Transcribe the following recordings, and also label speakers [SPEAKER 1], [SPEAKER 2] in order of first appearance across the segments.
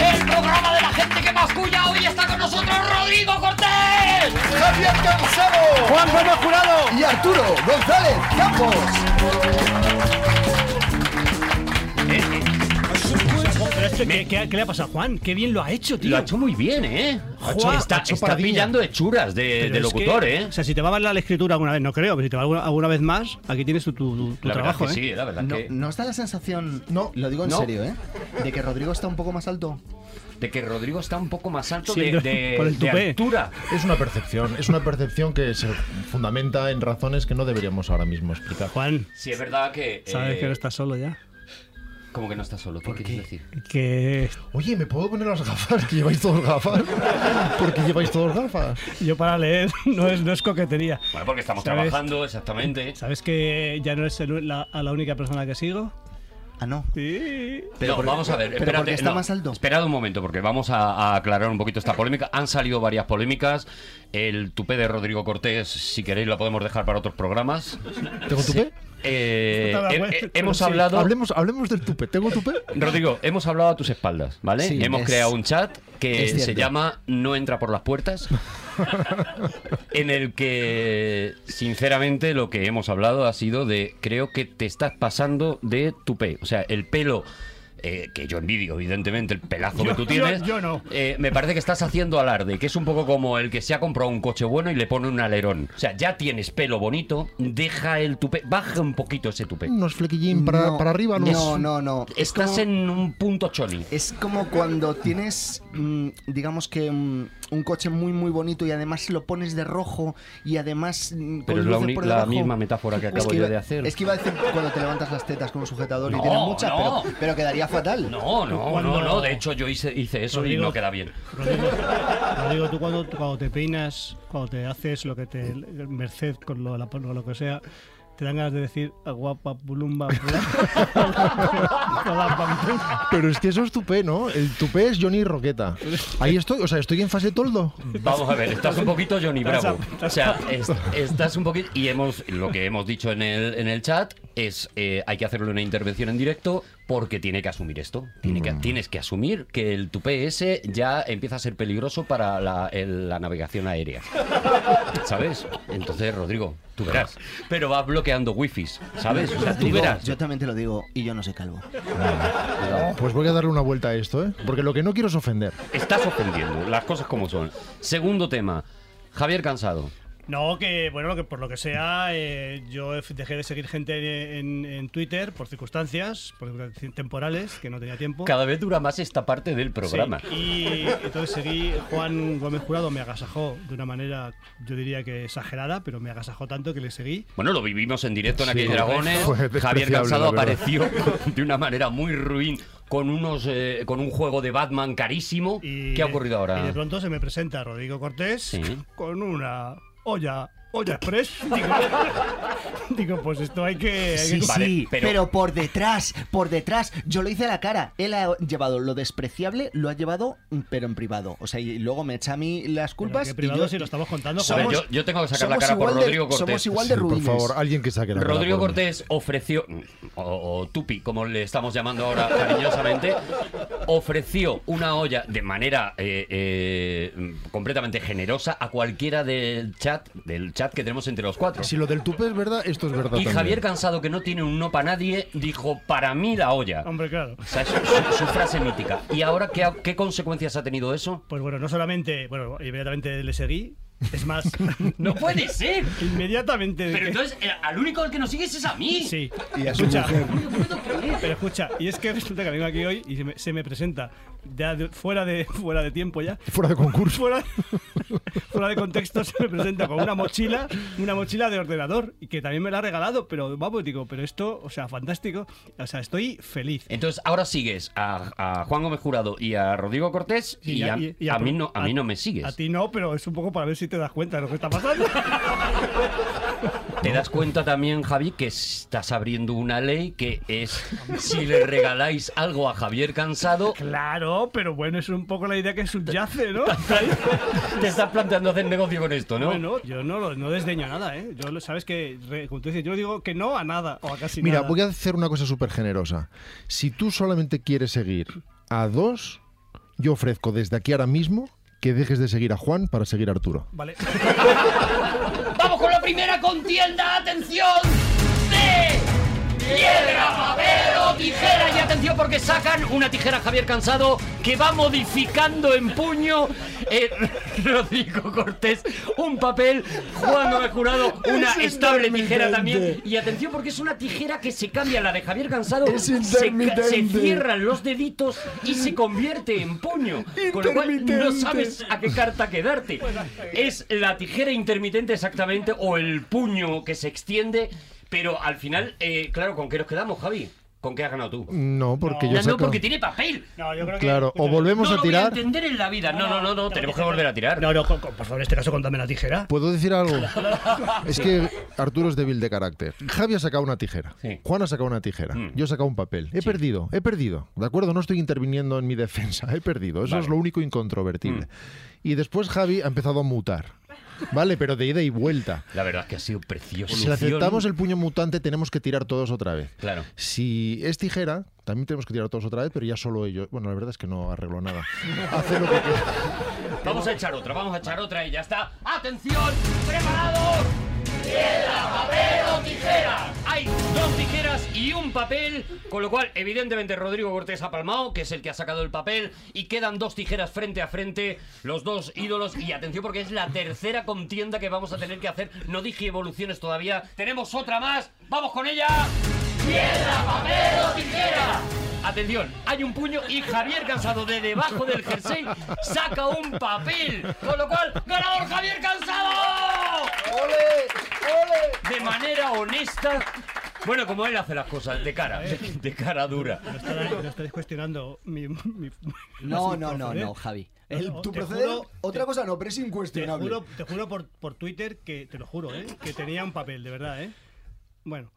[SPEAKER 1] El programa de la gente que más cuya hoy está con nosotros Rodrigo Cortés.
[SPEAKER 2] Javier Cansado. Juan Pablo Jurado. Y Arturo González Campos.
[SPEAKER 3] Pero esto, ¿qué, qué, qué le ha pasado a Juan? Qué bien lo ha hecho, tío.
[SPEAKER 4] Lo ha hecho muy bien, ¿eh?
[SPEAKER 3] Joder,
[SPEAKER 4] Joder, está
[SPEAKER 3] ha hecho
[SPEAKER 4] está
[SPEAKER 3] paradilla.
[SPEAKER 4] pillando hechuras de,
[SPEAKER 3] Pero
[SPEAKER 4] de
[SPEAKER 3] es que,
[SPEAKER 4] locutor, ¿eh?
[SPEAKER 3] O sea, si te va a valer la escritura alguna vez, no creo, pero si te va alguna, alguna vez más, aquí tienes tu, tu- tu- tu
[SPEAKER 4] La verdad
[SPEAKER 3] trabajo,
[SPEAKER 4] que
[SPEAKER 3] ¿eh?
[SPEAKER 4] sí, la verdad
[SPEAKER 2] No,
[SPEAKER 4] que...
[SPEAKER 2] ¿no os da la sensación, no, lo digo en
[SPEAKER 4] No.
[SPEAKER 2] serio, ¿eh? De que Rodrigo está un poco más alto.
[SPEAKER 4] De que Rodrigo está un poco más alto
[SPEAKER 3] Sí,
[SPEAKER 4] de,
[SPEAKER 3] no,
[SPEAKER 4] de-
[SPEAKER 3] por el
[SPEAKER 4] de
[SPEAKER 3] tupé.
[SPEAKER 4] altura.
[SPEAKER 5] Es una percepción, es una percepción que se fundamenta en razones que no deberíamos ahora mismo explicar.
[SPEAKER 3] Juan,
[SPEAKER 4] Sí, es verdad que...
[SPEAKER 3] sabes
[SPEAKER 4] eh,
[SPEAKER 3] que no estás solo ya.
[SPEAKER 4] Como que no está solo, ¿qué quieres decir?
[SPEAKER 3] Que
[SPEAKER 5] Oye, ¿me puedo poner las gafas? ¿Que lleváis todos gafas? ¿Por qué lleváis todos gafas?
[SPEAKER 3] yo para leer no es, no es coquetería.
[SPEAKER 4] Bueno, porque estamos
[SPEAKER 3] ¿Sabes?
[SPEAKER 4] trabajando, exactamente.
[SPEAKER 3] ¿Sabes que ya no es el- la, a la única persona que sigo?
[SPEAKER 2] Ah, no.
[SPEAKER 3] Sí.
[SPEAKER 4] Pero vamos a ver,
[SPEAKER 2] pero
[SPEAKER 4] espérate,
[SPEAKER 2] porque está
[SPEAKER 4] no,
[SPEAKER 2] más alto.
[SPEAKER 4] Esperad un momento, porque vamos a, a aclarar un poquito esta polémica. Han salido varias polémicas. El tupé de Rodrigo Cortés, si queréis, lo podemos dejar para otros programas.
[SPEAKER 5] ¿Tengo tupé?
[SPEAKER 4] Eh,
[SPEAKER 3] Está la
[SPEAKER 4] he-
[SPEAKER 3] web,
[SPEAKER 4] he-
[SPEAKER 3] pero
[SPEAKER 4] hemos
[SPEAKER 3] sí.
[SPEAKER 4] hablado.
[SPEAKER 5] Hablemos, hablemos del tupé. ¿Tengo tupé?
[SPEAKER 4] Rodrigo, hemos hablado a tus espaldas, ¿vale?
[SPEAKER 2] Sí,
[SPEAKER 4] hemos
[SPEAKER 2] es-
[SPEAKER 4] creado un chat que
[SPEAKER 2] es cierto.
[SPEAKER 4] se llama No entra por las puertas, en el que, sinceramente, lo que hemos hablado ha sido de, creo que te estás pasando de tu pelo. O sea, el pelo... eh, que yo envidio, evidentemente, el pelazo que
[SPEAKER 3] Yo-
[SPEAKER 4] tú tienes.
[SPEAKER 3] yo- yo no.
[SPEAKER 4] eh, me parece que estás haciendo alarde, que es un poco como el que se ha comprado un coche bueno y le pone un alerón. O sea, ya tienes pelo bonito, deja el tupé, baja un poquito ese tupé.
[SPEAKER 5] ¿Unos flequillín para,
[SPEAKER 2] No,
[SPEAKER 5] para arriba? ¿no?
[SPEAKER 2] No, no, no. Es
[SPEAKER 4] Estás
[SPEAKER 2] como-
[SPEAKER 4] en un punto choni.
[SPEAKER 2] Es como cuando tienes, mm, digamos que mm, un coche muy muy bonito y además lo pones de rojo y además mm, con
[SPEAKER 4] Pero es la
[SPEAKER 2] luces
[SPEAKER 4] uni-
[SPEAKER 2] por
[SPEAKER 4] la
[SPEAKER 2] debajo.
[SPEAKER 4] misma metáfora que
[SPEAKER 2] Es
[SPEAKER 4] acabo yo
[SPEAKER 2] iba-
[SPEAKER 4] de hacer.
[SPEAKER 2] Es que iba a decir cuando te levantas las tetas con un sujetador y
[SPEAKER 4] No,
[SPEAKER 2] tienes muchas,
[SPEAKER 4] no.
[SPEAKER 2] pero, pero quedaría fatal.
[SPEAKER 4] No, no,
[SPEAKER 3] Cuando-
[SPEAKER 4] no, no. De hecho, yo hice, hice eso y
[SPEAKER 3] Rodrigo.
[SPEAKER 4] no queda bien.
[SPEAKER 3] Rodrigo, Rodrigo, tú cuando, tú cuando te peinas, cuando te haces lo que te. Merced con lo, la- con lo que sea. Te dan ganas de decir "Ah, guapa pulumba pulumba.
[SPEAKER 5] Pero es que eso es tupé, ¿no? El tupé es Johnny Roqueta. Ahí estoy, o sea, estoy en fase toldo.
[SPEAKER 4] Vamos a ver, estás un poquito Johnny
[SPEAKER 3] Estás
[SPEAKER 4] Bravo.
[SPEAKER 3] a-
[SPEAKER 4] O sea, es- estás un poquito. Y hemos lo que hemos dicho en el, en el chat es: eh, hay que hacerle una intervención en directo porque tiene que asumir esto. Tiene
[SPEAKER 2] Mm.
[SPEAKER 4] que, Tienes que asumir que el tu PS ya empieza a ser peligroso para la, el- la navegación aérea. ¿Sabes? Entonces, Rodrigo, tú verás. Pero vas bloqueando wifis, ¿sabes? O sea, tú
[SPEAKER 2] Digo,
[SPEAKER 4] verás.
[SPEAKER 2] Yo también te lo digo y yo no soy calvo.
[SPEAKER 5] Pues voy a darle una vuelta a esto, ¿eh? Porque lo que no quiero es ofender.
[SPEAKER 4] Estás ofendiendo, las cosas como son. Segundo tema. Javier Cansado.
[SPEAKER 3] No, que bueno, lo que por lo que sea, eh, yo f- dejé de seguir gente en, en Twitter por circunstancias, por circunstancias temporales, que no tenía tiempo.
[SPEAKER 4] Cada vez dura más esta parte del
[SPEAKER 3] Sí,
[SPEAKER 4] programa.
[SPEAKER 3] y entonces seguí, Juan Gómez Jurado me agasajó de una manera, yo diría que exagerada, pero me agasajó tanto que le seguí.
[SPEAKER 4] Bueno, lo vivimos en directo en aquel
[SPEAKER 5] Sí,
[SPEAKER 4] Dragones.
[SPEAKER 5] fue
[SPEAKER 4] Javier
[SPEAKER 5] despreciable,
[SPEAKER 4] Cansado
[SPEAKER 5] la verdad.
[SPEAKER 4] apareció de una manera muy ruin con unos eh, con un juego de Batman carísimo.
[SPEAKER 3] Y
[SPEAKER 4] ¿Qué ha ocurrido
[SPEAKER 3] Y de
[SPEAKER 4] ahora?
[SPEAKER 3] pronto se me presenta Rodrigo Cortés
[SPEAKER 4] Sí.
[SPEAKER 3] con una olla, olla express. Digo, digo, pues esto hay que... hay
[SPEAKER 2] Sí,
[SPEAKER 3] que-
[SPEAKER 4] Vale,
[SPEAKER 2] sí, pero...
[SPEAKER 4] pero-
[SPEAKER 2] por detrás, por detrás, yo lo hice a la cara. Él ha llevado lo despreciable, lo ha llevado, mm, pero en privado. O sea, y luego me echa a mí las
[SPEAKER 3] Pero
[SPEAKER 2] culpas.
[SPEAKER 3] qué
[SPEAKER 2] y
[SPEAKER 3] privado
[SPEAKER 2] yo-
[SPEAKER 3] si lo estamos contando,
[SPEAKER 4] A ver,
[SPEAKER 3] Juan.
[SPEAKER 4] yo, yo tengo que sacar la
[SPEAKER 2] somos
[SPEAKER 4] cara por
[SPEAKER 2] igual de-
[SPEAKER 4] Rodrigo Cortés.
[SPEAKER 2] Somos igual de
[SPEAKER 5] Sí, por
[SPEAKER 2] ruines.
[SPEAKER 5] favor, alguien que saque la cara
[SPEAKER 4] Rodrigo
[SPEAKER 5] por mí.
[SPEAKER 4] Cortés ofreció, o, o Tupi, como le estamos llamando ahora cariñosamente, ofreció una olla de manera eh, eh, completamente generosa a cualquiera del chat, del chat que tenemos entre los cuatro.
[SPEAKER 5] Si lo del tupé es verdad, esto es verdad
[SPEAKER 4] Y
[SPEAKER 5] también.
[SPEAKER 4] Javier Cansado, que no tiene un no para nadie, dijo, para mí la olla.
[SPEAKER 3] Hombre, claro.
[SPEAKER 4] O sea, es su, su frase mítica. ¿Y ahora qué, ha- qué consecuencias ha tenido eso?
[SPEAKER 3] Pues bueno, no solamente, bueno, inmediatamente le seguí, es más,
[SPEAKER 4] ¡No puede ser!
[SPEAKER 3] inmediatamente...
[SPEAKER 4] Pero entonces, eh, al único al que nos sigues es a mí.
[SPEAKER 3] Sí,
[SPEAKER 2] Y a su
[SPEAKER 3] escucha,
[SPEAKER 2] mujer.
[SPEAKER 4] No puedo creer.
[SPEAKER 3] pero escucha, y es que resulta que vengo aquí hoy y se me, se me presenta ya de- fuera, de, fuera de tiempo ya.
[SPEAKER 5] Fuera de concurso.
[SPEAKER 3] Fuera, fuera de contexto se me presenta con una mochila, una mochila de ordenador, y que también me la ha regalado, pero vamos, digo, pero esto, o sea, fantástico. O sea, estoy feliz.
[SPEAKER 4] Entonces, ahora sigues a, a Juan Gómez Jurado y a Rodrigo Cortés y, a,
[SPEAKER 3] y
[SPEAKER 4] a mí no, a mí no me sigues.
[SPEAKER 3] A ti no, pero es un poco para ver si te das cuenta de lo que está pasando.
[SPEAKER 4] Te das cuenta también, Javi, que estás abriendo una ley que es si le regaláis algo a Javier Cansado,
[SPEAKER 3] claro, pero bueno, es un poco la idea que subyace, ¿no?
[SPEAKER 4] te estás planteando hacer negocio con esto, ¿no?
[SPEAKER 3] Bueno, yo no, lo- no desdeño nada, ¿eh? Yo lo- sabes que, re- como tú dices, yo digo que no a nada o a casi
[SPEAKER 5] Mira,
[SPEAKER 3] nada.
[SPEAKER 5] voy a hacer una cosa súper generosa. Si tú solamente quieres seguir a dos, yo ofrezco desde aquí ahora mismo que dejes de seguir a Juan para seguir a Arturo.
[SPEAKER 3] Vale.
[SPEAKER 1] Vamos con la primera contienda, atención. De piedra, papel o tijera.
[SPEAKER 4] Y atención porque sacan una tijera Javier Cansado que va modificando en puño eh, Rodrigo Cortés, un papel, Juan Gómez Jurado, una estable tijera también. Y atención porque es una tijera que se cambia, la de Javier Cansado se, ca- se cierran los deditos y se convierte en puño. Con lo cual no sabes a qué carta quedarte. Es la tijera intermitente exactamente o el puño que se extiende. Pero al final, eh, claro, ¿con qué nos quedamos, Javi? ¿Con qué has ganado tú?
[SPEAKER 5] No, porque Mm, yo
[SPEAKER 4] No,
[SPEAKER 5] sé
[SPEAKER 4] no, porque tiene papel.
[SPEAKER 3] No, Ah, yo creo que.
[SPEAKER 5] Claro, o volvemos
[SPEAKER 4] no
[SPEAKER 5] a
[SPEAKER 4] lo
[SPEAKER 5] tirar.
[SPEAKER 4] voy a entender en la vida. No, no, no, no, tenemos que volver a tirar.
[SPEAKER 3] No, no, con- con- por favor, en este caso contame la tijera.
[SPEAKER 5] ¿Puedo decir algo? Es que Arturo es débil de carácter. Javi ha sacado una tijera.
[SPEAKER 4] Sí.
[SPEAKER 5] Juan ha sacado una tijera.
[SPEAKER 4] Mm.
[SPEAKER 5] Yo he sacado un papel. He perdido, he perdido. ¿De acuerdo? No estoy interviniendo en mi defensa. He perdido. Eso
[SPEAKER 4] Vale. Mm.
[SPEAKER 5] es lo único incontrovertible. Y después Javi ha empezado a mutar. Vale, pero de ida y vuelta.
[SPEAKER 4] La verdad es que ha sido precioso.
[SPEAKER 5] Si le aceptamos el puño mutante, tenemos que tirar todos otra vez.
[SPEAKER 4] Claro.
[SPEAKER 5] Si es tijera, también tenemos que tirar todos otra vez, pero ya solo ellos. Bueno, la verdad es que no arreglo nada. Hace lo que quiera.
[SPEAKER 4] Vamos a echar otra, vamos a echar otra y ya está.
[SPEAKER 1] Atención, preparados.
[SPEAKER 4] Hay dos tijeras y un papel, con lo cual, evidentemente, Rodrigo Cortés ha palmado, que es el que ha sacado el papel, y quedan dos tijeras frente a frente, los dos ídolos, y atención porque es la tercera contienda que vamos a tener que hacer. No dije evoluciones todavía, tenemos otra más, vamos con ella. ¡Piedra, papel o tijera! Atención, hay un puño y Javier Cansado de debajo del jersey saca un papel, con lo cual, ganador Javier Cansado. De manera honesta. Bueno, como él hace las cosas, de cara, de cara dura.
[SPEAKER 3] No estáis cuestionando mi. mi-
[SPEAKER 2] No, no,
[SPEAKER 3] mi
[SPEAKER 2] no,
[SPEAKER 3] proceder.
[SPEAKER 2] no, Javi.
[SPEAKER 6] El-
[SPEAKER 3] ¿eh? No,
[SPEAKER 6] tu
[SPEAKER 3] te
[SPEAKER 6] proceder,
[SPEAKER 3] juro-
[SPEAKER 6] otra cosa no, pero es
[SPEAKER 3] Te
[SPEAKER 6] incuestionable.
[SPEAKER 3] juro, te juro por, por Twitter que, te lo juro, ¿eh? que tenía un papel, de verdad, ¿eh? Bueno,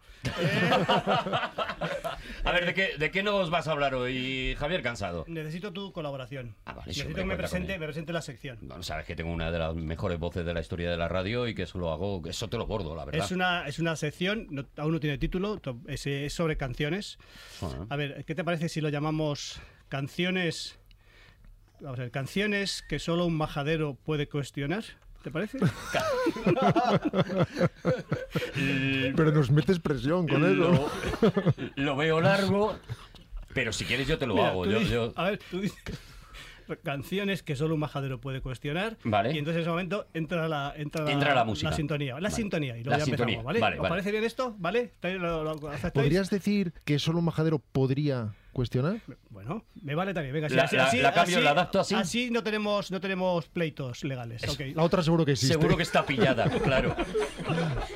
[SPEAKER 4] A ver, ¿de qué, ¿de qué nos vas a hablar hoy, Javier Cansado?
[SPEAKER 3] necesito tu colaboración.
[SPEAKER 4] Ah, vale, sí,
[SPEAKER 3] necesito
[SPEAKER 4] hombre,
[SPEAKER 3] que me
[SPEAKER 4] cuenta con
[SPEAKER 3] presente,
[SPEAKER 4] ello.
[SPEAKER 3] me presente la sección.
[SPEAKER 4] No, sabes que tengo una de las mejores voces de la historia de la radio y que eso lo hago, que eso te lo bordo, la verdad.
[SPEAKER 3] Es una, es una sección, no- aún no tiene título, to- es, eh, es sobre canciones.
[SPEAKER 4] Bueno,
[SPEAKER 3] A ver, ¿qué te parece si lo llamamos canciones? Vamos a ver, canciones que solo un majadero puede cuestionar. ¿Te parece?
[SPEAKER 5] Pero nos metes presión con eso.
[SPEAKER 4] lo, lo veo largo, pero si quieres yo te lo
[SPEAKER 3] Mira,
[SPEAKER 4] hago.
[SPEAKER 3] tú
[SPEAKER 4] yo-
[SPEAKER 3] dices-
[SPEAKER 4] yo-
[SPEAKER 3] A ver, tú dices canciones que solo un majadero puede cuestionar.
[SPEAKER 4] Vale.
[SPEAKER 3] Y entonces en ese momento entra la, entra la,
[SPEAKER 4] Entra la música.
[SPEAKER 3] sintonía. La
[SPEAKER 4] Vale.
[SPEAKER 3] sintonía. Y luego
[SPEAKER 4] La
[SPEAKER 3] ya
[SPEAKER 4] sintonía,
[SPEAKER 3] empezamos, ¿vale?
[SPEAKER 4] vale,
[SPEAKER 3] ¿Os
[SPEAKER 4] vale.
[SPEAKER 3] parece bien esto? ¿Vale? ¿Estáis- lo- lo- lo aceptáis?
[SPEAKER 5] ¿Podrías decir que solo un majadero podría cuestionar?
[SPEAKER 3] Bueno, me vale también. Venga,
[SPEAKER 4] La-
[SPEAKER 3] así,
[SPEAKER 4] la-
[SPEAKER 3] así,
[SPEAKER 4] la cambio,
[SPEAKER 3] así-
[SPEAKER 4] la adapto así.
[SPEAKER 3] Así no tenemos, no tenemos pleitos legales. Ok.
[SPEAKER 5] La otra seguro que existe.
[SPEAKER 4] seguro que está pillada, claro.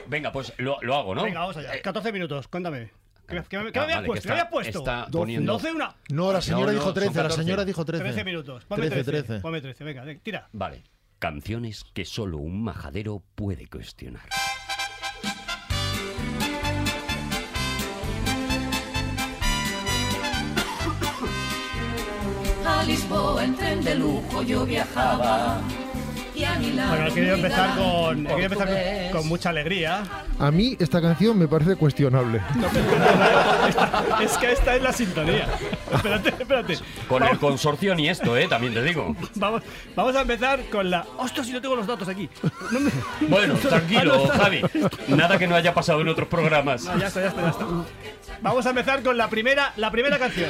[SPEAKER 4] Venga, pues lo, lo hago, ¿no? Eh,
[SPEAKER 3] Venga, vamos allá. 14 minutos, cuéntame. ¿Qué, qué me- qué
[SPEAKER 4] Ah,
[SPEAKER 3] me habías
[SPEAKER 4] vale, que
[SPEAKER 3] puesto? ¿Qué
[SPEAKER 4] está-
[SPEAKER 3] me habías puesto?
[SPEAKER 4] está
[SPEAKER 3] 12,
[SPEAKER 4] poniendo-
[SPEAKER 3] 12, una.
[SPEAKER 5] No, la señora
[SPEAKER 4] No, no,
[SPEAKER 5] dijo
[SPEAKER 4] son
[SPEAKER 5] 13, la
[SPEAKER 4] 14.
[SPEAKER 5] señora dijo 13.
[SPEAKER 3] 13 minutos. Ponme
[SPEAKER 5] 13,
[SPEAKER 3] 13.
[SPEAKER 5] 13.
[SPEAKER 3] Ponme 13. Venga, de- tira.
[SPEAKER 4] Vale. Canciones que solo un majadero puede cuestionar.
[SPEAKER 7] A Lisboa en tren de lujo yo viajaba. Y a Milán.
[SPEAKER 3] Bueno, he querido empezar con, he querido empezar
[SPEAKER 7] Portugués.
[SPEAKER 3] con- con mucha alegría.
[SPEAKER 5] A mí esta canción me parece cuestionable.
[SPEAKER 3] Es que esta es la sintonía. Espérate, espérate.
[SPEAKER 4] Con el consorcio ni esto, ¿eh? También te digo.
[SPEAKER 3] Vamos, vamos a empezar con la. ¡Ostras, si no tengo los datos aquí! No me-
[SPEAKER 4] Bueno,
[SPEAKER 3] Ah, no
[SPEAKER 4] tranquilo,
[SPEAKER 3] está.
[SPEAKER 4] Javi. Nada que no haya pasado en otros programas.
[SPEAKER 3] Ya está, ya está, ya está. Vamos a empezar con la primera, la primera canción.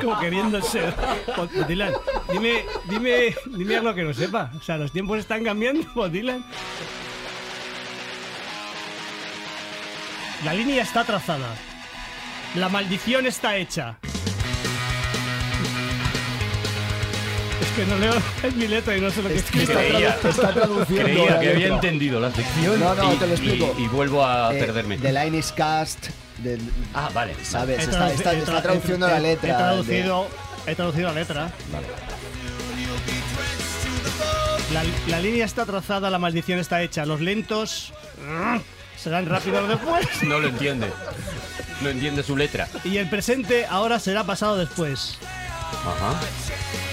[SPEAKER 3] Como queriendo ser. Bob Dylan, dime, dime, dime algo que no sepa. O sea, los tiempos están cambiando, Bob Dylan. La línea está trazada. La maldición está hecha. Es que no leo mi letra y no sé lo que escribo.
[SPEAKER 4] Creía,
[SPEAKER 2] Está traduciendo.
[SPEAKER 4] creía
[SPEAKER 2] la
[SPEAKER 4] que había
[SPEAKER 2] letra.
[SPEAKER 4] entendido la sección.
[SPEAKER 2] No, no,
[SPEAKER 4] y,
[SPEAKER 2] te lo explico.
[SPEAKER 4] Y, y vuelvo a
[SPEAKER 2] Eh,
[SPEAKER 4] perderme.
[SPEAKER 2] The Line is Cast. de-
[SPEAKER 4] Ah, vale.
[SPEAKER 2] ¿Sabes?
[SPEAKER 3] He
[SPEAKER 2] Está,
[SPEAKER 3] traduci-
[SPEAKER 2] está-
[SPEAKER 3] he
[SPEAKER 2] está
[SPEAKER 3] tra-
[SPEAKER 2] traduciendo
[SPEAKER 3] he-
[SPEAKER 2] la
[SPEAKER 3] he-
[SPEAKER 2] letra.
[SPEAKER 3] He
[SPEAKER 2] de-
[SPEAKER 3] traducido, he traducido la letra. La, la línea está trazada, la maldición está hecha. Los lentos mm, serán rápidos después.
[SPEAKER 4] No lo entiende. No entiende su letra.
[SPEAKER 3] Y el presente ahora será pasado después.
[SPEAKER 4] Ajá.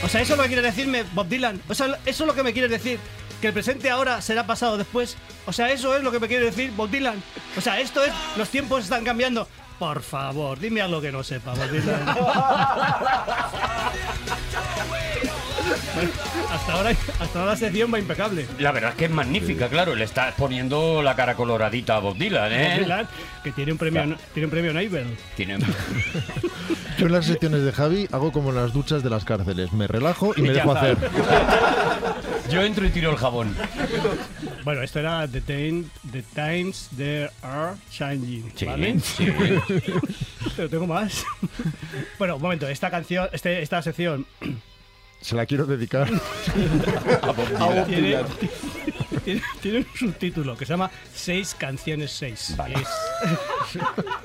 [SPEAKER 3] O sea, eso es lo que quiere decirme Bob Dylan. O sea, eso es lo que me quiere decir. Que el presente ahora será pasado después. O sea, eso es lo que me quiere decir Bob Dylan. O sea, esto es. Los tiempos están cambiando. Por favor, dime algo que no sepa, Bob Dylan. Bueno, hasta ahora, hasta ahora la sección va impecable.
[SPEAKER 4] La verdad es que es magnífica, claro. Le está poniendo la cara coloradita a Bob Dylan, ¿eh?
[SPEAKER 3] Bob Dylan, que tiene un premio, tiene un premio Nobel.
[SPEAKER 4] Tiene...
[SPEAKER 5] Yo en las sesiones de Javi hago como en las duchas de las cárceles. Me relajo y me
[SPEAKER 4] Ya
[SPEAKER 5] dejo
[SPEAKER 4] está.
[SPEAKER 5] hacer.
[SPEAKER 4] Yo entro y tiro el jabón.
[SPEAKER 3] Bueno, esto era The, Time- The Times There Are Changing.
[SPEAKER 4] Sí,
[SPEAKER 3] ¿vale?
[SPEAKER 4] sí.
[SPEAKER 3] Pero tengo más. bueno, un momento, esta canción, este- esta sección
[SPEAKER 5] Se la quiero dedicar.
[SPEAKER 4] A Bob
[SPEAKER 2] Ah,
[SPEAKER 4] Dylan.
[SPEAKER 3] tiene, tiene- tiene un subtítulo que se llama Seis canciones seis.
[SPEAKER 4] Vale.
[SPEAKER 3] Es-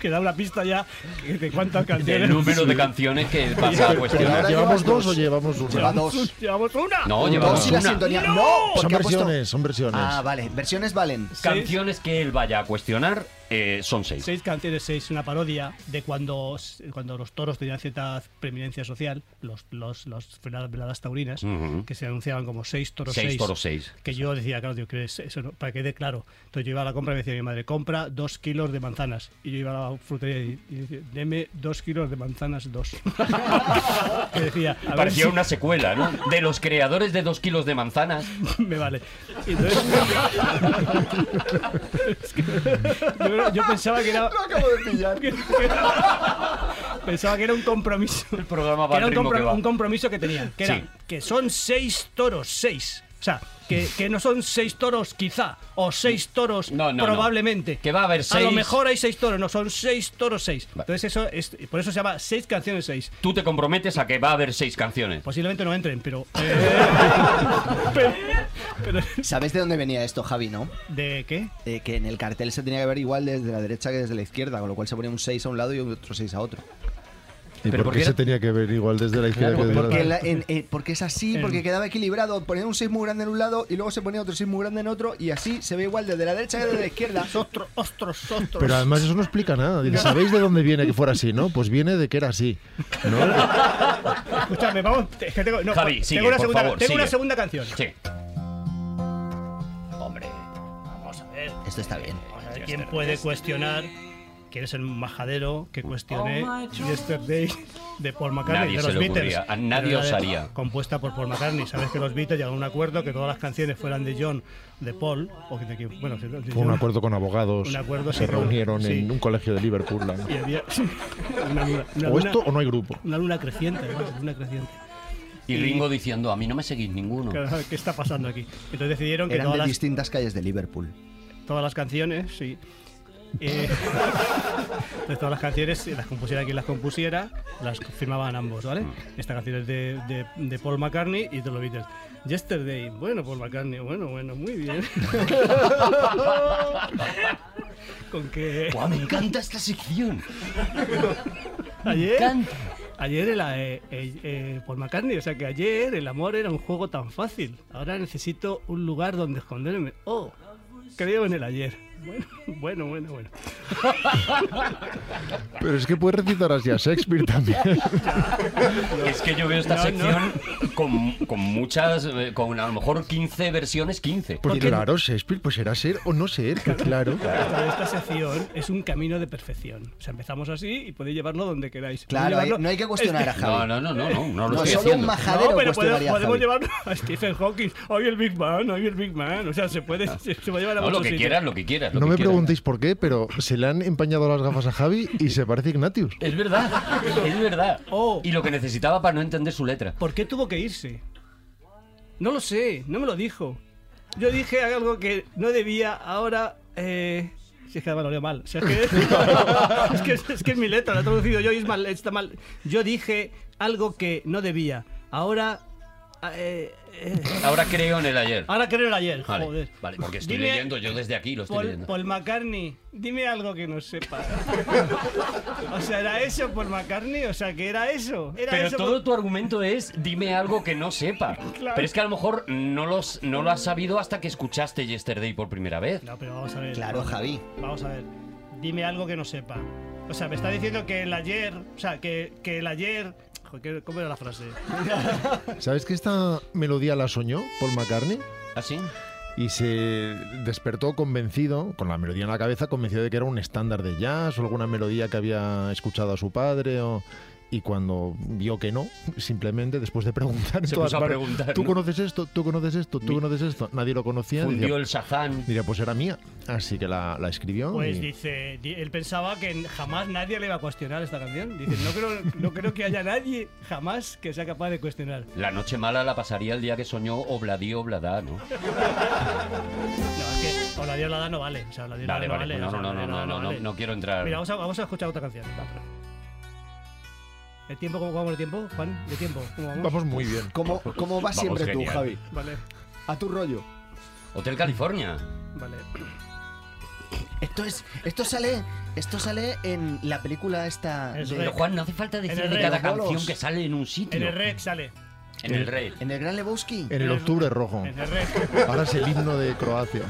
[SPEAKER 3] que da una pista ya de cuántas
[SPEAKER 4] El
[SPEAKER 3] canciones.
[SPEAKER 4] número de canciones que vas a
[SPEAKER 5] Pero
[SPEAKER 4] cuestionar.
[SPEAKER 5] ahora
[SPEAKER 2] llevas
[SPEAKER 5] ¿Llevamos dos o
[SPEAKER 2] dos.
[SPEAKER 5] llevamos una?
[SPEAKER 2] Lleva dos.
[SPEAKER 3] Llevamos una.
[SPEAKER 4] No,
[SPEAKER 2] Dos
[SPEAKER 4] llevamos
[SPEAKER 2] y la
[SPEAKER 4] una.
[SPEAKER 2] sintonía. No,
[SPEAKER 5] Son
[SPEAKER 2] porque ha puesto-
[SPEAKER 5] versiones, son versiones.
[SPEAKER 2] Ah, vale. Versiones valen.
[SPEAKER 4] Canciones que él vaya a cuestionar eh, son seis.
[SPEAKER 3] Seis canciones, seis, una parodia de cuando, cuando los toros tenían cierta preeminencia social, los, los, los veladas- veladas taurinas,
[SPEAKER 4] Ujú.
[SPEAKER 3] que se anunciaban como seis toros
[SPEAKER 4] Seis
[SPEAKER 3] seis.
[SPEAKER 4] toros seis.
[SPEAKER 3] Que yo decía, claro, digo, que es eso no- para que quede claro. Entonces yo iba a la compra y me decía mi madre, compra dos kilos de manzanas. Y yo iba a la frutería y, y decía, deme dos kilos de manzanas, dos. que decía, a ver
[SPEAKER 4] Parecía
[SPEAKER 3] si
[SPEAKER 4] una secuela, ¿no? De los creadores de dos kilos de manzanas.
[SPEAKER 3] me vale. Y entonces- Es que yo, yo pensaba que era... que- que- Pensaba que era un compromiso.
[SPEAKER 4] El programa
[SPEAKER 3] Que
[SPEAKER 4] va
[SPEAKER 3] era un,
[SPEAKER 4] al ritmo
[SPEAKER 3] compro-
[SPEAKER 4] que va.
[SPEAKER 3] un compromiso que tenían. Que era
[SPEAKER 4] Sí.
[SPEAKER 3] que son seis toros, seis. O sea, que, que no son seis toros quizá, o seis toros
[SPEAKER 4] No, no, no.
[SPEAKER 3] probablemente.
[SPEAKER 4] Que va a haber
[SPEAKER 3] A lo
[SPEAKER 4] seis.
[SPEAKER 3] mejor hay seis toros, no, son seis toros seis.
[SPEAKER 4] Vale.
[SPEAKER 3] Entonces eso es, por eso se llama seis canciones seis.
[SPEAKER 4] Tú te comprometes a que va a haber seis canciones.
[SPEAKER 3] Posiblemente no entren, pero... eh, pero- pero-
[SPEAKER 2] ¿Sabes de dónde venía esto, Javi, no?
[SPEAKER 3] ¿De qué?
[SPEAKER 2] Eh, que en el cartel se tenía que ver igual desde la derecha que desde la izquierda, con lo cual se ponía un 6 a un lado y otro 6 a otro.
[SPEAKER 5] ¿Y
[SPEAKER 4] pero
[SPEAKER 5] por
[SPEAKER 4] ¿por
[SPEAKER 5] qué
[SPEAKER 4] qué
[SPEAKER 5] se
[SPEAKER 4] era-
[SPEAKER 5] tenía que ver igual desde la izquierda que desde la
[SPEAKER 2] Porque,
[SPEAKER 5] derecha?
[SPEAKER 2] la- en- eh, porque es así,
[SPEAKER 3] En-
[SPEAKER 2] porque quedaba equilibrado. Ponía un 6 muy grande en un lado y luego se ponía otro 6 muy grande en otro y así se ve igual desde la derecha que desde la izquierda.
[SPEAKER 3] Ostros, ostros, ostros.
[SPEAKER 5] Pero además eso no explica nada. Dice, ¿sabéis de dónde viene que fuera así, no? Pues viene de que era así. ¿no?
[SPEAKER 3] Escúchame, vamos, es que tengo, no,
[SPEAKER 4] Javi,
[SPEAKER 3] tengo
[SPEAKER 4] sigue,
[SPEAKER 3] una
[SPEAKER 4] por
[SPEAKER 3] segunda,
[SPEAKER 4] favor,
[SPEAKER 3] tengo una
[SPEAKER 4] sigue.
[SPEAKER 3] segunda canción.
[SPEAKER 4] Sí. Hombre, vamos a ver.
[SPEAKER 2] Esto está bien.
[SPEAKER 3] A ver quién puede cuestionar que eres el majadero que cuestione Yesterday de Paul McCartney
[SPEAKER 4] Nadie
[SPEAKER 3] de
[SPEAKER 4] se
[SPEAKER 3] los
[SPEAKER 4] le
[SPEAKER 3] Beatles.
[SPEAKER 4] ocurría, a nadie
[SPEAKER 3] Pero era de-
[SPEAKER 4] osaría.
[SPEAKER 3] Compuesta por Paul McCartney. Sabes que los Beatles llegaron a un acuerdo que todas las canciones fueran de John, de Paul, o de quien- bueno, de
[SPEAKER 5] Fue un
[SPEAKER 3] John.
[SPEAKER 5] acuerdo con abogados.
[SPEAKER 3] Un acuerdo,
[SPEAKER 5] se
[SPEAKER 3] sí,
[SPEAKER 5] reunieron
[SPEAKER 3] sí.
[SPEAKER 5] en un colegio de Liverpool. ¿no?
[SPEAKER 3] Y había una luna, una
[SPEAKER 5] O
[SPEAKER 3] luna-
[SPEAKER 5] esto o no hay grupo.
[SPEAKER 3] una luna creciente, además, una luna creciente.
[SPEAKER 4] Y Ringo diciendo, a mí no me seguís ninguno.
[SPEAKER 3] Claro, ¿Qué está pasando aquí? Entonces decidieron que
[SPEAKER 2] Eran
[SPEAKER 3] todas
[SPEAKER 2] de
[SPEAKER 3] las,
[SPEAKER 2] distintas calles de Liverpool.
[SPEAKER 3] todas las canciones, sí. Eh, de todas las canciones, las compusiera quien las compusiera, las firmaban ambos, ¿vale? Esta canción es de, de- de Paul McCartney y de los Beatles. Yesterday, bueno, Paul McCartney, bueno, bueno, muy bien. con que
[SPEAKER 4] ¡Guau, me encanta esta sección!
[SPEAKER 3] ayer,
[SPEAKER 4] encanta.
[SPEAKER 3] ayer era eh, eh, eh, Paul McCartney, o sea que ayer el amor era un juego tan fácil. Ahora necesito un lugar donde esconderme. Oh, creo en el ayer. Bueno, bueno, bueno, bueno.
[SPEAKER 5] Pero es que puedes recitar así a Shakespeare también. Pues
[SPEAKER 4] Es que yo veo esta
[SPEAKER 3] No,
[SPEAKER 4] sección Con, con muchas, eh, con a lo mejor 15 versiones, 15.
[SPEAKER 5] Pues
[SPEAKER 3] qué no?
[SPEAKER 5] claro, Shakespeare, pues será ser o no ser, que claro.
[SPEAKER 3] Toda esta sección es un camino de perfección. O sea, empezamos así y podéis llevarlo donde queráis.
[SPEAKER 2] Claro,
[SPEAKER 3] Podéis
[SPEAKER 2] hay-
[SPEAKER 3] llevarlo-
[SPEAKER 2] no hay que cuestionar a
[SPEAKER 4] No,
[SPEAKER 2] Javi.
[SPEAKER 4] no, no, no, no, no lo
[SPEAKER 2] No,
[SPEAKER 4] estoy
[SPEAKER 2] solo un
[SPEAKER 4] haciendo.
[SPEAKER 2] majadero
[SPEAKER 3] no, pero podemos,
[SPEAKER 2] cuestionaría a
[SPEAKER 3] podemos
[SPEAKER 2] Javi.
[SPEAKER 3] llevarlo a Stephen Hawking. Hoy el Big Bang, hoy el Big Bang. O sea, se puede, se, se va a llevar a
[SPEAKER 4] No, lo
[SPEAKER 3] muchos
[SPEAKER 4] que
[SPEAKER 3] sitios.
[SPEAKER 4] quieras, lo que quieras. lo
[SPEAKER 5] No
[SPEAKER 4] que
[SPEAKER 5] me
[SPEAKER 4] quieras.
[SPEAKER 5] preguntéis por qué, pero se le han empañado las gafas a Javi y se parece a Ignatius.
[SPEAKER 4] Es verdad, es verdad.
[SPEAKER 3] Oh.
[SPEAKER 4] Y lo que necesitaba para no entender su letra.
[SPEAKER 3] ¿Por qué tuvo que irse? No lo sé, no me lo dijo. Yo dije algo que no debía, ahora... Eh... Si es que además lo leo mal. O sea, es, que, es, que es, que es mi letra, la he traducido yo y es mal, está mal. Yo dije algo que no debía, ahora... eh, eh,
[SPEAKER 4] Ahora creo en el ayer.
[SPEAKER 3] ahora creo el ayer,
[SPEAKER 4] Vale,
[SPEAKER 3] Ah, joder.
[SPEAKER 4] vale, porque estoy
[SPEAKER 3] Dime-
[SPEAKER 4] leyendo yo desde aquí, lo estoy
[SPEAKER 3] Paul,
[SPEAKER 4] leyendo.
[SPEAKER 3] Paul McCartney, dime algo que no sepa. o sea, era eso, Paul McCartney, o sea, que era eso. Era
[SPEAKER 4] Pero
[SPEAKER 3] eso.
[SPEAKER 4] todo tu argumento es dime algo que no sepa.
[SPEAKER 3] Claro.
[SPEAKER 4] Pero es que a lo mejor no, los, no lo has sabido hasta que escuchaste Yesterday por primera vez.
[SPEAKER 3] No, pero vamos a ver.
[SPEAKER 2] Claro, Javi.
[SPEAKER 3] Vamos a ver. Dime algo que no sepa. O sea, me está diciendo que el ayer. O sea, que, que el ayer. Joder, ¿qué- ¿Cómo era la frase?
[SPEAKER 5] ¿Sabes que esta melodía la soñó Paul McCartney?
[SPEAKER 4] ¿Así?
[SPEAKER 5] Y se despertó convencido, con la melodía en la cabeza, convencido de que era un estándar de jazz o alguna melodía que había escuchado a su padre o... Y cuando vio que no, simplemente después de preguntar, en
[SPEAKER 4] Se
[SPEAKER 5] todas
[SPEAKER 4] puso a
[SPEAKER 5] partes,
[SPEAKER 4] preguntar,
[SPEAKER 5] ¿tú
[SPEAKER 4] ¿no?
[SPEAKER 5] conoces esto? ¿Tú conoces esto? ¿Tú conoces esto? Nadie lo conocía.
[SPEAKER 4] Fundió
[SPEAKER 5] Diría,
[SPEAKER 4] el Shazam.
[SPEAKER 5] diría, pues era mía. Así que la, la escribió.
[SPEAKER 3] Pues
[SPEAKER 5] y-
[SPEAKER 3] dice. di- Él pensaba que jamás nadie le iba a cuestionar esta canción. Dice, no creo, no creo que haya nadie jamás que sea capaz de cuestionar.
[SPEAKER 4] La noche mala la pasaría el día que soñó Obladí Oblada, ¿no?
[SPEAKER 3] No, es que. O la Dios no vale. O sea, la Dios
[SPEAKER 4] Vale,
[SPEAKER 3] no
[SPEAKER 4] vale,
[SPEAKER 3] vale.
[SPEAKER 4] pues no,
[SPEAKER 3] o sea, Obladió
[SPEAKER 4] no, no, no, no,
[SPEAKER 3] Oblada
[SPEAKER 4] no,
[SPEAKER 3] vale.
[SPEAKER 4] no, quiero entrar.
[SPEAKER 3] Mira, vamos a, vamos a escuchar otra canción. ¿El tiempo? ¿Cómo vamos de tiempo, Juan? ¿De tiempo? ¿Cómo vamos?
[SPEAKER 5] Vamos muy bien.
[SPEAKER 2] ¿Cómo, cómo vas
[SPEAKER 4] Vamos,
[SPEAKER 2] siempre tú,
[SPEAKER 4] genial.
[SPEAKER 2] Javi?
[SPEAKER 3] Vale,
[SPEAKER 2] A tu rollo.
[SPEAKER 4] Hotel California.
[SPEAKER 3] vale.
[SPEAKER 2] Esto es. Esto sale. Esto sale en la película esta.
[SPEAKER 3] Es
[SPEAKER 2] de-
[SPEAKER 4] Pero Juan, no hace falta decir
[SPEAKER 3] el
[SPEAKER 4] de
[SPEAKER 3] rey,
[SPEAKER 4] cada
[SPEAKER 3] los
[SPEAKER 2] bolos.
[SPEAKER 4] canción que sale en un sitio.
[SPEAKER 3] En el rec sale.
[SPEAKER 4] En el rey.
[SPEAKER 2] en el Gran Lebowski.
[SPEAKER 5] En el octubre rojo.
[SPEAKER 3] En el rec.
[SPEAKER 5] Ahora es el himno de Croacia.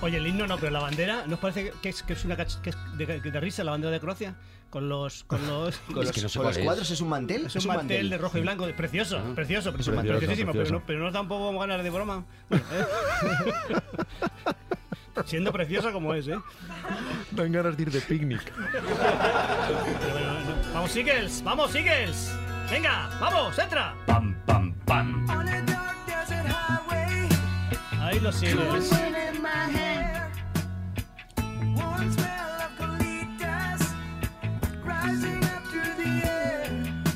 [SPEAKER 3] Oye, el himno no, pero la bandera, ¿nos parece que es, que es una cach- que es de, de risa la bandera de Croacia? Con los. Con los
[SPEAKER 2] Con
[SPEAKER 4] Es
[SPEAKER 2] los,
[SPEAKER 4] que no sé
[SPEAKER 2] con
[SPEAKER 4] cuál
[SPEAKER 2] los
[SPEAKER 4] es.
[SPEAKER 2] cuadros es un mantel.
[SPEAKER 3] es un mantel de rojo y blanco, precioso, precioso, precioso,
[SPEAKER 5] Precioso,
[SPEAKER 3] preciosísimo,
[SPEAKER 5] precioso.
[SPEAKER 3] Pero, no, pero no da un poco ganas de broma. Bueno, ¿eh? Siendo preciosa como es, ¿eh?
[SPEAKER 5] Dan ganas de ir de picnic.
[SPEAKER 3] Pero bueno, no. Vamos, Eagles, vamos, Eagles. Venga, vamos, entra.
[SPEAKER 4] Pam, pam, pam.
[SPEAKER 3] Ahí los Eagles.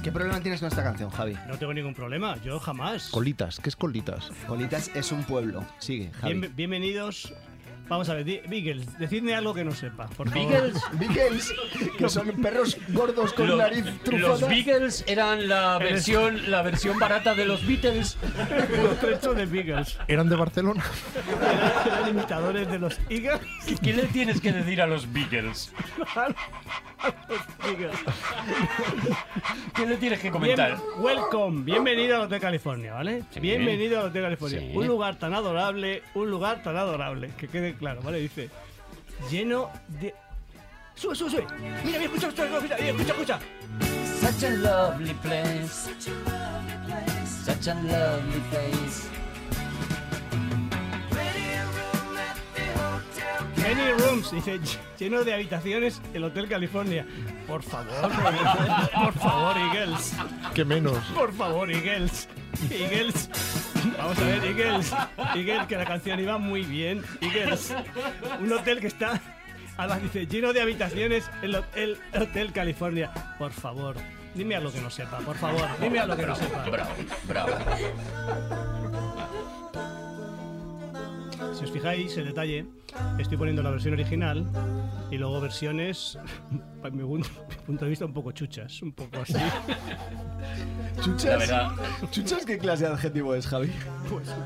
[SPEAKER 2] ¿Qué problema tienes con esta canción, Javi?
[SPEAKER 3] No tengo ningún problema, yo jamás.
[SPEAKER 5] Colitas, ¿qué es colitas?
[SPEAKER 2] Colitas es un pueblo. Sigue, Javi.
[SPEAKER 3] Bien- bienvenidos. Vamos a ver, di- Beagles, decidme algo que no sepa, por favor.
[SPEAKER 4] Beagles.
[SPEAKER 2] Beagles, que son perros gordos con
[SPEAKER 4] Lo-
[SPEAKER 2] nariz
[SPEAKER 4] los
[SPEAKER 2] trufada.
[SPEAKER 4] Beagles eran la versión, la versión barata de los Beatles.
[SPEAKER 3] Los trechos de Beagles.
[SPEAKER 5] ¿Eran de Barcelona?
[SPEAKER 3] Eran imitadores de los Eagles.
[SPEAKER 4] ¿Qué le tienes que decir a los Beagles?
[SPEAKER 3] Eagles.
[SPEAKER 4] ¿Qué le tienes que
[SPEAKER 3] Bien-
[SPEAKER 4] comentar?
[SPEAKER 3] welcome, bienvenido al Hotel California, ¿vale?
[SPEAKER 4] Sí.
[SPEAKER 3] Bienvenido al Hotel California.
[SPEAKER 4] Sí.
[SPEAKER 3] Un lugar tan adorable, un lugar tan adorable. Que quede claro, ¿vale? Dice, lleno de... Sube, sube, sube. Mira, mira, escucha, escucha, escucha, escucha, escucha.
[SPEAKER 4] Such a lovely place. Such a lovely place.
[SPEAKER 3] Many rooms, dice, ll- lleno de habitaciones el Hotel California. Por favor, por favor, Eagles.
[SPEAKER 5] ¿Qué menos?
[SPEAKER 3] Por favor, Eagles. Eagles. Vamos a ver, Eagles. Eagles, que la canción iba muy bien. Eagles. Un hotel que está. Además dice, lleno de habitaciones, el, ho- el Hotel California. Por favor, dime algo que no sepa, por favor, dime algo que no sepa.
[SPEAKER 4] Bravo, bravo.
[SPEAKER 3] Si os fijáis, el detalle, estoy poniendo la versión original y luego versiones, para mi, gun- mi punto de vista, un poco chuchas, un poco así.
[SPEAKER 4] La
[SPEAKER 2] ¿Chuchas?
[SPEAKER 4] verdad,
[SPEAKER 2] ¿Chuchas qué clase de adjetivo es, Javi?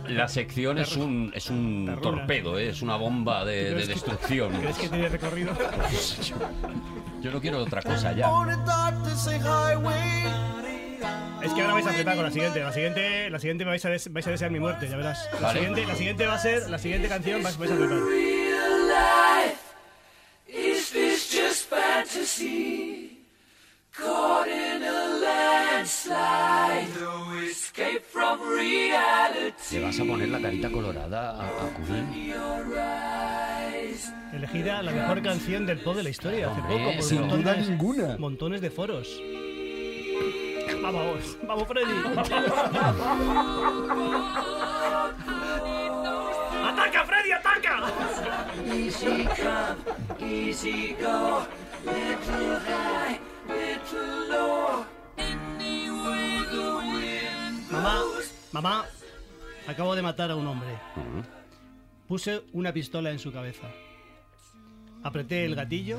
[SPEAKER 4] la sección es un, es un
[SPEAKER 3] Perruna.
[SPEAKER 4] torpedo, ¿eh? es una bomba de, de destrucción.
[SPEAKER 3] ¿Crees que tiene recorrido?
[SPEAKER 4] Yo no quiero otra cosa ya.
[SPEAKER 3] Es que ahora vais a flipar con la siguiente. La siguiente, la siguiente me vais a, des- vais a desear mi muerte, ya verás. La,
[SPEAKER 4] Vale.
[SPEAKER 3] siguiente, la siguiente va a ser, la siguiente canción vais, vais a flipar.
[SPEAKER 4] ¿Te vas a poner la carita colorada a, a Curín?
[SPEAKER 3] Elegida la mejor canción del pop de la historia hace
[SPEAKER 4] Hombre,
[SPEAKER 3] poco por
[SPEAKER 4] sin
[SPEAKER 2] duda
[SPEAKER 3] montones,
[SPEAKER 2] ninguna.
[SPEAKER 3] montones de foros. Vamos, vamos Freddy. ¡Ataca, Freddy, ataca! Mamá, mamá, acabo de matar a un hombre. Puse una pistola en su cabeza. Apreté el gatillo.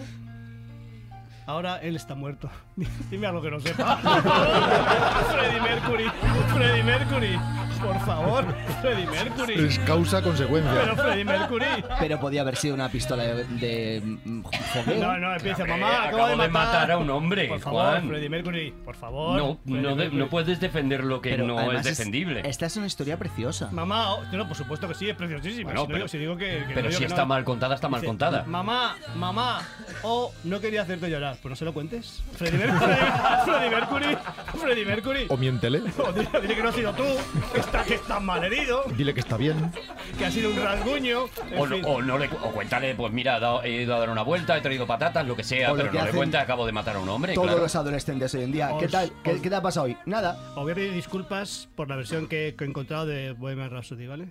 [SPEAKER 3] Ahora él está muerto. Dime algo que no sepa. Freddy Mercury. Freddy Mercury. Por favor, Freddy Mercury.
[SPEAKER 5] Es causa-consecuencia.
[SPEAKER 3] Pero Freddy Mercury.
[SPEAKER 2] Pero podía haber sido una pistola de, de, mm, fogueo.
[SPEAKER 3] No, no, empieza,
[SPEAKER 4] Ah, Hombre,
[SPEAKER 3] mamá, acabo, de, matar.
[SPEAKER 4] a un hombre,
[SPEAKER 3] Por favor,
[SPEAKER 4] Juan.
[SPEAKER 3] Freddy Mercury, por favor.
[SPEAKER 4] No,
[SPEAKER 3] Freddie
[SPEAKER 4] no, de-
[SPEAKER 3] Mercury.
[SPEAKER 4] no puedes defender lo que
[SPEAKER 2] Pero
[SPEAKER 4] no
[SPEAKER 2] además
[SPEAKER 4] es defendible.
[SPEAKER 2] esta es una historia preciosa.
[SPEAKER 3] Mamá, oh, no, por supuesto que sí, es preciosísima.
[SPEAKER 4] Bueno,
[SPEAKER 3] si, no
[SPEAKER 4] pero-
[SPEAKER 3] digo- si digo que, que no
[SPEAKER 4] Pero
[SPEAKER 3] digo
[SPEAKER 4] si
[SPEAKER 3] que
[SPEAKER 4] está
[SPEAKER 3] no.
[SPEAKER 4] mal contada, está mal
[SPEAKER 3] Dice,
[SPEAKER 4] contada.
[SPEAKER 3] Mamá, mamá, oh, no quería hacerte llorar. Pues no se lo cuentes. Freddy Mercury, Freddy Mercury, Freddy Mercury.
[SPEAKER 5] O miéntele,
[SPEAKER 3] Oh, dile, dile que no has sido tú, que está, que estás mal herido,
[SPEAKER 5] dile que está bien.
[SPEAKER 3] que ha sido un rasguño. en
[SPEAKER 4] O, no-
[SPEAKER 3] fin.
[SPEAKER 4] o no le, cu- o cuéntale, pues mira, he dado- he ido a dar una vuelta, he traído patatas, lo que
[SPEAKER 2] O
[SPEAKER 4] sea,
[SPEAKER 2] lo
[SPEAKER 4] pero
[SPEAKER 2] que
[SPEAKER 4] no le
[SPEAKER 2] hacen
[SPEAKER 4] cuenta, acabo de matar a un hombre.
[SPEAKER 2] Todos
[SPEAKER 4] claro.
[SPEAKER 2] los adolescentes hoy en día. ¿Qué
[SPEAKER 3] Os-
[SPEAKER 2] tal? ¿Qué,
[SPEAKER 3] os-
[SPEAKER 2] qué te ha pasado hoy? Nada.
[SPEAKER 3] Os voy a pedir disculpas por la versión que, que he encontrado de Bohemian Rhapsody, ¿vale?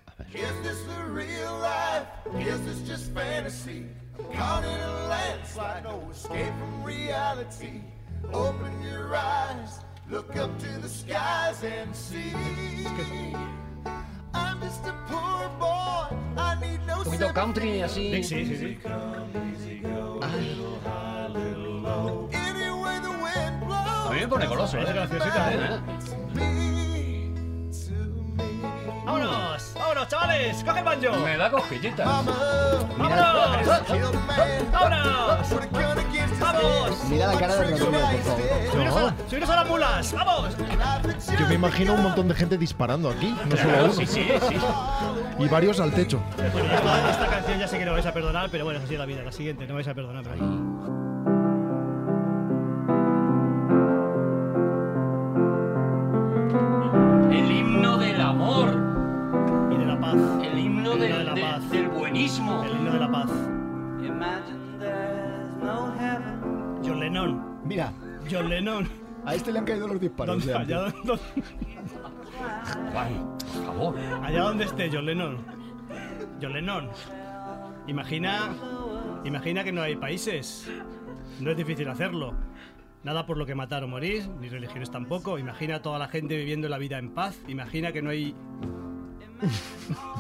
[SPEAKER 4] Un poquito country, así.
[SPEAKER 3] Sí, sí, sí.
[SPEAKER 4] A mí me pone goloso,
[SPEAKER 3] Es
[SPEAKER 4] ¿eh?
[SPEAKER 3] graciosita, ¿eh? ¡Vámonos! ¡Vámonos, chavales! ¡Coge el banjo!
[SPEAKER 4] Me da cosquillitas.
[SPEAKER 3] ¡Vámonos! ¡Vámonos! ¡Vamos!
[SPEAKER 2] Mira la cara de Rodrigo, por favor.
[SPEAKER 3] ¡Subiros a, subiros a las mulas! ¡Vamos!
[SPEAKER 5] Yo me imagino un montón de gente disparando aquí, no solo uno.
[SPEAKER 4] Sí, sí, sí.
[SPEAKER 5] Y varios al techo.
[SPEAKER 3] Bueno, esta, esta canción ya sé que no vais a perdonar, pero bueno, es así es la vida. La siguiente, no vais a perdonar. pero-
[SPEAKER 4] El himno del amor.
[SPEAKER 3] Y de la paz. El
[SPEAKER 4] El himno
[SPEAKER 3] himno
[SPEAKER 4] del,
[SPEAKER 3] de la
[SPEAKER 4] de-
[SPEAKER 3] paz.
[SPEAKER 4] del buenismo.
[SPEAKER 3] El himno de la paz.
[SPEAKER 8] Imagine there's no heaven.
[SPEAKER 3] John Lennon.
[SPEAKER 2] Mira,
[SPEAKER 3] John Lennon.
[SPEAKER 2] a este le han caído los disparos.
[SPEAKER 3] ¿Dónde-
[SPEAKER 2] de
[SPEAKER 3] allá,
[SPEAKER 2] antes.
[SPEAKER 3] donde,
[SPEAKER 4] Juan, por favor.
[SPEAKER 3] allá donde esté John Lennon. John Lennon. Imagina, imagina que no hay países. No es difícil hacerlo. Nada por lo que matar o morir, ni religiones tampoco. Imagina a toda la gente viviendo la vida en paz. Imagina que no hay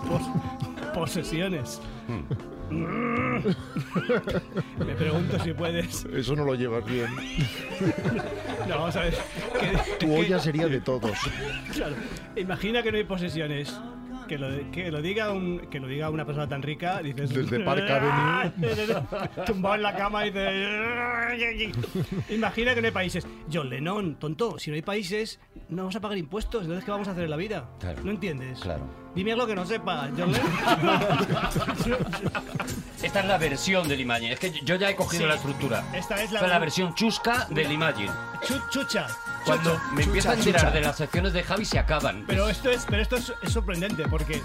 [SPEAKER 3] pos- posesiones.
[SPEAKER 2] Hmm.
[SPEAKER 3] Me pregunto si puedes.
[SPEAKER 5] Eso no lo llevas bien.
[SPEAKER 3] No, vamos a ver. Que-
[SPEAKER 5] Tu olla sería de todos.
[SPEAKER 3] Claro. Imagina que no hay posesiones. Que lo, que lo diga un, que lo diga una persona tan rica, dices "Ah,
[SPEAKER 5] Desde Park Avenue.
[SPEAKER 3] tumbado en la cama y dices Imagina que no hay países. John Lennon, tonto, si no hay países, no vamos a pagar impuestos, entonces ¿qué vamos a hacer en la vida?
[SPEAKER 4] Claro.
[SPEAKER 3] ¿No entiendes?
[SPEAKER 4] Claro.
[SPEAKER 3] Dime algo que no sepa, John Lennon.
[SPEAKER 4] Esta es la versión del Imagine. Es que yo ya he cogido
[SPEAKER 3] Sí.
[SPEAKER 4] la estructura.
[SPEAKER 3] Esta es la-
[SPEAKER 4] versión chusca del Imagine.
[SPEAKER 3] Chu- Chucha.
[SPEAKER 4] Cuando
[SPEAKER 3] Chucha.
[SPEAKER 4] me empiezo a
[SPEAKER 2] chucha,
[SPEAKER 4] enterar
[SPEAKER 2] chucha.
[SPEAKER 4] de las secciones de Javi se acaban.
[SPEAKER 3] Pero esto es, pero esto es, es sorprendente porque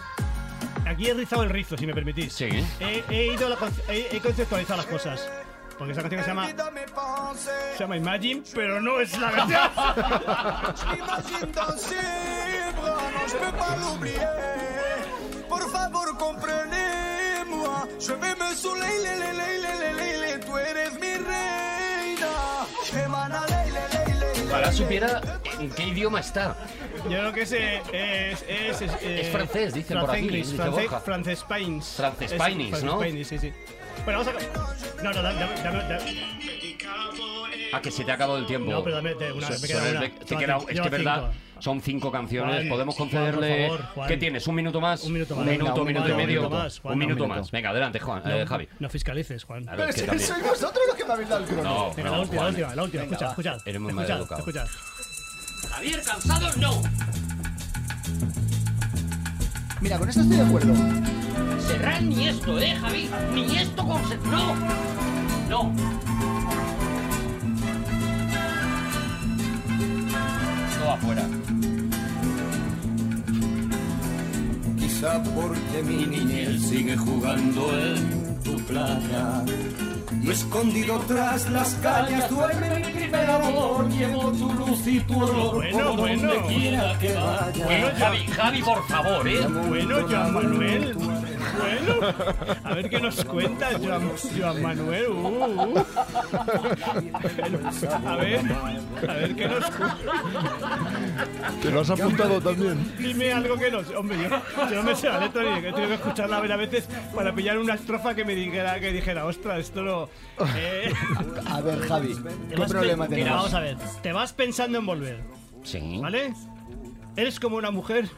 [SPEAKER 3] aquí he rizado el rizo, si me permitís.
[SPEAKER 4] Sí, ¿eh?
[SPEAKER 3] He, he ido a la conce- he, he conceptualizado las cosas. Porque esa canción se llama. Se llama Imagine, pero no es la canción.
[SPEAKER 4] Ojalá supiera en qué idioma está.
[SPEAKER 3] Yo lo que sé es. Es, es, eh,
[SPEAKER 4] Es francés, dicen por aquí,
[SPEAKER 3] francenglis,
[SPEAKER 4] dice
[SPEAKER 3] francés-
[SPEAKER 4] Borja.
[SPEAKER 3] francés Pains.
[SPEAKER 4] Francespainis,
[SPEAKER 3] Es-
[SPEAKER 4] ¿no?
[SPEAKER 3] Francespainis, sí, sí. Bueno, vamos a. No, no, dame, dame, dame, dame-
[SPEAKER 4] Ah, que se te ha acabado el tiempo.
[SPEAKER 3] No, pero dame- te- una,
[SPEAKER 4] Son-
[SPEAKER 3] me queda
[SPEAKER 4] son el
[SPEAKER 3] una.
[SPEAKER 4] ve- te
[SPEAKER 3] Son
[SPEAKER 4] queda-
[SPEAKER 3] cinco.
[SPEAKER 4] es que
[SPEAKER 3] Llevo
[SPEAKER 4] verdad,
[SPEAKER 3] cinco.
[SPEAKER 4] son cinco canciones.
[SPEAKER 3] Juan,
[SPEAKER 4] Podemos
[SPEAKER 3] Juan, por
[SPEAKER 4] concederle.
[SPEAKER 3] favor, Juan.
[SPEAKER 4] ¿Qué tienes? ¿Un minuto más?
[SPEAKER 3] Un minuto más.
[SPEAKER 4] Un minuto,
[SPEAKER 3] Venga,
[SPEAKER 4] un
[SPEAKER 3] un
[SPEAKER 4] minuto y
[SPEAKER 3] minuto,
[SPEAKER 4] medio.
[SPEAKER 3] un minuto más, Juan,
[SPEAKER 4] un
[SPEAKER 3] un
[SPEAKER 4] minuto
[SPEAKER 3] minuto.
[SPEAKER 4] más. Venga, adelante, Juan. eh, Javi.
[SPEAKER 3] No fiscalices, Juan.
[SPEAKER 4] Claro, es Pues que
[SPEAKER 6] Pero
[SPEAKER 4] también-
[SPEAKER 6] sois vosotros los que me habéis dado el crono.
[SPEAKER 4] No,
[SPEAKER 3] Venga,
[SPEAKER 4] no,
[SPEAKER 3] la última, la
[SPEAKER 4] Juan.
[SPEAKER 3] última, la última. Escucha, escucha.
[SPEAKER 4] Eres muy
[SPEAKER 3] escucha,
[SPEAKER 4] maleducado.
[SPEAKER 3] escucha.
[SPEAKER 1] Javier Cansado, no.
[SPEAKER 6] Mira, con esto estoy de acuerdo.
[SPEAKER 1] Serrán ni esto, eh, Javi. Ni esto con. se- No. No.
[SPEAKER 4] eh,
[SPEAKER 1] Todo afuera.
[SPEAKER 9] Quizá porque mi niñez sigue jugando en tu playa. Y escondido tras las calles duerme mi primer amor. Llevo tu luz y tu olor
[SPEAKER 3] Bueno,
[SPEAKER 9] por
[SPEAKER 3] bueno.
[SPEAKER 9] donde quiera que vaya.
[SPEAKER 4] Bueno,
[SPEAKER 1] Eh, Javi, Javi, por favor, eh.
[SPEAKER 3] Bueno, Joan Manuel. Bueno. A ver qué nos cuenta Joan, Joan Manuel. uh, uh. A ver, a ver qué nos cu-
[SPEAKER 5] Te lo has apuntado también.
[SPEAKER 3] Dime algo que nos. Hombre, yo, yo no me sé la letra ni que tengo que escucharla a ver a veces para pillar una estrofa que me dijera, que dijera, ostras, esto no. Eh,
[SPEAKER 6] A ver, Javi,
[SPEAKER 3] te
[SPEAKER 6] ¿qué
[SPEAKER 3] vas pe-
[SPEAKER 6] problema
[SPEAKER 3] Mira,
[SPEAKER 6] tenemos?
[SPEAKER 3] vamos a ver. Te vas pensando en volver.
[SPEAKER 4] Sí.
[SPEAKER 3] ¿Vale? Eres como una mujer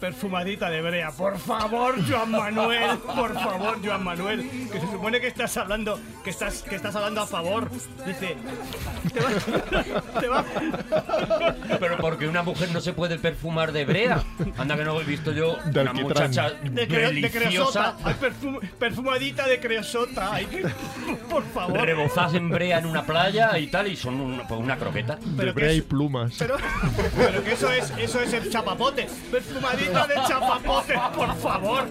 [SPEAKER 3] perfumadita de brea. Por favor, Joan Manuel, por favor, Joan Manuel, que se supone que estás hablando, que estás que estás hablando a favor. Dice, te va, te va-
[SPEAKER 4] Pero porque una mujer no se puede perfumar de brea. Anda que no he visto yo
[SPEAKER 5] De
[SPEAKER 4] una
[SPEAKER 5] alquitrán.
[SPEAKER 4] muchacha
[SPEAKER 3] de, creo- de creosota,
[SPEAKER 4] deliciosa
[SPEAKER 3] Ay, perfum- perfumadita de creosota. Ay, que- por favor.
[SPEAKER 4] rebozada en brea en una playa y tal y son un- pues una croqueta.
[SPEAKER 5] De
[SPEAKER 3] Pero que
[SPEAKER 5] brea y
[SPEAKER 3] es-
[SPEAKER 5] plumas.
[SPEAKER 3] Pero, pero que eso es, eso es el chapapote. Perfumadita de chapapote, por favor.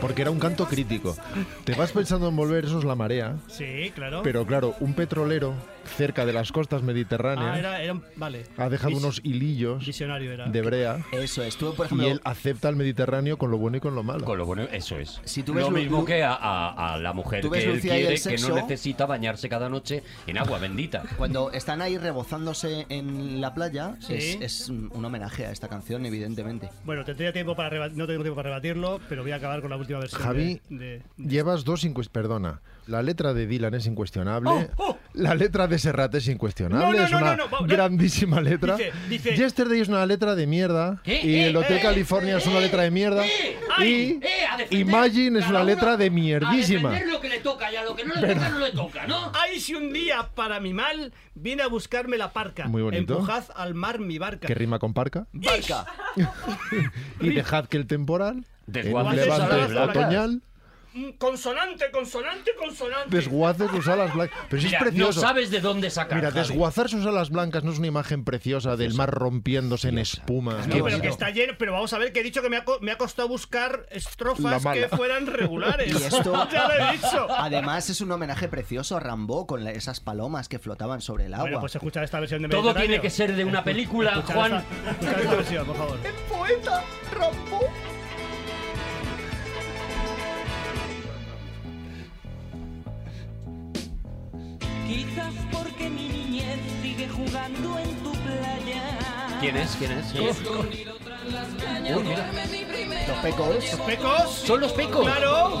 [SPEAKER 5] Porque era un canto crítico. Te vas pensando en volver, eso es la marea.
[SPEAKER 3] Sí, claro.
[SPEAKER 5] Pero claro, un petrolero cerca de las costas
[SPEAKER 3] ah,
[SPEAKER 5] mediterráneas
[SPEAKER 3] era, era un- vale.
[SPEAKER 5] ¿eh? ha dejado
[SPEAKER 3] Vis-
[SPEAKER 5] unos hilillos
[SPEAKER 3] Visionario era.
[SPEAKER 5] de brea
[SPEAKER 2] Eso es. Tú, por
[SPEAKER 5] y
[SPEAKER 2] ejemplo,
[SPEAKER 5] él acepta el Mediterráneo con lo bueno y con lo malo.
[SPEAKER 4] Con lo bueno, eso es.
[SPEAKER 2] Si tú ves
[SPEAKER 4] lo
[SPEAKER 2] Lu-
[SPEAKER 4] mismo
[SPEAKER 2] Lu-
[SPEAKER 4] que a, a- a la mujer
[SPEAKER 2] tú ves
[SPEAKER 4] que él
[SPEAKER 2] Lucía y el
[SPEAKER 4] quiere, que
[SPEAKER 2] sexo.
[SPEAKER 4] no necesita bañarse cada noche en agua bendita.
[SPEAKER 2] Cuando están ahí rebozándose en la playa,
[SPEAKER 3] Sí.
[SPEAKER 2] es, es un homenaje a esta canción, evidentemente.
[SPEAKER 3] Bueno, tendría tiempo para reba- no tengo tiempo para rebatirlo, pero voy a acabar con la última versión.
[SPEAKER 5] Javi,
[SPEAKER 3] de- de-
[SPEAKER 5] Llevas dos incues- Perdona, la letra de Dylan es incuestionable.
[SPEAKER 3] Oh, oh.
[SPEAKER 5] La letra de Serrat es incuestionable.
[SPEAKER 3] No, no,
[SPEAKER 5] es
[SPEAKER 3] no,
[SPEAKER 5] una
[SPEAKER 3] no, no, va- no.
[SPEAKER 5] grandísima letra.
[SPEAKER 3] Dice- dice-
[SPEAKER 5] Yesterday es una letra de mierda.
[SPEAKER 4] ¿Qué?
[SPEAKER 5] Y
[SPEAKER 4] Eh,
[SPEAKER 5] el Hotel
[SPEAKER 4] eh,
[SPEAKER 5] California
[SPEAKER 4] eh,
[SPEAKER 5] es una
[SPEAKER 4] eh,
[SPEAKER 5] letra de mierda.
[SPEAKER 4] eh,
[SPEAKER 5] y
[SPEAKER 4] ay, eh, a defender
[SPEAKER 5] Imagine es
[SPEAKER 4] cada
[SPEAKER 5] una
[SPEAKER 4] uno
[SPEAKER 5] letra de
[SPEAKER 1] A
[SPEAKER 5] mierdísima.
[SPEAKER 1] defender lo que le toca y a lo que no le toca no le toca, ¿no?
[SPEAKER 3] Ay, si un día para mi mal viene a buscarme la parca.
[SPEAKER 5] Muy bonito.
[SPEAKER 3] Empujad al mar mi barca.
[SPEAKER 5] Que rima con parca.
[SPEAKER 2] ¡Barca!
[SPEAKER 5] Y dejad que el temporal.
[SPEAKER 4] Desguace
[SPEAKER 5] el
[SPEAKER 4] sus
[SPEAKER 5] levante
[SPEAKER 4] alas blancas.
[SPEAKER 5] otoñal.
[SPEAKER 3] Mm, Consonante, consonante, consonante.
[SPEAKER 5] Desguace sus alas blancas. Pero si
[SPEAKER 4] Mira,
[SPEAKER 5] es
[SPEAKER 4] no
[SPEAKER 5] precioso.
[SPEAKER 4] sabes de dónde sacar.
[SPEAKER 5] Mira,
[SPEAKER 4] Javi.
[SPEAKER 5] desguazar sus alas blancas no es una imagen preciosa del mar rompiéndose en espuma.
[SPEAKER 3] No, pero que está lleno. Pero vamos a ver que he dicho que me ha, co- me ha costado buscar
[SPEAKER 5] La
[SPEAKER 3] estrofas
[SPEAKER 5] mala. Ah,
[SPEAKER 3] que fueran
[SPEAKER 2] Y
[SPEAKER 3] regulares.
[SPEAKER 2] esto-
[SPEAKER 3] ya lo he dicho.
[SPEAKER 2] Además, es un homenaje precioso a Rambo con la- esas palomas que flotaban sobre el agua.
[SPEAKER 3] Bueno, pues escuchar esta versión de
[SPEAKER 4] Todo
[SPEAKER 3] Mediterráneo.
[SPEAKER 4] tiene que ser de una película,
[SPEAKER 3] Escuchad
[SPEAKER 4] Juan.
[SPEAKER 3] esta- escuchad esta versión, por favor.
[SPEAKER 6] ¡Poeta! ¡Rambo!
[SPEAKER 7] Quizás porque mi niñez sigue jugando en tu playa.
[SPEAKER 4] ¿Quién es? ¿Quién es? Uy, mira.
[SPEAKER 6] Los pecos.
[SPEAKER 3] ¡Pecos!
[SPEAKER 4] Son los pecos.
[SPEAKER 3] ¡Claro!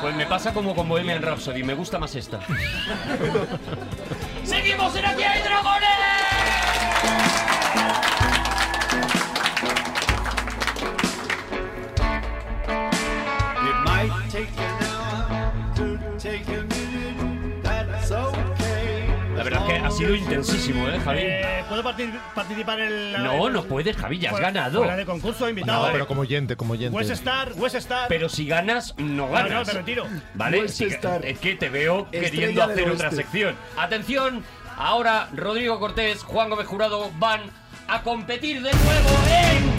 [SPEAKER 4] Pues me pasa como con Bohemian Rhapsody, me gusta más esta.
[SPEAKER 1] ¡Seguimos en Aquí hay dragones!
[SPEAKER 9] It might take an hour, could take a minute, that's okay.
[SPEAKER 4] La verdad es que ha sido intensísimo, ¿eh, Javi?
[SPEAKER 3] Eh, ¿Puedo parti- participar en la.?
[SPEAKER 4] No,
[SPEAKER 3] en-
[SPEAKER 4] no puedes, Javi, ya has
[SPEAKER 3] fuera-
[SPEAKER 4] ganado.
[SPEAKER 3] fuera de pues este- concurso, invitado. eh.
[SPEAKER 5] No, pero como oyente, como oyente.
[SPEAKER 3] West Star, West Star.
[SPEAKER 4] Pero si ganas, no ganas.
[SPEAKER 3] no, me retiro.
[SPEAKER 4] ¿Vale?
[SPEAKER 6] West
[SPEAKER 4] Si ga-
[SPEAKER 6] Star.
[SPEAKER 4] es que te veo
[SPEAKER 6] Estrella
[SPEAKER 4] queriendo
[SPEAKER 6] del
[SPEAKER 4] hacer
[SPEAKER 6] oeste.
[SPEAKER 4] otra sección. Atención, ahora Rodrigo Cortés, Juan Gómez Jurado van a competir de nuevo en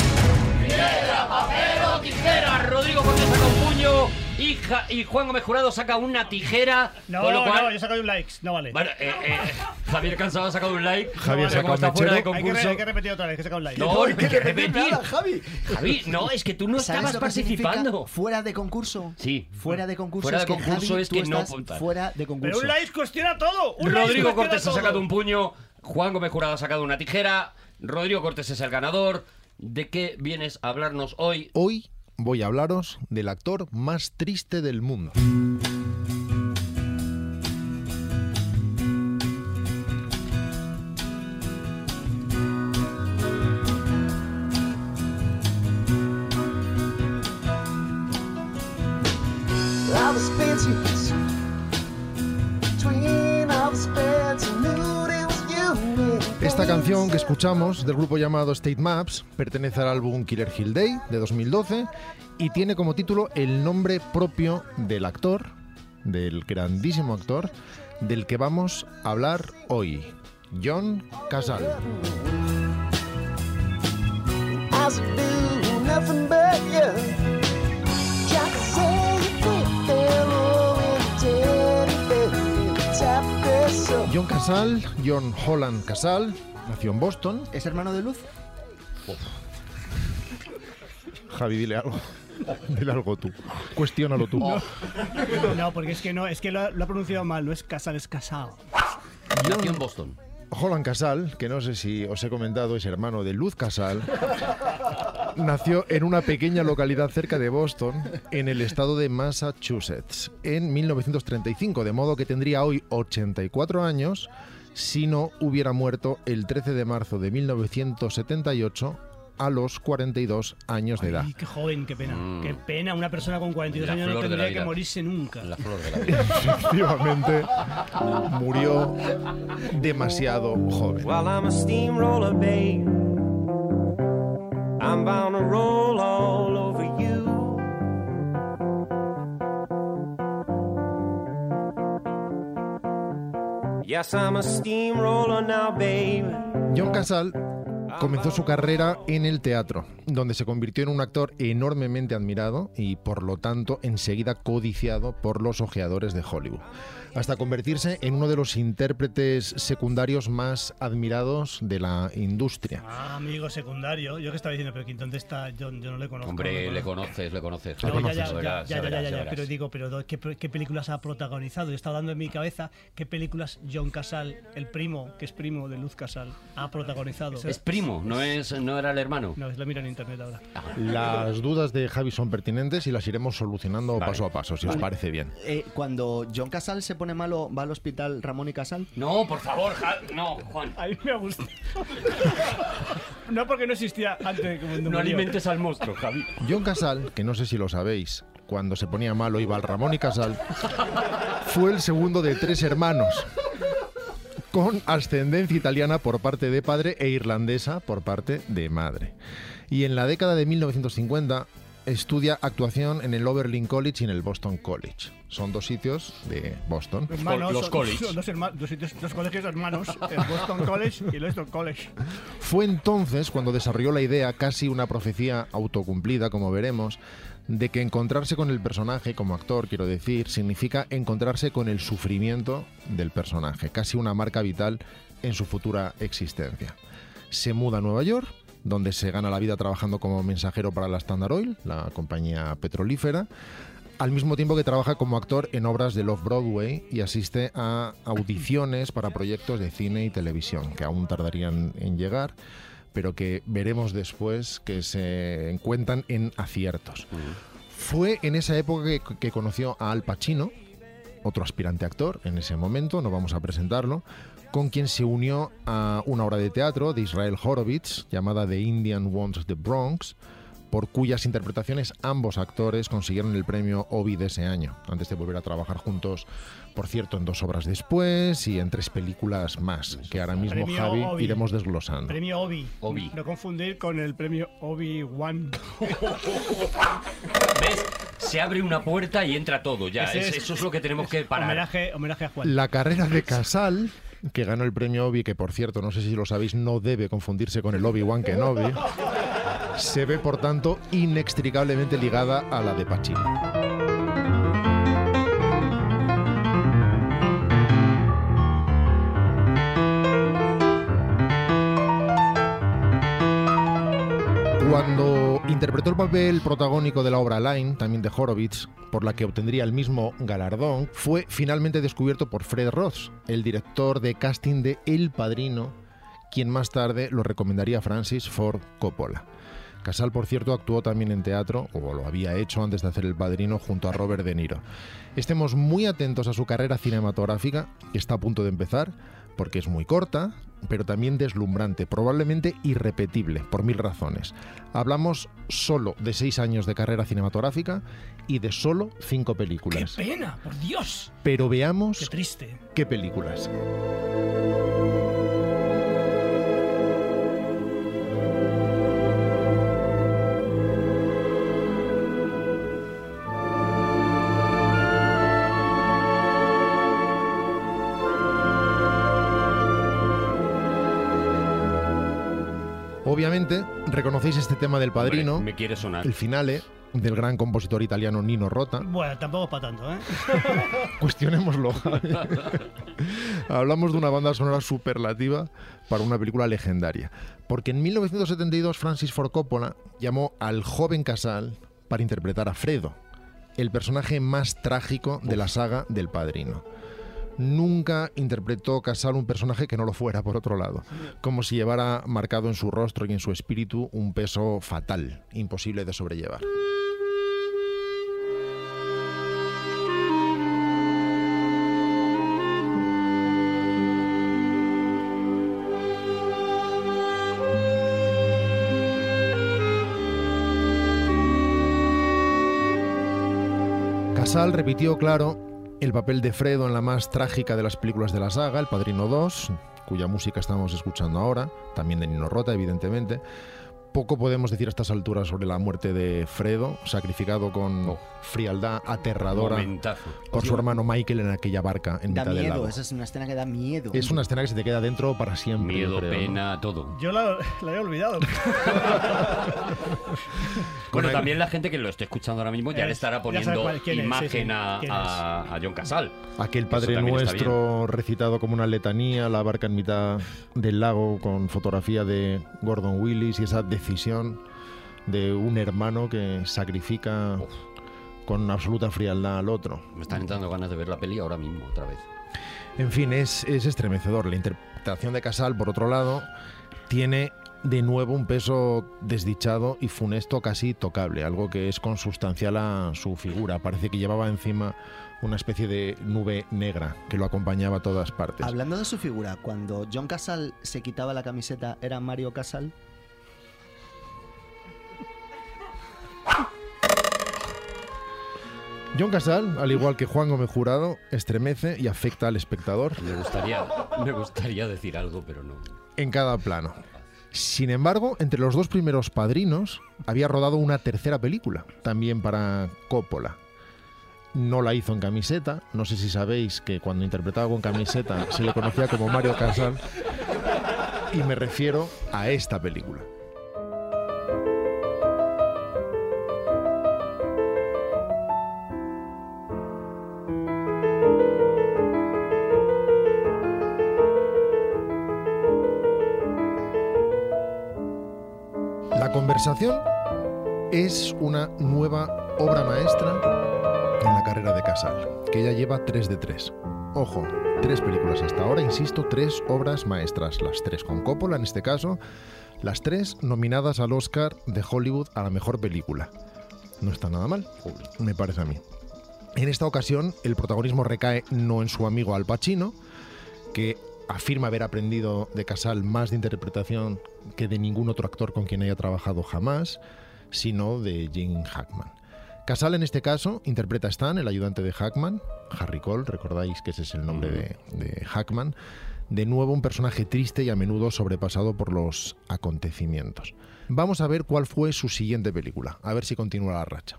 [SPEAKER 4] Piedra, Papel o Tijera. Rodrigo Cortés con puño, Y, Ja- y Juan Gómez Jurado saca una tijera.
[SPEAKER 3] No,
[SPEAKER 4] con lo
[SPEAKER 3] no,
[SPEAKER 4] cual-
[SPEAKER 3] no, yo saco un likes, no vale.
[SPEAKER 4] Bueno, eh, eh, Javier Cansado ha sacado un like.
[SPEAKER 5] Javier
[SPEAKER 4] Pero
[SPEAKER 5] saca
[SPEAKER 4] como
[SPEAKER 5] un
[SPEAKER 4] está fuera
[SPEAKER 5] mechero.
[SPEAKER 4] de
[SPEAKER 3] hay, que, re-
[SPEAKER 4] concurso.
[SPEAKER 3] hay que repetir otra vez, que saca un like.
[SPEAKER 4] No, hay que
[SPEAKER 6] Pero
[SPEAKER 4] repetir.
[SPEAKER 6] nada, Javi.
[SPEAKER 4] Javi, no, es que tú no
[SPEAKER 2] ¿Sabes
[SPEAKER 4] estabas
[SPEAKER 2] lo que significa
[SPEAKER 4] participando.
[SPEAKER 2] Fuera de concurso.
[SPEAKER 4] Sí.
[SPEAKER 2] Fuera de concurso.
[SPEAKER 4] Fuera de
[SPEAKER 2] es que,
[SPEAKER 4] concurso
[SPEAKER 2] Javi,
[SPEAKER 4] es
[SPEAKER 2] tú
[SPEAKER 4] que no
[SPEAKER 2] estás
[SPEAKER 4] apuntas.
[SPEAKER 2] Fuera de concurso.
[SPEAKER 3] Pero un like cuestiona todo. Un like
[SPEAKER 4] Rodrigo
[SPEAKER 3] cuestiona
[SPEAKER 4] Cortés ha
[SPEAKER 3] todo.
[SPEAKER 4] sacado un puño, Juan Gómez Jurado ha sacado una tijera, Rodrigo Cortés es el ganador. ¿De qué vienes a hablarnos hoy?
[SPEAKER 5] Hoy voy a hablaros del actor más triste del mundo.
[SPEAKER 6] I was fancy between I was fancy noodles, you and
[SPEAKER 5] Esta canción que escuchamos del grupo llamado State Maps pertenece al álbum Killer Hill Day de 2012 y tiene como título el nombre propio del actor, del grandísimo actor, del que vamos a hablar hoy, John Casal.
[SPEAKER 6] I should do nothing but you. Try to say you think they're all in the top so
[SPEAKER 5] John Casal, John Holland Casal, nació en Boston.
[SPEAKER 2] ¿Es hermano de luz?
[SPEAKER 5] Javi, dile algo. Dile algo tú. Cuestiónalo tú.
[SPEAKER 3] No, porque es que no, es que lo, ha- lo ha pronunciado mal, no es casal, es casado.
[SPEAKER 4] Nació en Boston.
[SPEAKER 5] Holland Casal, que no sé si os he comentado, es hermano de Luz Casal, nació en una pequeña localidad cerca de Boston, en el estado de Massachusetts, en 1935, de modo que tendría hoy 84 años si no hubiera muerto el 13 de marzo de 1978 a los 42 años de edad.
[SPEAKER 3] Ay, qué joven, qué pena. Qué pena, una persona con 42
[SPEAKER 4] Mm. La
[SPEAKER 3] años no
[SPEAKER 4] flor de la
[SPEAKER 3] tendría que
[SPEAKER 4] vida.
[SPEAKER 3] morirse nunca.
[SPEAKER 4] La flor de la vida.
[SPEAKER 5] Efectivamente, murió demasiado joven.
[SPEAKER 8] Well, I'm a steamroller, babe. I'm bound to roll all over you. Yes, I'm a steamroller now, babe.
[SPEAKER 5] John Casal comenzó su carrera en el teatro, donde se convirtió en un actor enormemente admirado y por lo tanto enseguida codiciado por los ojeadores de Hollywood, hasta convertirse en uno de los intérpretes secundarios más admirados de la industria.
[SPEAKER 3] Ah, amigo secundario. Yo que estaba diciendo, pero ¿quién- ¿dónde está John? Yo no le conozco. no
[SPEAKER 4] Hombre,
[SPEAKER 3] conozco.
[SPEAKER 4] le conoces, le conoces.
[SPEAKER 3] No,
[SPEAKER 4] Javi,
[SPEAKER 3] ya, ya,
[SPEAKER 4] lo
[SPEAKER 3] ya,
[SPEAKER 4] verás,
[SPEAKER 3] ya, ya,
[SPEAKER 4] verás,
[SPEAKER 3] ya, ya,
[SPEAKER 4] verás.
[SPEAKER 3] pero digo, pero do- ¿qué, pe- qué películas ha protagonizado? Yo estaba dando en mi cabeza qué películas John Casal, el primo, que es primo de Luz Casal, ha protagonizado.
[SPEAKER 4] Es primo, no, es, no era el hermano.
[SPEAKER 3] No, lo miro en internet ahora.
[SPEAKER 4] Ah.
[SPEAKER 5] Las dudas de Javi son pertinentes y las iremos solucionando
[SPEAKER 4] Vale.
[SPEAKER 5] paso a paso, si os parece bien.
[SPEAKER 2] Eh, cuando John Casal se pone malo, va al hospital Ramón y Casal.
[SPEAKER 4] No, por favor, Ja- no, Juan.
[SPEAKER 3] A mí me ha gustado. no porque no existía antes de que mundo
[SPEAKER 4] No
[SPEAKER 3] murió.
[SPEAKER 4] alimentes al monstruo, Javi.
[SPEAKER 5] John Casal, que no sé si lo sabéis, cuando se ponía malo iba al Ramón y Casal, fue el segundo de tres hermanos, con ascendencia italiana por parte de padre e irlandesa por parte de madre. Y en la década de 1950 estudia actuación en el Oberlin College y en el Boston College. Son dos sitios de Boston.
[SPEAKER 3] Hermanos,
[SPEAKER 4] Los
[SPEAKER 3] son-
[SPEAKER 4] college.
[SPEAKER 3] son dos, herma- dos sitios- dos colegios hermanos, el Boston College y el Boston College.
[SPEAKER 5] Fue entonces cuando desarrolló la idea, casi una profecía autocumplida, como veremos, de que encontrarse con el personaje, como actor, quiero decir, significa encontrarse con el sufrimiento del personaje, casi una marca vital en su futura existencia. Se muda a Nueva York, donde se gana la vida trabajando como mensajero para la Standard Oil, la compañía petrolífera, al mismo tiempo que trabaja como actor en obras de Love Broadway y asiste a audiciones para proyectos de cine y televisión, que aún tardarían en llegar, pero que veremos después que se encuentran en aciertos. Fue en esa época que, que conoció a Al Pacino, otro aspirante actor en ese momento, no vamos a presentarlo, con quien se unió a una obra de teatro de Israel Horowitz llamada The Indian Wants the Bronx, por cuyas interpretaciones ambos actores consiguieron el premio Obi de ese año, antes de volver a trabajar juntos, por cierto, en dos obras después y en tres películas más, que ahora mismo
[SPEAKER 3] Premio
[SPEAKER 5] Javi
[SPEAKER 3] Obie.
[SPEAKER 5] iremos
[SPEAKER 4] Mm.
[SPEAKER 5] desglosando.
[SPEAKER 3] Premio Obi.
[SPEAKER 4] Obie.
[SPEAKER 3] No confundir con el premio Obi One.
[SPEAKER 4] ¿Ves? Se abre una puerta y entra todo ya.
[SPEAKER 3] Ese
[SPEAKER 4] Es-
[SPEAKER 3] es-
[SPEAKER 4] eso es lo que tenemos que parar.
[SPEAKER 3] Homenaje, homenaje a Juan.
[SPEAKER 5] La carrera de Casal, que ganó el premio Obi, que por cierto, no sé si lo sabéis, no debe confundirse con el Obi-Wan Kenobi, se ve por tanto inextricablemente ligada a la de Pacino. papel protagónico de la obra Line, también de Horowitz, por la que obtendría el mismo galardón, fue finalmente descubierto por Fred Ross, el director de casting de El Padrino, quien más tarde lo recomendaría a Francis Ford Coppola. Casal, por cierto, actuó también en teatro, o lo había hecho antes de hacer El Padrino, junto a Robert De Niro. Estemos muy atentos a su carrera cinematográfica, que está a punto de empezar, porque es muy corta, pero también deslumbrante, probablemente irrepetible, por mil razones. Hablamos solo de seis años de carrera cinematográfica y de solo cinco
[SPEAKER 3] ¡Qué
[SPEAKER 5] películas.
[SPEAKER 3] pena! ¡Por Dios!
[SPEAKER 5] Pero
[SPEAKER 3] ¡Qué
[SPEAKER 5] veamos
[SPEAKER 3] triste!
[SPEAKER 5] qué películas. Obviamente, reconocéis este tema del padrino,
[SPEAKER 4] Hombre, me quiere sonar.
[SPEAKER 5] el finale del gran compositor italiano Nino Rota.
[SPEAKER 3] Bueno, tampoco es para tanto, ¿eh?
[SPEAKER 5] Cuestionémoslo. Hablamos de una banda sonora superlativa para una película legendaria. Porque en 1972 Francis Ford Coppola llamó al joven Casal para interpretar a Fredo, el personaje más trágico de la saga del Padrino. Nunca interpretó Casal un personaje que no lo fuera, por otro lado, como si llevara marcado en su rostro y en su espíritu un peso fatal, imposible de sobrellevar. Casal repitió, claro, el papel de Fredo en la más trágica de las películas de la saga, El Padrino 2, cuya música estamos escuchando ahora, también de Nino Rota, evidentemente. Poco podemos decir a estas alturas sobre la muerte de Fredo, sacrificado
[SPEAKER 2] Oh.
[SPEAKER 5] con frialdad aterradora
[SPEAKER 4] Momentazo.
[SPEAKER 5] por su hermano Michael en aquella barca en
[SPEAKER 2] Da
[SPEAKER 5] mitad del lago.
[SPEAKER 2] miedo, esa es una escena que da miedo.
[SPEAKER 5] Es una escena que se te queda dentro para siempre. yo
[SPEAKER 4] Miedo,
[SPEAKER 5] creo, ¿no?
[SPEAKER 4] pena, todo.
[SPEAKER 3] Yo la, la he olvidado.
[SPEAKER 4] Bueno,
[SPEAKER 5] ahí-
[SPEAKER 4] también la gente que lo esté escuchando ahora mismo ya
[SPEAKER 3] Es-
[SPEAKER 4] le estará
[SPEAKER 3] ya sabe
[SPEAKER 4] poniendo
[SPEAKER 3] cuál- quién es,
[SPEAKER 4] imagen
[SPEAKER 3] sí, sí,
[SPEAKER 4] a,
[SPEAKER 3] quién
[SPEAKER 4] a- a John Casal.
[SPEAKER 5] Aquel
[SPEAKER 4] Eso
[SPEAKER 5] Padre
[SPEAKER 4] también está
[SPEAKER 5] Nuestro recitado como una letanía, la barca en mitad del lago con fotografía de Gordon Willis y esa decisión de un hermano que sacrifica con absoluta frialdad al otro.
[SPEAKER 4] Me están entrando ganas de ver la peli ahora mismo, otra vez.
[SPEAKER 5] En fin, es, es estremecedor. La interpretación de Casal, por otro lado, tiene de nuevo un peso desdichado y funesto casi tocable, algo que es consustancial a su figura. Parece que llevaba encima una especie de nube negra que lo acompañaba a todas partes.
[SPEAKER 2] Hablando de su figura, cuando John Casal se quitaba la camiseta, ¿era Mario Casal?
[SPEAKER 5] John Casal, al igual que Juan Gómez Jurado, estremece y afecta al espectador
[SPEAKER 4] Me gustaría, me gustaría decir algo, pero no.
[SPEAKER 5] en cada plano. Sin embargo, entre los dos primeros padrinos había rodado una tercera película, también para Coppola. No la hizo en camiseta, no sé si sabéis que cuando interpretaba con camiseta se le conocía como Mario Casal. Y me refiero a esta película. La conversación es una nueva obra maestra en la carrera de Casal, que ya lleva 3 de 3. Ojo, tres películas hasta ahora, insisto, tres obras maestras, las tres con Coppola en este caso, las tres nominadas al Oscar de Hollywood a la mejor película. No está nada mal, me parece a mí. En esta ocasión, el protagonismo recae no en su amigo Al Pacino, que afirma haber aprendido de Casal más de interpretación que de ningún otro actor con quien haya trabajado jamás, sino de Jim Hackman. Casal en este caso interpreta a Stan, el ayudante de Hackman, Harry Cole, recordáis que ese es el nombre de, de Hackman, de nuevo un personaje triste y a menudo sobrepasado por los acontecimientos. Vamos a ver cuál fue su siguiente película, a ver si continúa la racha.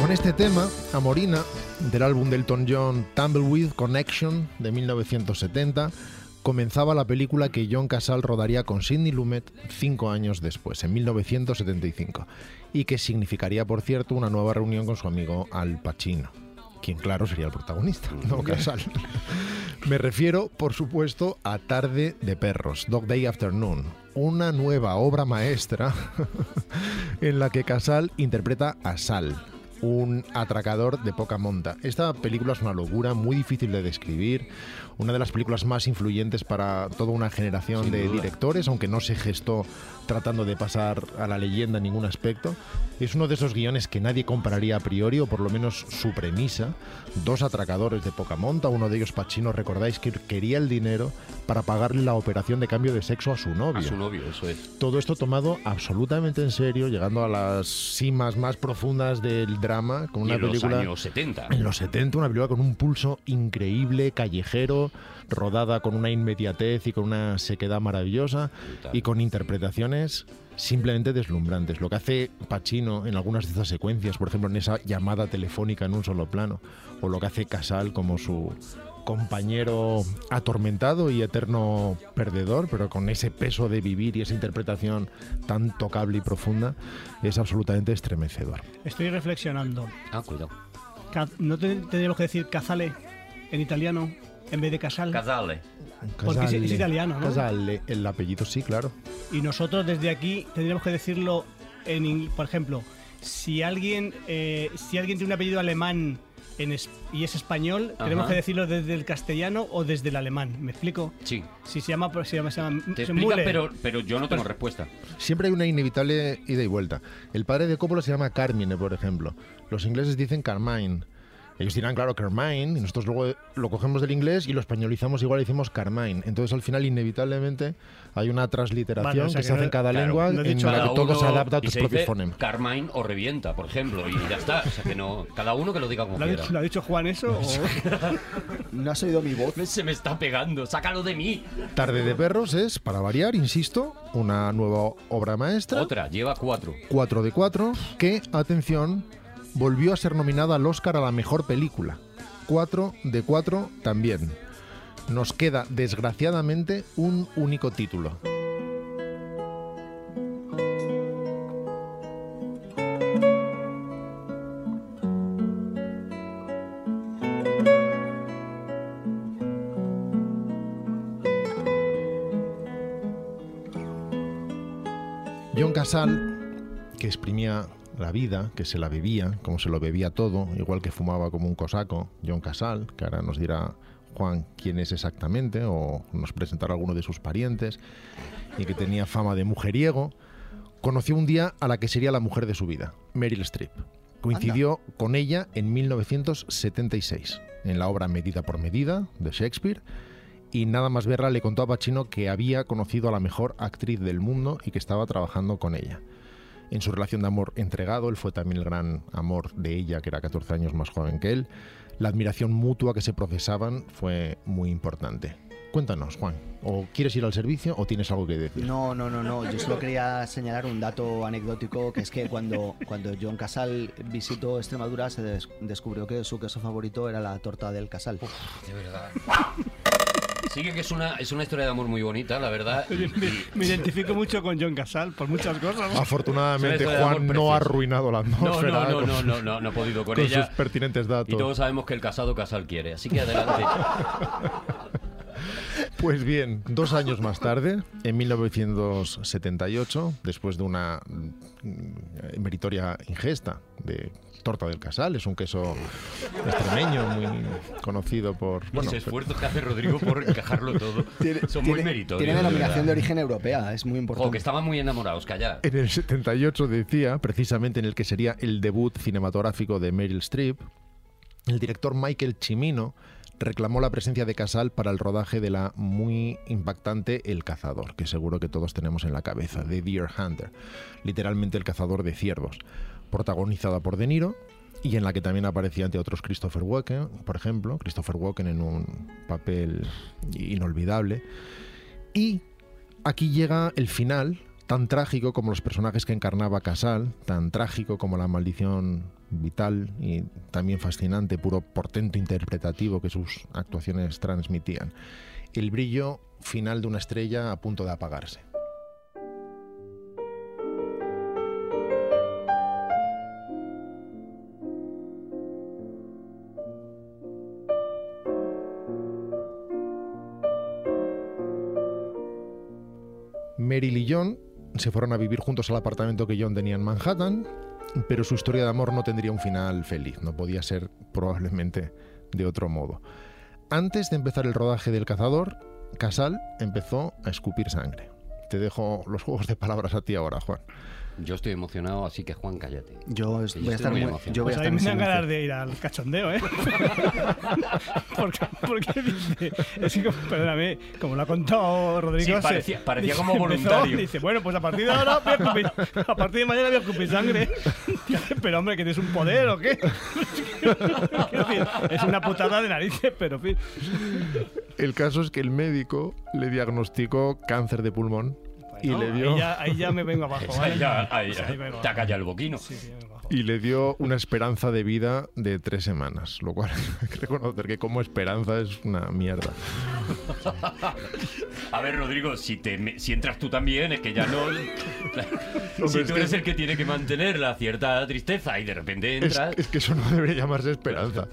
[SPEAKER 5] Con este tema, Amorina, del álbum de Elton John Tumbleweed Connection de 1970, comenzaba la película que John Casal rodaría con Sidney Lumet cinco años después, en 1975, y que significaría, por cierto, una nueva reunión con su amigo Al Pacino, quien, claro, sería el protagonista, no Casal. Me refiero, por supuesto, a Tarde de Perros, Dog Day Afternoon, una nueva obra maestra en la que Casal interpreta a Sal, un atracador de poca monta. Esta película es una locura, muy difícil de describir, una de las películas más influyentes para toda una generación de directores, aunque no se gestó tratando de pasar a la leyenda en ningún aspecto. Es uno de esos guiones que nadie compraría a priori, o por lo menos su premisa. Dos atracadores de poca monta, uno de ellos Pachino, recordáis que quería el dinero para pagarle la operación de cambio de sexo a su novio.
[SPEAKER 4] A su novio, eso es.
[SPEAKER 5] Todo esto tomado absolutamente en serio, llegando a las cimas más profundas del drama, con
[SPEAKER 4] Y
[SPEAKER 5] una
[SPEAKER 4] en
[SPEAKER 5] película
[SPEAKER 4] los años 70.
[SPEAKER 5] en los 70, una película con un pulso increíble, callejero, rodada con una inmediatez y con una sequedad maravillosa y con interpretaciones simplemente deslumbrantes. Lo que hace Pacino en algunas de estas secuencias, por ejemplo en esa llamada telefónica en un solo plano, o lo que hace Casal como su compañero atormentado y eterno perdedor, pero con ese peso de vivir y esa interpretación tan tocable y profunda, es absolutamente estremecedor.
[SPEAKER 3] Estoy reflexionando.
[SPEAKER 4] Ah, cuidado.
[SPEAKER 3] Ca- ¿No te- tendríamos que decir cazale en italiano en vez de casal?
[SPEAKER 4] Casale.
[SPEAKER 3] Porque es- es italiano, ¿no?
[SPEAKER 5] Casale, el apellido sí, claro.
[SPEAKER 3] Y nosotros desde aquí tendríamos que decirlo en ing- por ejemplo, si alguien eh, si alguien tiene un apellido alemán en es- y es español, tenemos que decirlo desde el castellano o desde el alemán, ¿me explico?
[SPEAKER 4] Sí.
[SPEAKER 3] Si se llama se llama, se llama
[SPEAKER 4] Te
[SPEAKER 3] se
[SPEAKER 4] explica,
[SPEAKER 3] mule.
[SPEAKER 4] pero, pero yo no tengo respuesta.
[SPEAKER 5] Siempre hay una inevitable ida y vuelta. El padre de Coppola se llama Carmine, por ejemplo. Los ingleses dicen Carmine. Ellos dirán, claro, Carmine, y nosotros luego lo cogemos del inglés y lo españolizamos igual y decimos Carmine. Entonces al final, inevitablemente, hay una transliteración
[SPEAKER 3] Vale, o sea
[SPEAKER 5] que,
[SPEAKER 3] que
[SPEAKER 5] se hace
[SPEAKER 3] no-
[SPEAKER 5] en cada
[SPEAKER 3] claro,
[SPEAKER 5] lengua
[SPEAKER 3] no he
[SPEAKER 5] en
[SPEAKER 3] dicho
[SPEAKER 5] la
[SPEAKER 4] Cada
[SPEAKER 5] que todo
[SPEAKER 4] uno-
[SPEAKER 5] se adapta a
[SPEAKER 4] y
[SPEAKER 5] tus
[SPEAKER 4] se
[SPEAKER 5] propios
[SPEAKER 4] dice
[SPEAKER 5] fonemas.
[SPEAKER 4] Carmine o revienta, por ejemplo, y ya está. O sea que no. Cada uno que lo diga como
[SPEAKER 3] ¿Lo ha,
[SPEAKER 4] quiera.
[SPEAKER 3] dicho, lo ha dicho Juan eso? o-
[SPEAKER 2] ¿No has oído mi voz?
[SPEAKER 4] Se me está pegando, sácalo de mí.
[SPEAKER 5] Tarde de Perros es, para variar, insisto, una nueva obra maestra.
[SPEAKER 4] Otra, lleva cuatro.
[SPEAKER 5] 4 de 4, que, atención, volvió a ser nominada al Oscar a la mejor película. 4 de 4 también. Nos queda, desgraciadamente, un único título. John Casal, que exprimía la vida, que se la bebía, como se lo bebía todo, igual que fumaba como un cosaco, John Casal, que ahora nos dirá Juan quién es exactamente, o nos presentará alguno de sus parientes, y que tenía fama de mujeriego, conoció un día a la que sería la mujer de su vida, Meryl Streep. Coincidió con ella en 1976, en la obra Medida por Medida de Shakespeare, y nada más verla le contó a Pacino que había conocido a la mejor actriz del mundo y que estaba trabajando con ella. En su relación de amor entregado, él fue también el gran amor de ella, que era 14 años más joven que él. La admiración mutua que se procesaban fue muy importante. Cuéntanos, Juan, ¿o quieres ir al servicio o tienes algo que decir?
[SPEAKER 2] No, no, no, no. Yo solo quería señalar un dato anecdótico, que es que cuando, cuando John Casal visitó Extremadura se des- descubrió que su queso favorito era la torta del Casal.
[SPEAKER 4] De verdad. Sí que es una, es una historia de amor muy bonita, la verdad. Y- y-
[SPEAKER 3] me identifico mucho con John Casal por muchas
[SPEAKER 5] Ah,
[SPEAKER 3] cosas.
[SPEAKER 5] Afortunadamente,
[SPEAKER 4] Suele ser amor
[SPEAKER 5] Juan no
[SPEAKER 4] precioso.
[SPEAKER 5] ha arruinado la
[SPEAKER 4] no,
[SPEAKER 5] atmósfera
[SPEAKER 4] no, no,
[SPEAKER 5] con,
[SPEAKER 4] no, no, no, no he podido con,
[SPEAKER 5] con sus
[SPEAKER 4] ella.
[SPEAKER 5] pertinentes
[SPEAKER 4] Y todos
[SPEAKER 5] datos.
[SPEAKER 4] sabemos que el casado casal quiere, así que adelante.
[SPEAKER 5] Pues bien, dos años más tarde, en 1978, después de una mm, meritoria ingesta de torta del Casal, es un queso extremeño muy conocido por...
[SPEAKER 4] Los esfuerzos que hace Rodrigo por encajarlo todo son muy meritorios.
[SPEAKER 2] Tiene denominación de
[SPEAKER 4] verdad.
[SPEAKER 2] origen europea, es muy
[SPEAKER 4] Ojo, que
[SPEAKER 2] importante.
[SPEAKER 4] estaban muy enamorados, callad.
[SPEAKER 5] En el 78 decía, precisamente en el que sería el debut cinematográfico de Meryl Streep, el director Michael Cimino reclamó la presencia de Casal para el rodaje de la muy impactante El cazador, que seguro que todos tenemos en la cabeza, de Deer Hunter, literalmente el cazador de ciervos, protagonizada por De Niro y en la que también aparecía ante otros Christopher Walken, por ejemplo, Christopher Walken en un papel inolvidable. Y aquí llega el final, tan trágico como los personajes que encarnaba Casal, tan trágico como la maldición vital y también fascinante, puro portento interpretativo que sus actuaciones transmitían. El brillo final de una estrella a punto de apagarse. Meryl y John se fueron a vivir juntos al apartamento que John tenía en Manhattan, pero su historia de amor no tendría un final feliz, no podía ser probablemente de otro modo. Antes de empezar el rodaje del cazador, Casal empezó a escupir sangre. Te dejo los juegos de palabras a ti ahora, Juan.
[SPEAKER 4] Yo estoy emocionado, así que Juan, cállate.
[SPEAKER 2] Yo es-
[SPEAKER 4] Sí, yo
[SPEAKER 2] voy a
[SPEAKER 4] estoy
[SPEAKER 2] estar
[SPEAKER 4] muy
[SPEAKER 2] muy.
[SPEAKER 4] emocionado.
[SPEAKER 2] Yo voy
[SPEAKER 3] Pues
[SPEAKER 2] a
[SPEAKER 3] a
[SPEAKER 2] estar
[SPEAKER 3] mí
[SPEAKER 2] muy
[SPEAKER 3] me dan ganas
[SPEAKER 2] silencio.
[SPEAKER 3] de ir al cachondeo, ¿eh? porque, porque dice, es que como- perdóname, como lo ha contado Rodrigo.
[SPEAKER 4] Sí,
[SPEAKER 3] se-
[SPEAKER 4] parecía- parecía
[SPEAKER 3] dice,
[SPEAKER 4] como
[SPEAKER 3] empezó,
[SPEAKER 4] voluntario.
[SPEAKER 3] dice, bueno, pues a partir de ahora voy a escupir- a partir de mañana voy a escupir sangre. Dice, pero hombre, que tienes un poder o qué. Quiero decir, es una putada de narices, pero en fin.
[SPEAKER 5] El caso es que el médico le diagnosticó cáncer de pulmón y
[SPEAKER 3] No,
[SPEAKER 5] le dio
[SPEAKER 3] ahí, ya, Pues ahí ya me vengo abajo, ¿vale?
[SPEAKER 4] Ya, ahí,
[SPEAKER 3] Sí, ahí vengo
[SPEAKER 4] te ha
[SPEAKER 3] abajo.
[SPEAKER 4] callado el boquino.
[SPEAKER 3] Sí, sí, ahí vengo abajo.
[SPEAKER 5] y le dio una esperanza de vida de tres semanas, lo cual hay que reconocer que como esperanza es una mierda.
[SPEAKER 4] A ver, Rodrigo, si, te, me- si entras tú también, es que ya no. si
[SPEAKER 5] es
[SPEAKER 4] tú
[SPEAKER 5] que-
[SPEAKER 4] eres el que tiene que mantener la cierta tristeza y de repente
[SPEAKER 5] Es,
[SPEAKER 4] entras.
[SPEAKER 5] es que eso no debería llamarse esperanza.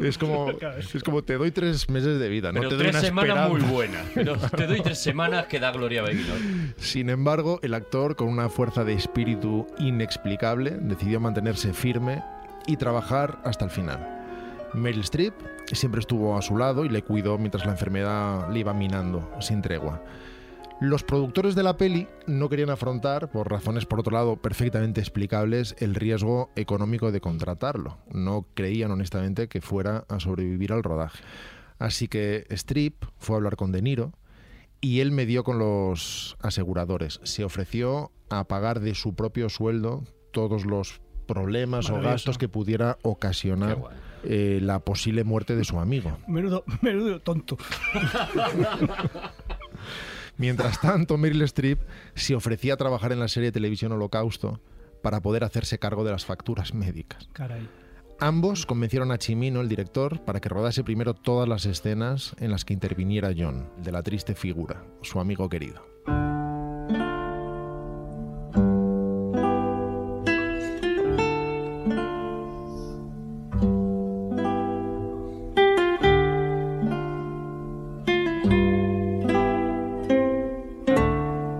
[SPEAKER 5] Es como, es como te doy tres meses de vida, no
[SPEAKER 4] pero
[SPEAKER 5] te doy
[SPEAKER 4] tres
[SPEAKER 5] una
[SPEAKER 4] semanas
[SPEAKER 5] esperanza.
[SPEAKER 4] muy buenas. Pero te doy tres semanas que da gloria a Beguino.
[SPEAKER 5] Sin embargo, el actor, con una fuerza de espíritu inexplicable, decidió mantenerse firme y trabajar hasta el final. Meryl Streep siempre estuvo a su lado y le cuidó mientras la enfermedad le iba minando sin tregua. Los productores de la peli no querían afrontar, por razones por otro lado perfectamente explicables, el riesgo económico de contratarlo. No creían honestamente que fuera a sobrevivir al rodaje. Así que Streep fue a hablar con De Niro y él me dio con los aseguradores. Se ofreció a pagar de su propio sueldo todos los problemas o
[SPEAKER 3] Maravilloso.
[SPEAKER 5] gastos que pudiera ocasionar
[SPEAKER 4] Qué guay.
[SPEAKER 5] eh, la posible muerte de su amigo.
[SPEAKER 3] Menudo, menudo tonto.
[SPEAKER 5] Mientras tanto, Meryl Streep se ofrecía a trabajar en la serie de televisión Holocausto para poder hacerse cargo de las facturas médicas.
[SPEAKER 3] Caray.
[SPEAKER 5] Ambos convencieron a Chimino, el director, para que rodase primero todas las escenas en las que interviniera John, el de la triste figura, su amigo querido.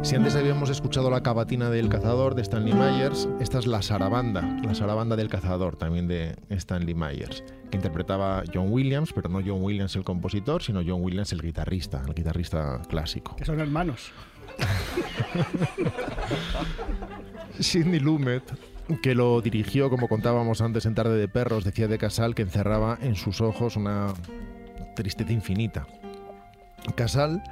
[SPEAKER 5] Si antes habíamos escuchado la cavatina del cazador de Stanley Myers, esta es la sarabanda, la sarabanda del cazador también de Stanley Myers, que interpretaba John Williams, pero no John Williams el compositor, sino John Williams el guitarrista, el guitarrista clásico.
[SPEAKER 3] Que son hermanos.
[SPEAKER 5] Sidney Lumet, que lo dirigió, como contábamos antes en Tarde de Perros, decía de Casal que encerraba en sus ojos una tristeza infinita. Casal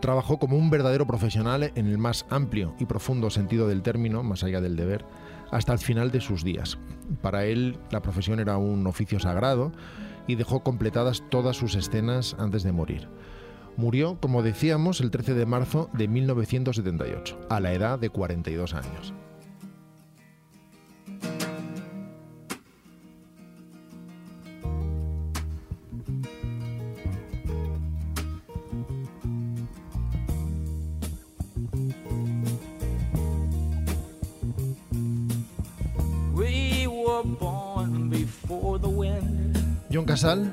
[SPEAKER 5] trabajó como un verdadero profesional en el más amplio y profundo sentido del término, más allá del deber, hasta el final de sus días. Para él la profesión era un oficio sagrado y dejó completadas todas sus escenas antes de morir. Murió, como decíamos, el 13 de marzo de 1978, a la edad de 42 años.
[SPEAKER 7] We were born before the wind.
[SPEAKER 5] John Casal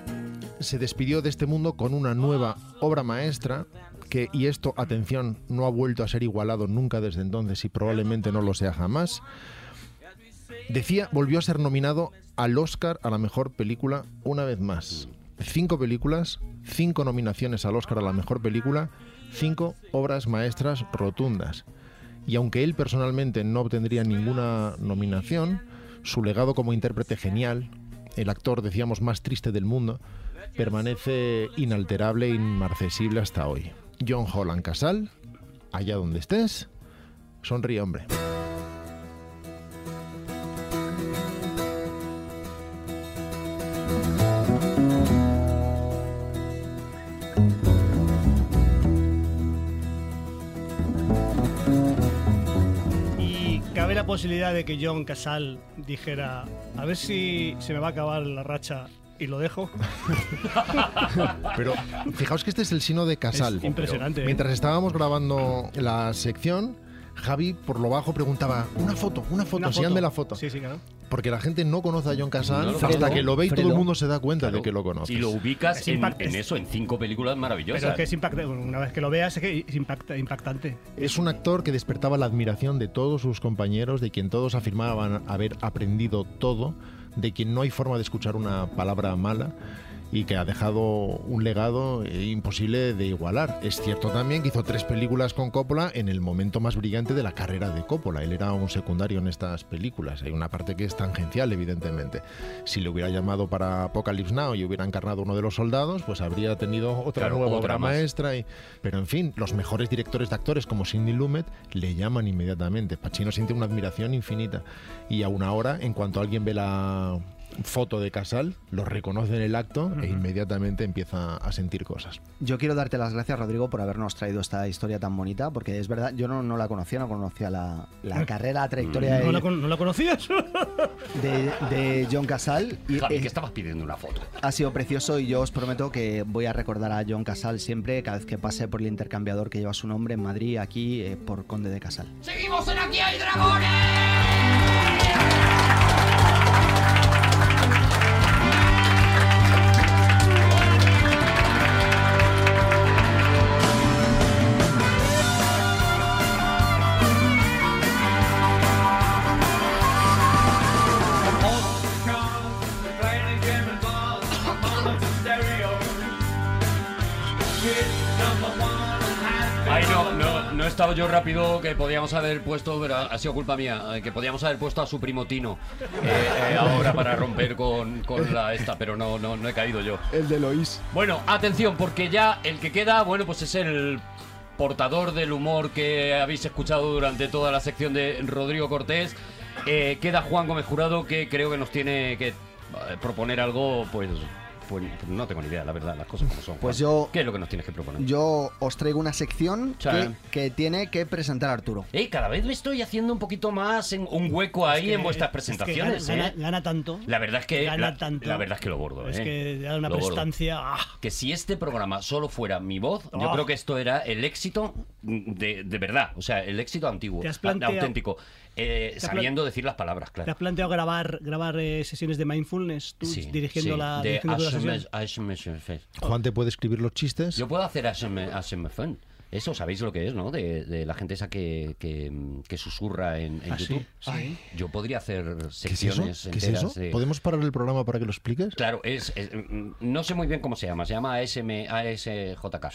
[SPEAKER 5] se despidió de este mundo con una nueva obra maestra que, y esto, atención, no ha vuelto a ser igualado nunca desde entonces y probablemente no lo sea jamás. Decía, volvió a ser nominado al Oscar a la mejor película una vez más. Cinco películas, cinco nominaciones al Oscar a la mejor película, cinco obras maestras rotundas. Y aunque él personalmente no obtendría ninguna nominación, su legado como intérprete genial, el actor, decíamos, más triste del mundo, permanece inalterable e inmarcesible hasta hoy. John Holland Casal, allá donde estés, sonríe, hombre.
[SPEAKER 3] Y cabe la posibilidad de que John Casal dijera, a ver si se me va a acabar la racha y lo dejo.
[SPEAKER 5] Pero fijaos que este es el sino de Casal.
[SPEAKER 3] Es impresionante, ¿eh?
[SPEAKER 5] Mientras estábamos grabando la sección, Javi por lo bajo preguntaba, una foto, una foto,
[SPEAKER 3] Una
[SPEAKER 5] enséñame la foto.
[SPEAKER 3] Sí, sí, claro.
[SPEAKER 5] Porque la gente no conoce a John Casal
[SPEAKER 4] No lo
[SPEAKER 5] hasta
[SPEAKER 4] conozco.
[SPEAKER 5] que lo ve y todo
[SPEAKER 2] Fredo.
[SPEAKER 5] el mundo se da cuenta de
[SPEAKER 4] Claro.
[SPEAKER 5] que lo conoce.
[SPEAKER 4] Y lo ubicas
[SPEAKER 3] Es
[SPEAKER 4] en,
[SPEAKER 3] impact-
[SPEAKER 4] en
[SPEAKER 3] es-
[SPEAKER 4] eso, en cinco películas maravillosas.
[SPEAKER 3] Pero es que es impactante. Una vez que lo veas, es que es impacta- impactante.
[SPEAKER 5] Es un actor que despertaba la admiración de todos sus compañeros, de quien todos afirmaban haber aprendido todo, de quien no hay forma de escuchar una palabra mala y que ha dejado un legado eh, imposible de igualar. Es cierto también que hizo tres películas con Coppola en el momento más brillante de la carrera de Coppola. Él era un secundario en estas películas. Hay una parte que es tangencial, evidentemente. Si le hubiera llamado para Apocalypse Now y hubiera encarnado uno de los soldados, pues habría tenido otra
[SPEAKER 4] Claro,
[SPEAKER 5] nueva
[SPEAKER 4] otra
[SPEAKER 5] obra
[SPEAKER 4] más.
[SPEAKER 5] maestra. y- Pero en fin, los mejores directores de actores como Sidney Lumet le llaman inmediatamente. Pacino siente una admiración infinita. Y aún ahora, en cuanto alguien ve la foto de Casal, lo reconoce en el acto e inmediatamente empieza a sentir cosas.
[SPEAKER 2] Yo quiero darte las gracias, Rodrigo, por habernos traído esta historia tan bonita, porque es verdad, yo no, no la conocía, no conocía la, la carrera, la trayectoria
[SPEAKER 3] ¿No la,
[SPEAKER 2] de,
[SPEAKER 3] con- no la conocías?
[SPEAKER 2] de- de John Casal. Y
[SPEAKER 4] Javi,
[SPEAKER 2] eh,
[SPEAKER 4] que estabas pidiendo una foto.
[SPEAKER 2] ha sido precioso y yo os prometo que voy a recordar a John Casal siempre, cada vez que pase por el intercambiador que lleva su nombre en Madrid, aquí, eh, por Conde de Casal.
[SPEAKER 1] ¡Seguimos en Aquí hay dragones!
[SPEAKER 4] Ay, no, no, no he estado yo rápido que podíamos haber puesto, pero ha- ha sido culpa mía, eh, que podíamos haber puesto a su primo Tino eh, eh, ahora para romper con, con la esta, pero no, no, no he caído yo.
[SPEAKER 10] El de Lois.
[SPEAKER 4] Bueno, atención, porque ya el que queda, bueno, pues es el portador del humor que habéis escuchado durante toda la sección de Rodrigo Cortés. Eh, queda Juan Gómez Jurado, que creo que nos tiene que eh, proponer algo, pues, pues no tengo ni idea, la verdad, las cosas como son.
[SPEAKER 2] Pues
[SPEAKER 4] Juan.
[SPEAKER 2] yo-
[SPEAKER 4] ¿Qué es lo que nos tienes que proponer?
[SPEAKER 2] Yo os traigo una sección
[SPEAKER 4] Sí.
[SPEAKER 2] que, que tiene que presentar Arturo.
[SPEAKER 4] Ey, cada vez me estoy haciendo un poquito más en un hueco ahí en vuestras presentaciones.
[SPEAKER 3] gana,
[SPEAKER 4] ¿eh?
[SPEAKER 3] gana- gana tanto.
[SPEAKER 4] la verdad es que
[SPEAKER 3] gana
[SPEAKER 4] la,
[SPEAKER 3] tanto.
[SPEAKER 4] la verdad es que lo bordo.
[SPEAKER 3] Es
[SPEAKER 4] ¿eh?
[SPEAKER 3] que da una
[SPEAKER 4] Lo bordo.
[SPEAKER 3] prestancia. ¡ah!
[SPEAKER 4] Que si este programa solo fuera mi voz, yo
[SPEAKER 3] Oh.
[SPEAKER 4] creo que esto era el éxito de, de verdad, o sea, el éxito antiguo,
[SPEAKER 3] Te has planteado-
[SPEAKER 4] auténtico, eh,
[SPEAKER 3] has
[SPEAKER 4] sabiendo decir las palabras,
[SPEAKER 3] ¿Te
[SPEAKER 4] claro.
[SPEAKER 3] has planteado grabar, grabar eh, sesiones de mindfulness tú
[SPEAKER 4] Sí,
[SPEAKER 3] dirigiendo
[SPEAKER 4] sí,
[SPEAKER 3] la
[SPEAKER 4] de
[SPEAKER 3] dirigiendo tú la
[SPEAKER 4] ASMR.
[SPEAKER 3] sesión?
[SPEAKER 4] E,
[SPEAKER 5] Juan te puede escribir los chistes.
[SPEAKER 4] Oh. Yo puedo hacer ASMR. ASMR. E Eso sabéis lo que es, ¿no? De, de la gente esa que, que, que susurra en, en
[SPEAKER 3] Ah, sí,
[SPEAKER 4] YouTube.
[SPEAKER 3] sí.
[SPEAKER 4] Yo podría hacer
[SPEAKER 5] ¿Qué es eso?
[SPEAKER 4] secciones
[SPEAKER 5] ¿Qué es
[SPEAKER 4] enteras
[SPEAKER 5] eso?
[SPEAKER 4] de-
[SPEAKER 5] ¿Podemos parar el programa para que lo expliques?
[SPEAKER 4] Claro, es, es- mm, no sé muy bien cómo se llama, se llama ASM, ASJK.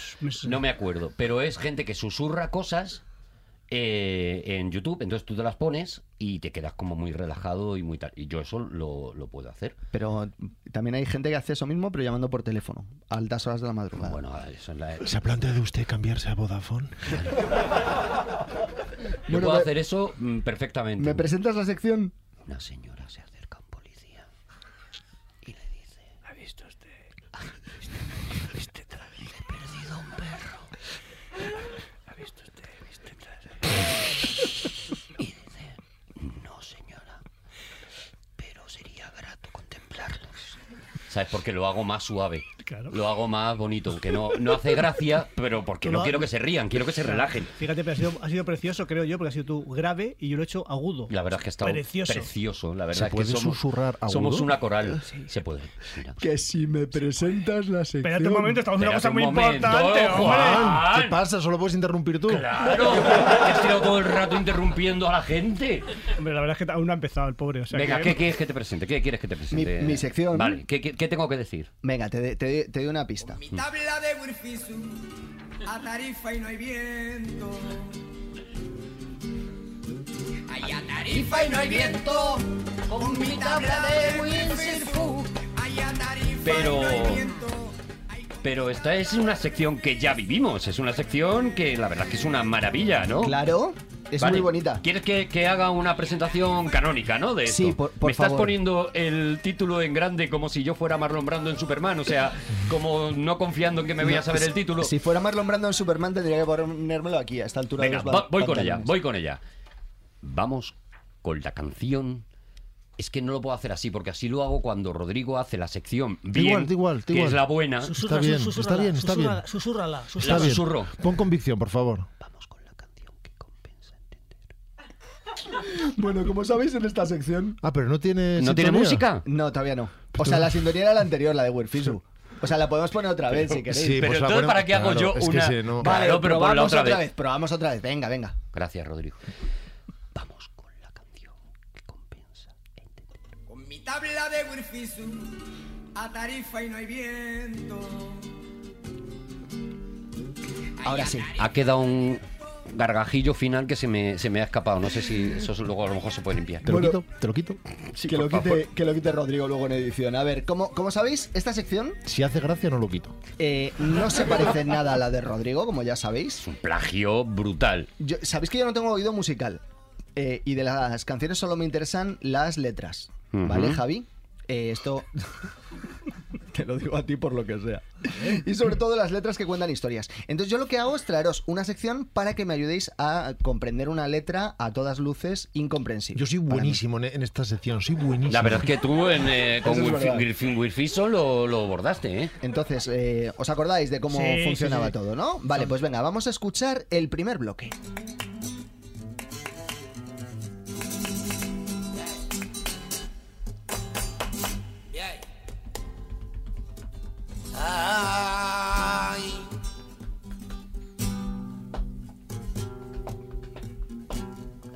[SPEAKER 4] No me acuerdo, pero es gente que susurra cosas eh, en YouTube, entonces tú te las pones y te quedas como muy relajado y muy tal. Y yo eso lo, lo puedo hacer.
[SPEAKER 2] Pero también hay gente que hace eso mismo, pero llamando por teléfono, a altas horas de la madrugada.
[SPEAKER 4] Bueno, eso es la...
[SPEAKER 5] ¿Se ha planteado usted cambiarse a Vodafone?
[SPEAKER 4] Yo
[SPEAKER 10] Bueno,
[SPEAKER 4] puedo
[SPEAKER 10] me-
[SPEAKER 4] hacer eso mm, perfectamente.
[SPEAKER 10] ¿Me presentas la sección?
[SPEAKER 4] Una señora se acerca a un policía y le dice... ¿Ha visto este? usted? este? He perdido un perro. ¿Ha visto usted? ¿Viste Y dice, no señora, pero sería grato contemplarlo. ¿Sabes? Porque lo hago más suave.
[SPEAKER 3] Claro.
[SPEAKER 4] Lo hago más bonito, que no, no hace gracia, pero porque
[SPEAKER 3] Tú
[SPEAKER 4] no
[SPEAKER 3] lo-
[SPEAKER 4] quiero que se rían, quiero que se relajen.
[SPEAKER 3] Fíjate, pero ha sido, ha sido precioso, creo yo, porque ha sido tú grave y yo lo he hecho agudo.
[SPEAKER 4] La verdad es que ha estado
[SPEAKER 3] Precioso.
[SPEAKER 4] precioso. la verdad
[SPEAKER 5] ¿Se
[SPEAKER 4] es que
[SPEAKER 5] puede
[SPEAKER 4] somos,
[SPEAKER 5] susurrar agudo?
[SPEAKER 4] somos una coral. Se puede. Mira.
[SPEAKER 10] Que si me presentas la sección.
[SPEAKER 3] Espérate un momento, estamos en una cosa
[SPEAKER 4] Espérate un
[SPEAKER 3] muy
[SPEAKER 4] momento,
[SPEAKER 3] importante, hombre.
[SPEAKER 4] Juan.
[SPEAKER 5] ¿Qué pasa? Solo puedes interrumpir tú.
[SPEAKER 4] Claro, que has tirado todo el rato interrumpiendo a la gente.
[SPEAKER 3] Hombre, la verdad es que aún no ha empezado el pobre. O sea
[SPEAKER 4] Venga,
[SPEAKER 3] que-
[SPEAKER 4] ¿qué quieres que te presente? ¿Qué quieres que te presente?
[SPEAKER 2] mi sección.
[SPEAKER 4] Vale, ¿qué, qué- qué tengo que decir?
[SPEAKER 2] Venga, te, te- te doy una pista.
[SPEAKER 9] Mi tabla de Wirfisu, a tarifa y no hay viento. Ay, a tarifa y no hay viento, con mi tabla de Wirfisu. Ay, a tarifa
[SPEAKER 4] Pero-
[SPEAKER 9] y no hay viento. Ay,
[SPEAKER 4] Pero esta es una sección que ya vivimos. Es una sección que la verdad es que es una maravilla, ¿no?
[SPEAKER 2] Claro, es
[SPEAKER 4] Vale.
[SPEAKER 2] muy bonita.
[SPEAKER 4] ¿Quieres que, que haga una presentación canónica, no? De esto?
[SPEAKER 2] Sí, por- por
[SPEAKER 4] Me estás
[SPEAKER 2] favor.
[SPEAKER 4] poniendo el título en grande como si yo fuera Marlon Brando en Superman, o sea, como no confiando en que me voy a saber el título.
[SPEAKER 2] Si fuera Marlon Brando en Superman, tendría que ponérmelo aquí, a esta altura. de
[SPEAKER 4] Venga,
[SPEAKER 2] los ba-
[SPEAKER 4] va- voy con ella,
[SPEAKER 2] pantalones.
[SPEAKER 4] voy con ella. Vamos con la canción es que no lo puedo hacer así, porque así lo hago cuando Rodrigo hace la sección
[SPEAKER 5] Da
[SPEAKER 4] bien,
[SPEAKER 5] igual, da igual, da
[SPEAKER 4] que
[SPEAKER 5] igual.
[SPEAKER 4] es la buena.
[SPEAKER 5] Está bien, está bien, está bien.
[SPEAKER 11] Susúrrala,
[SPEAKER 5] Está
[SPEAKER 4] La
[SPEAKER 5] bien.
[SPEAKER 4] susurro.
[SPEAKER 5] Pon convicción, por favor.
[SPEAKER 10] Bueno, como sabéis, en esta sección.
[SPEAKER 5] Ah, pero no tiene. sintonía.
[SPEAKER 4] Ah.
[SPEAKER 2] No, todavía no. O sea, la sintonía era la anterior, la de Werfisu. O sea, la podemos poner otra vez si queréis.
[SPEAKER 5] Sí, Pero pues la entonces, ponemos- ¿para qué hago claro, yo es que una- sí, no.
[SPEAKER 2] Vale, pero
[SPEAKER 4] Claro, pero ponla
[SPEAKER 2] probamos
[SPEAKER 4] otra
[SPEAKER 2] otra,
[SPEAKER 4] vez.
[SPEAKER 2] vez. Probamos otra vez. Venga, venga.
[SPEAKER 4] Gracias, Rodrigo.
[SPEAKER 12] Con mi tabla de Wirfisu a tarifa y no hay viento.
[SPEAKER 2] Ahora sí.
[SPEAKER 4] Ha quedado un gargajillo final que se me, se me ha escapado. No sé si eso es- luego a lo mejor se puede limpiar.
[SPEAKER 5] Te lo quito, te lo quito.
[SPEAKER 2] que, lo quite, que lo quite Rodrigo luego en edición. A ver, como, como sabéis, esta sección
[SPEAKER 5] Si hace gracia, no lo quito.
[SPEAKER 2] eh, no se parece nada a la de Rodrigo, como ya sabéis.
[SPEAKER 4] Plagio brutal.
[SPEAKER 2] Yo- Sabéis que yo no tengo oído musical. Eh, y de las canciones solo me interesan las letras. ¿Vale,
[SPEAKER 10] Ujú.
[SPEAKER 2] Javi? Eh, esto. Te lo digo a ti por lo que sea. Y sobre todo las letras que cuentan historias. Entonces, yo lo que hago es traeros una sección para que me ayudéis a comprender una letra a todas luces incomprensible.
[SPEAKER 5] Yo soy buenísimo en, en esta sección, soy buenísimo.
[SPEAKER 4] La verdad es que tú en, eh, con
[SPEAKER 2] Eso es verdad.
[SPEAKER 4] Wirfiso lo, lo bordaste, ¿eh?
[SPEAKER 2] Entonces, eh, ¿os acordáis de cómo
[SPEAKER 4] Sí, sí,
[SPEAKER 2] funcionaba
[SPEAKER 4] sí.
[SPEAKER 2] todo, no? Vale, pues venga, vamos a escuchar el primer bloque.
[SPEAKER 12] Ay.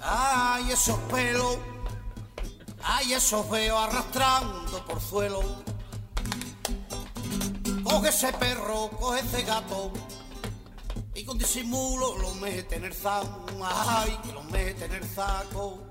[SPEAKER 12] Ay, esos pelos. Ay, esos veo arrastrando por suelo. Coge ese perro, coge ese gato. Y con disimulo lo mete en el saco. Ay, que lo mete en el saco.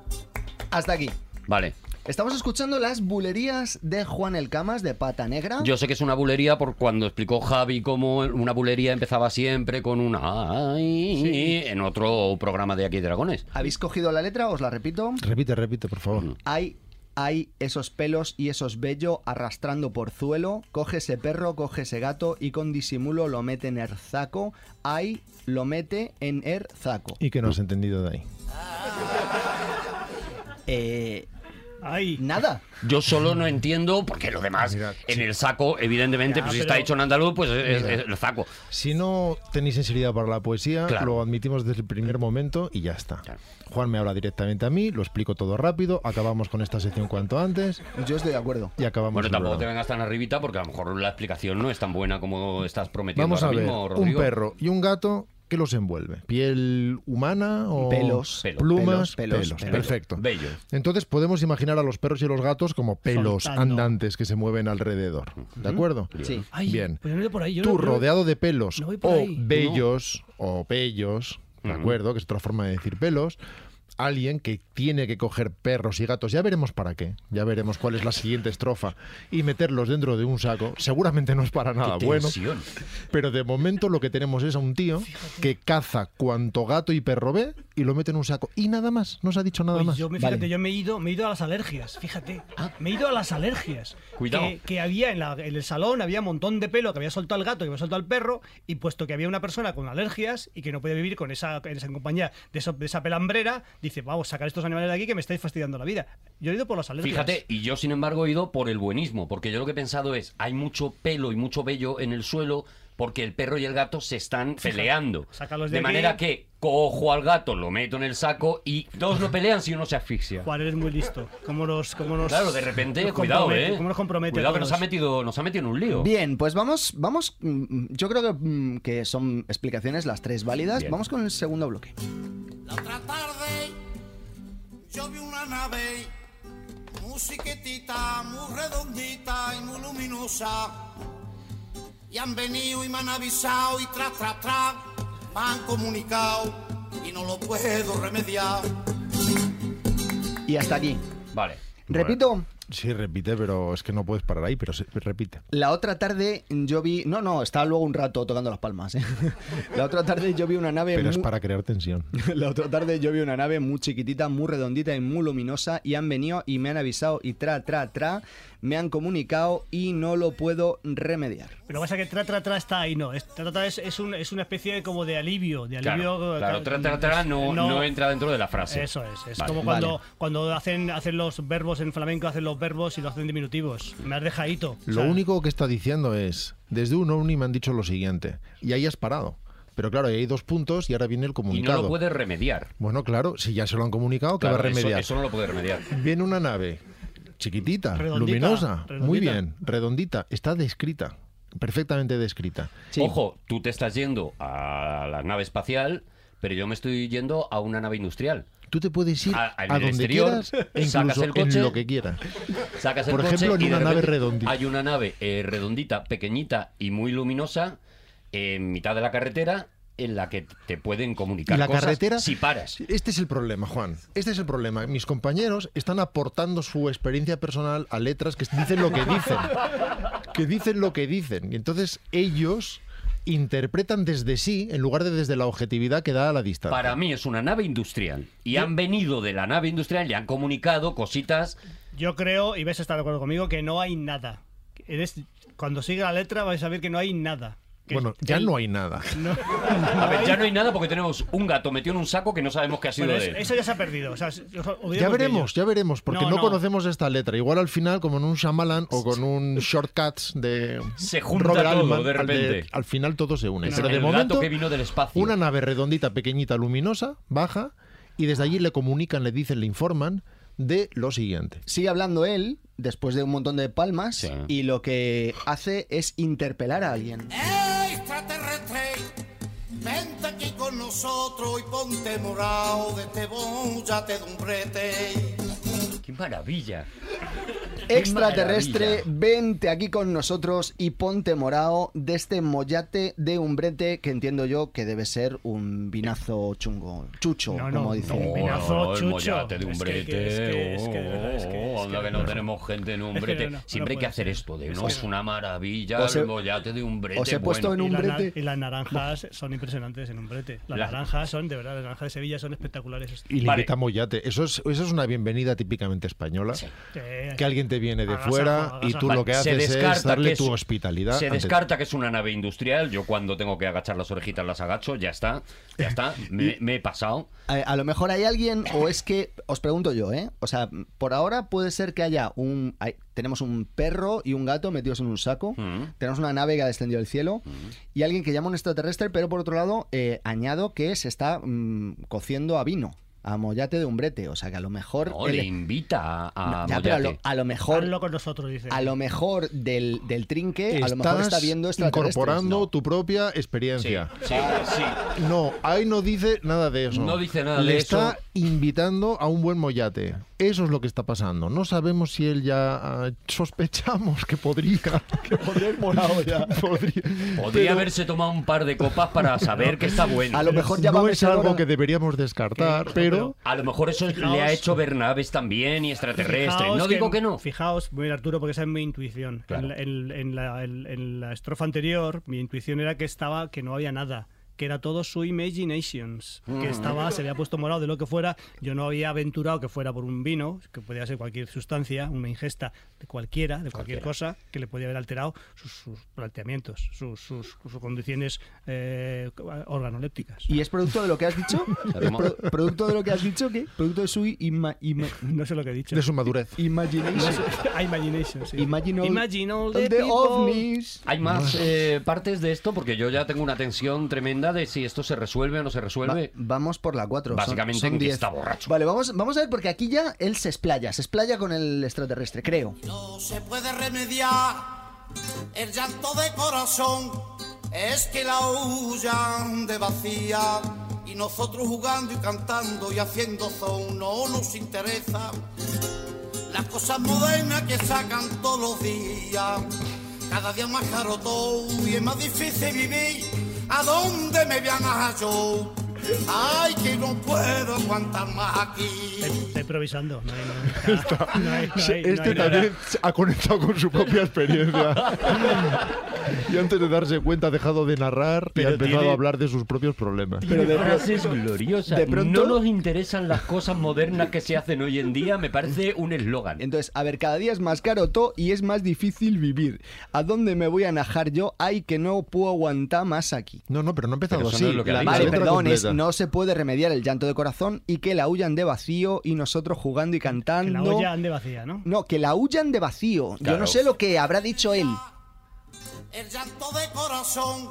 [SPEAKER 2] Hasta aquí.
[SPEAKER 4] Vale.
[SPEAKER 2] Estamos escuchando las bulerías de Juan El Camas de Pata Negra.
[SPEAKER 4] Yo sé que es una bulería por cuando explicó Javi cómo una bulería empezaba siempre con una ay, en otro programa de Aquí hay Dragones.
[SPEAKER 2] ¿Habéis cogido la letra? Os la repito.
[SPEAKER 5] Repite, repite, por
[SPEAKER 4] Mm.
[SPEAKER 5] favor.
[SPEAKER 2] Hay, hay esos pelos y esos vello arrastrando por suelo. Coge ese perro, coge ese gato y con disimulo lo mete en el zaco. Hay, lo mete en el zaco.
[SPEAKER 5] Y que no has entendido de ahí.
[SPEAKER 2] Eh, Nada.
[SPEAKER 4] Yo solo no entiendo porque lo demás en el saco, evidentemente,
[SPEAKER 5] Ya,
[SPEAKER 4] pues si
[SPEAKER 5] pero-
[SPEAKER 4] está hecho en andaluz, pues es,
[SPEAKER 5] Mira.
[SPEAKER 4] es el saco.
[SPEAKER 5] Si no tenéis sensibilidad para la poesía,
[SPEAKER 4] Claro.
[SPEAKER 5] lo admitimos desde el primer momento y ya está. Juan me habla directamente a mí, lo explico todo rápido, acabamos con esta sección cuanto antes.
[SPEAKER 2] Yo estoy de acuerdo.
[SPEAKER 5] Y acabamos
[SPEAKER 4] Bueno,
[SPEAKER 5] el
[SPEAKER 4] tampoco te
[SPEAKER 5] programa.
[SPEAKER 4] vengas tan arribita porque a lo mejor la explicación no es tan buena como estás prometiendo
[SPEAKER 5] Vamos a
[SPEAKER 4] ahora
[SPEAKER 5] ver,
[SPEAKER 4] mismo,
[SPEAKER 5] un
[SPEAKER 4] Rodrigo.
[SPEAKER 5] perro y un gato, ¿qué los envuelve? ¿Piel humana o
[SPEAKER 2] Pelos. Pelos, pelos,
[SPEAKER 5] plumas?
[SPEAKER 2] pelos, pelos.
[SPEAKER 5] Perfecto.
[SPEAKER 4] Bello.
[SPEAKER 5] Entonces podemos imaginar a los perros y a los gatos como pelos
[SPEAKER 11] Soltando.
[SPEAKER 5] andantes que se mueven alrededor. ¿De acuerdo?
[SPEAKER 11] Sí. Ay,
[SPEAKER 5] Bien.
[SPEAKER 11] Pues yo no he ido por ahí. Yo
[SPEAKER 5] Tú
[SPEAKER 11] no- yo no-
[SPEAKER 5] rodeado de pelos
[SPEAKER 11] no voy por
[SPEAKER 5] o
[SPEAKER 11] ahí.
[SPEAKER 5] bellos o pellos, ¿de acuerdo? Que es otra forma de decir pelos. Alguien que tiene que coger perros y gatos, ya veremos para qué, ya veremos cuál es la siguiente estrofa, y meterlos dentro de un saco, seguramente no es para nada
[SPEAKER 4] Qué
[SPEAKER 5] Ah, bueno.
[SPEAKER 4] tensión.
[SPEAKER 5] Pero de momento lo que tenemos es a un tío que caza cuanto gato y perro ve y lo mete en un saco. Y nada más, no se ha dicho nada
[SPEAKER 11] Oye,
[SPEAKER 5] más.
[SPEAKER 11] Pues
[SPEAKER 5] Ah.
[SPEAKER 11] yo me, fíjate, yo me he ido, me he ido a las alergias, fíjate. Me he ido a las alergias.
[SPEAKER 5] Cuidado.
[SPEAKER 11] Que, que había en, la- en el salón, había un montón de pelo que había soltado al gato, que había soltado al perro, y puesto que había una persona con alergias y que no puede vivir con esa, en esa compañía de, eso- de esa pelambrera, dice, vamos, sacar estos animales de aquí que me estáis fastidiando la vida. Yo he ido por las alergias.
[SPEAKER 4] Fíjate, y yo sin embargo he ido por el buenismo, porque yo lo que he pensado es, hay mucho pelo y mucho vello en el suelo porque el perro y el gato se están peleando.
[SPEAKER 11] sácalos de
[SPEAKER 4] de
[SPEAKER 11] aquí.
[SPEAKER 4] manera que cojo al gato, lo meto en el saco y dos lo pelean si uno se asfixia.
[SPEAKER 11] Juan, eres muy listo. ¿Cómo nos, cómo nos-
[SPEAKER 4] Claro, de repente,
[SPEAKER 11] nos
[SPEAKER 4] cuidado,
[SPEAKER 11] compromete-
[SPEAKER 4] eh.
[SPEAKER 11] ¿Cómo nos compromete? a
[SPEAKER 4] Cuidado que nos ha
[SPEAKER 11] todos?
[SPEAKER 4] metido, nos ha metido en un lío.
[SPEAKER 2] Bien, pues vamos, vamos. mm, Yo creo que, mm, que son explicaciones las tres válidas.
[SPEAKER 4] Bien.
[SPEAKER 2] Vamos con el segundo bloque.
[SPEAKER 12] Otra tarde yo vi una nave muy chiquitita, muy redondita y muy luminosa. Y han venido y me han avisado y tras, tras, tras, me han comunicado y no lo puedo remediar.
[SPEAKER 2] Y hasta aquí.
[SPEAKER 4] Vale.
[SPEAKER 2] Repito,
[SPEAKER 5] Sí, repite, pero es que no puedes parar ahí, pero se- repite.
[SPEAKER 4] Eh,
[SPEAKER 2] La otra tarde yo vi. No, no, estaba luego un rato tocando las palmas. ¿eh? La otra tarde yo vi una nave.
[SPEAKER 5] Pero es
[SPEAKER 2] mu-
[SPEAKER 5] para crear tensión.
[SPEAKER 2] La otra tarde yo vi una nave muy chiquitita, muy redondita y muy luminosa y han venido y me han avisado y tra, tra, tra, me han comunicado y no lo puedo remediar.
[SPEAKER 3] Lo que pasa es que tra, tra, tra está ahí, no. Es, tra, tra, tra es, es, un- es una especie de, como de alivio. De alivio
[SPEAKER 4] Claro, claro, tra, tra, tra, no, no entra dentro de la frase.
[SPEAKER 3] Eso es. Es
[SPEAKER 4] Vale.
[SPEAKER 3] como cuando, cuando hacen, hacen los verbos en flamenco, hacen los verbos y lo hacen diminutivos. Me has dejadito.
[SPEAKER 5] Lo único que está diciendo es, desde un ovni me han dicho lo siguiente, y ahí has parado. Pero claro, ahí hay dos puntos y ahora viene el
[SPEAKER 4] Y no
[SPEAKER 5] comunicado.
[SPEAKER 4] lo puede remediar.
[SPEAKER 5] Bueno, claro, si ya se lo han comunicado, ¿qué
[SPEAKER 4] Claro,
[SPEAKER 5] va a
[SPEAKER 4] eso-
[SPEAKER 5] remediar?
[SPEAKER 4] eso no lo puede remediar.
[SPEAKER 5] Viene una nave chiquitita,
[SPEAKER 4] Redondita,
[SPEAKER 5] luminosa, muy
[SPEAKER 4] redondita.
[SPEAKER 5] bien, redondita, está descrita, perfectamente descrita.
[SPEAKER 4] Ojo, tú te estás yendo a la nave espacial, pero yo me estoy yendo a una nave industrial.
[SPEAKER 5] Tú te puedes ir
[SPEAKER 4] A-
[SPEAKER 5] a,
[SPEAKER 4] al
[SPEAKER 5] donde
[SPEAKER 4] exterior,
[SPEAKER 5] quieras e
[SPEAKER 4] sacas
[SPEAKER 5] incluso
[SPEAKER 4] el coche,
[SPEAKER 5] en lo que quieras.
[SPEAKER 4] Sacas el
[SPEAKER 5] Por
[SPEAKER 4] coche
[SPEAKER 5] ejemplo, en
[SPEAKER 4] y de
[SPEAKER 5] una nave
[SPEAKER 4] repente
[SPEAKER 5] redondita.
[SPEAKER 4] Hay una nave eh, redondita, pequeñita y muy luminosa en mitad de la carretera en la que te pueden comunicar
[SPEAKER 5] Y la
[SPEAKER 4] cosas
[SPEAKER 5] carretera,
[SPEAKER 4] si paras.
[SPEAKER 5] Este es el problema, Juan. Este es el problema. Mis compañeros están aportando su experiencia personal a letras que dicen lo que dicen. Que dicen lo que dicen. Y entonces ellos interpretan desde sí en lugar de desde la objetividad que da a la distancia.
[SPEAKER 4] Para mí es una nave industrial y han venido de la nave industrial y han comunicado cositas
[SPEAKER 3] Yo creo, y ves, está de acuerdo conmigo, que no hay nada. Eres, cuando siga la letra vais a ver que no hay nada.
[SPEAKER 5] Bueno, ya no hay nada.
[SPEAKER 4] A ver, ya no hay nada porque tenemos un gato metido en un saco que no sabemos qué ha sido
[SPEAKER 3] Bueno,
[SPEAKER 4] de
[SPEAKER 3] es-
[SPEAKER 4] él.
[SPEAKER 3] eso ya se ha perdido. o sea, os- os olvidéis
[SPEAKER 5] Ya
[SPEAKER 3] de
[SPEAKER 5] veremos,
[SPEAKER 3] ello.
[SPEAKER 5] ya veremos, porque
[SPEAKER 3] No,
[SPEAKER 5] no,
[SPEAKER 3] no.
[SPEAKER 5] conocemos esta letra. Igual al final, como en un Shyamalan o con un Shortcuts de
[SPEAKER 4] Se junta todo, de
[SPEAKER 5] al
[SPEAKER 4] repente.
[SPEAKER 5] Al, final todo se une.
[SPEAKER 4] Es
[SPEAKER 5] Pero de
[SPEAKER 4] el
[SPEAKER 5] momento,
[SPEAKER 4] gato que vino del espacio.
[SPEAKER 5] una nave redondita, pequeñita, luminosa, baja, y desde allí le comunican, le dicen, le informan de lo siguiente.
[SPEAKER 2] Sigue hablando él después de un montón de palmas y lo que hace es interpelar a alguien.
[SPEAKER 12] extraterrestre, vente aquí con nosotros y ponte morado de este bóllate de un brete.
[SPEAKER 4] ¡Qué maravilla!
[SPEAKER 12] Qué
[SPEAKER 2] Extraterrestre,
[SPEAKER 12] maravilla.
[SPEAKER 2] vente aquí con nosotros y ponte morao de este mollate de umbrete que entiendo yo que debe ser un vinazo chungo, chucho,
[SPEAKER 4] No,
[SPEAKER 2] como dicen.
[SPEAKER 4] el Oh, mollate de un brete. oh, anda que no tenemos gente en un
[SPEAKER 2] Es que
[SPEAKER 4] brete.
[SPEAKER 2] no, no
[SPEAKER 4] Siempre hay que
[SPEAKER 2] puede
[SPEAKER 4] hacer esto de
[SPEAKER 3] Es
[SPEAKER 4] no
[SPEAKER 3] que
[SPEAKER 4] es
[SPEAKER 3] no.
[SPEAKER 4] una maravilla
[SPEAKER 3] Os he-
[SPEAKER 4] el mollate de un brete. bueno.
[SPEAKER 3] Y la na- Y las naranjas son impresionantes en un brete. Las
[SPEAKER 5] Las-
[SPEAKER 3] naranjas son, de verdad, las naranjas de Sevilla son espectaculares.
[SPEAKER 5] Y le invita mollate. Eso es, eso es una bienvenida típicamente española. Que alguien te viene de
[SPEAKER 4] Agasajo,
[SPEAKER 5] fuera y tú
[SPEAKER 4] agasajo.
[SPEAKER 5] lo que
[SPEAKER 4] Se
[SPEAKER 5] haces es
[SPEAKER 4] descarta que
[SPEAKER 5] darle
[SPEAKER 4] es-
[SPEAKER 5] tu hospitalidad.
[SPEAKER 4] Se
[SPEAKER 5] ante
[SPEAKER 4] descarta que es una nave industrial. Yo cuando tengo que agachar las orejitas las agacho, ya está, ya está, me, me he pasado.
[SPEAKER 2] A, Eh, a lo mejor hay alguien, o es que, os pregunto yo, ¿eh? O sea, por ahora puede ser que haya un. hay- tenemos un perro y un gato metidos en un saco.
[SPEAKER 4] Mm.
[SPEAKER 2] Tenemos una nave que ha descendido del cielo. Y alguien que llama a un extraterrestre, pero por otro lado, eh, añado que se está mm, cociendo a vino, a mollate de umbrete. O sea, que a lo mejor.
[SPEAKER 4] No,
[SPEAKER 2] el-
[SPEAKER 4] le invita a, a
[SPEAKER 2] Ya, pero a lo,
[SPEAKER 4] mollate.
[SPEAKER 2] a lo mejor.
[SPEAKER 3] Hazlo con nosotros, dice.
[SPEAKER 2] A lo mejor del, del trinque,
[SPEAKER 5] todo.
[SPEAKER 2] Eh, a lo mejor
[SPEAKER 5] Estás
[SPEAKER 2] está viendo extraterrestres.
[SPEAKER 5] incorporando tu propia experiencia.
[SPEAKER 4] Sí, sí.
[SPEAKER 5] No, ahí no dice nada de eso.
[SPEAKER 4] No dice nada
[SPEAKER 5] Le
[SPEAKER 4] de
[SPEAKER 5] está
[SPEAKER 4] eso.
[SPEAKER 5] invitando a un buen mollate. Eso es lo que está pasando. No sabemos si él ya ah, sospechamos que podría. Que podría ir morado ya. Podría,
[SPEAKER 4] Podría
[SPEAKER 5] pero
[SPEAKER 4] haberse tomado un par de copas para saber que está bueno.
[SPEAKER 5] no es algo que deberíamos descartar, pero
[SPEAKER 4] A lo mejor eso le ha
[SPEAKER 3] Fijaos-
[SPEAKER 4] hecho ver naves también y extraterrestres.
[SPEAKER 3] Fijaos
[SPEAKER 4] Este, No digo que no.
[SPEAKER 3] Fijaos, muy bien, Arturo, porque esa es mi intuición. En,
[SPEAKER 4] Claro.
[SPEAKER 3] la, en- en la- en- en la estrofa anterior, mi intuición era que estaba, que no había nada que era todo su imaginations,
[SPEAKER 4] Mm.
[SPEAKER 3] que estaba, se había puesto morado de lo que fuera, yo no había aventurado que fuera por un vino, que podía ser cualquier sustancia, una ingesta de cualquiera, de cualquier cosa, que le podía haber alterado sus, sus planteamientos, sus, sus- sus condiciones eh, organolépticas.
[SPEAKER 2] ¿Y es producto de lo que has dicho? ¿Es pro- ¿Producto de lo que has dicho qué? ¿Producto de su ima- ima-
[SPEAKER 3] No sé lo que he dicho.
[SPEAKER 5] de su madurez.
[SPEAKER 2] Imagination.
[SPEAKER 3] Ah, Imagination, sí.
[SPEAKER 2] Imagine all-
[SPEAKER 3] Imagine all the
[SPEAKER 2] all the
[SPEAKER 3] people.
[SPEAKER 2] ovnis.
[SPEAKER 4] Hay más eh, partes de esto porque yo ya tengo una tensión tremenda de si esto se resuelve o no se resuelve.
[SPEAKER 2] vamos por la 4.
[SPEAKER 4] Básicamente en que está borracho.
[SPEAKER 2] Vale, vamos, vamos a ver, porque aquí ya él se explaya, se explaya con el extraterrestre, creo.
[SPEAKER 12] No se puede remediar el llanto de corazón, es que la huyan de vacía. Y nosotros jugando y cantando y haciendo son, no nos interesa las cosas modernas que sacan todos los días. Cada día más caro todo y es más difícil vivir. ¿A dónde me voy a yo? Ay, que no puedo aguantar más aquí.
[SPEAKER 3] Está improvisando. No hay, no hay-
[SPEAKER 5] Está-
[SPEAKER 3] no hay- no hay-
[SPEAKER 5] se-
[SPEAKER 3] no hay
[SPEAKER 5] este
[SPEAKER 3] nada.
[SPEAKER 5] también se ha conectado con su propia experiencia. y antes de darse cuenta ha dejado de narrar y
[SPEAKER 4] Pero
[SPEAKER 5] ha empezado
[SPEAKER 4] tiene-
[SPEAKER 5] a hablar de sus propios problemas.
[SPEAKER 4] Pero de frases gloriosas.
[SPEAKER 5] de pronto-
[SPEAKER 4] No nos interesan las cosas modernas que se hacen hoy en día. Me parece un eslogan.
[SPEAKER 2] Entonces, a ver, cada día es más caro todo y es más difícil vivir. ¿A dónde me voy a najar yo? Ay, que no puedo aguantar más aquí.
[SPEAKER 5] No, no, pero no ha empezado
[SPEAKER 4] Pero eso
[SPEAKER 5] así.
[SPEAKER 4] no es lo que ha
[SPEAKER 5] La-
[SPEAKER 4] dicho.
[SPEAKER 5] la
[SPEAKER 2] Vale,
[SPEAKER 5] letra
[SPEAKER 2] perdón, es
[SPEAKER 5] completa.
[SPEAKER 2] no se puede remediar el llanto de corazón y que la huyan de vacío y nosotros jugando y
[SPEAKER 3] Que
[SPEAKER 2] cantando.
[SPEAKER 3] la olla ande vacía, ¿no?
[SPEAKER 2] No, que la huyan de vacío. Yo
[SPEAKER 3] Claro.
[SPEAKER 2] no sé lo que habrá dicho él.
[SPEAKER 12] El llanto de corazón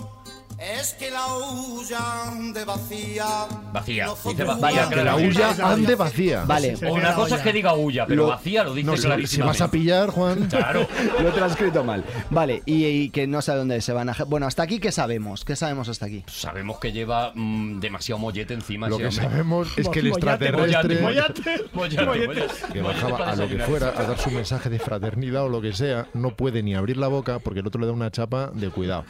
[SPEAKER 12] es que la huyan de vacía.
[SPEAKER 4] Vacía. Dice
[SPEAKER 12] Vaya,
[SPEAKER 4] vacía.
[SPEAKER 5] que la huya ande vacía.
[SPEAKER 2] Vale.
[SPEAKER 4] O Una cosa es que diga huya, pero
[SPEAKER 2] Lo-
[SPEAKER 4] vacía lo dice
[SPEAKER 5] No, si, si vas
[SPEAKER 4] clarísimamente.
[SPEAKER 5] a pillar, Juan.
[SPEAKER 4] Claro.
[SPEAKER 2] Lo he transcrito mal. Vale, y, y que no sabe dónde se van a. Bueno, hasta aquí, ¿qué sabemos? ¿Qué sabemos hasta aquí?
[SPEAKER 4] Sabemos que lleva mm, demasiado mollete encima.
[SPEAKER 5] Lo
[SPEAKER 4] ese
[SPEAKER 5] que
[SPEAKER 4] hombre.
[SPEAKER 5] sabemos es que el
[SPEAKER 4] Mollate,
[SPEAKER 5] extraterrestre
[SPEAKER 4] mollate, mollate, mollate, mollate.
[SPEAKER 5] que
[SPEAKER 4] Mollate
[SPEAKER 5] bajaba
[SPEAKER 4] para
[SPEAKER 5] a lo que
[SPEAKER 4] desayunar.
[SPEAKER 5] fuera a dar su mensaje de fraternidad o lo que sea, no puede ni abrir la boca porque el otro le da una chapa de cuidado.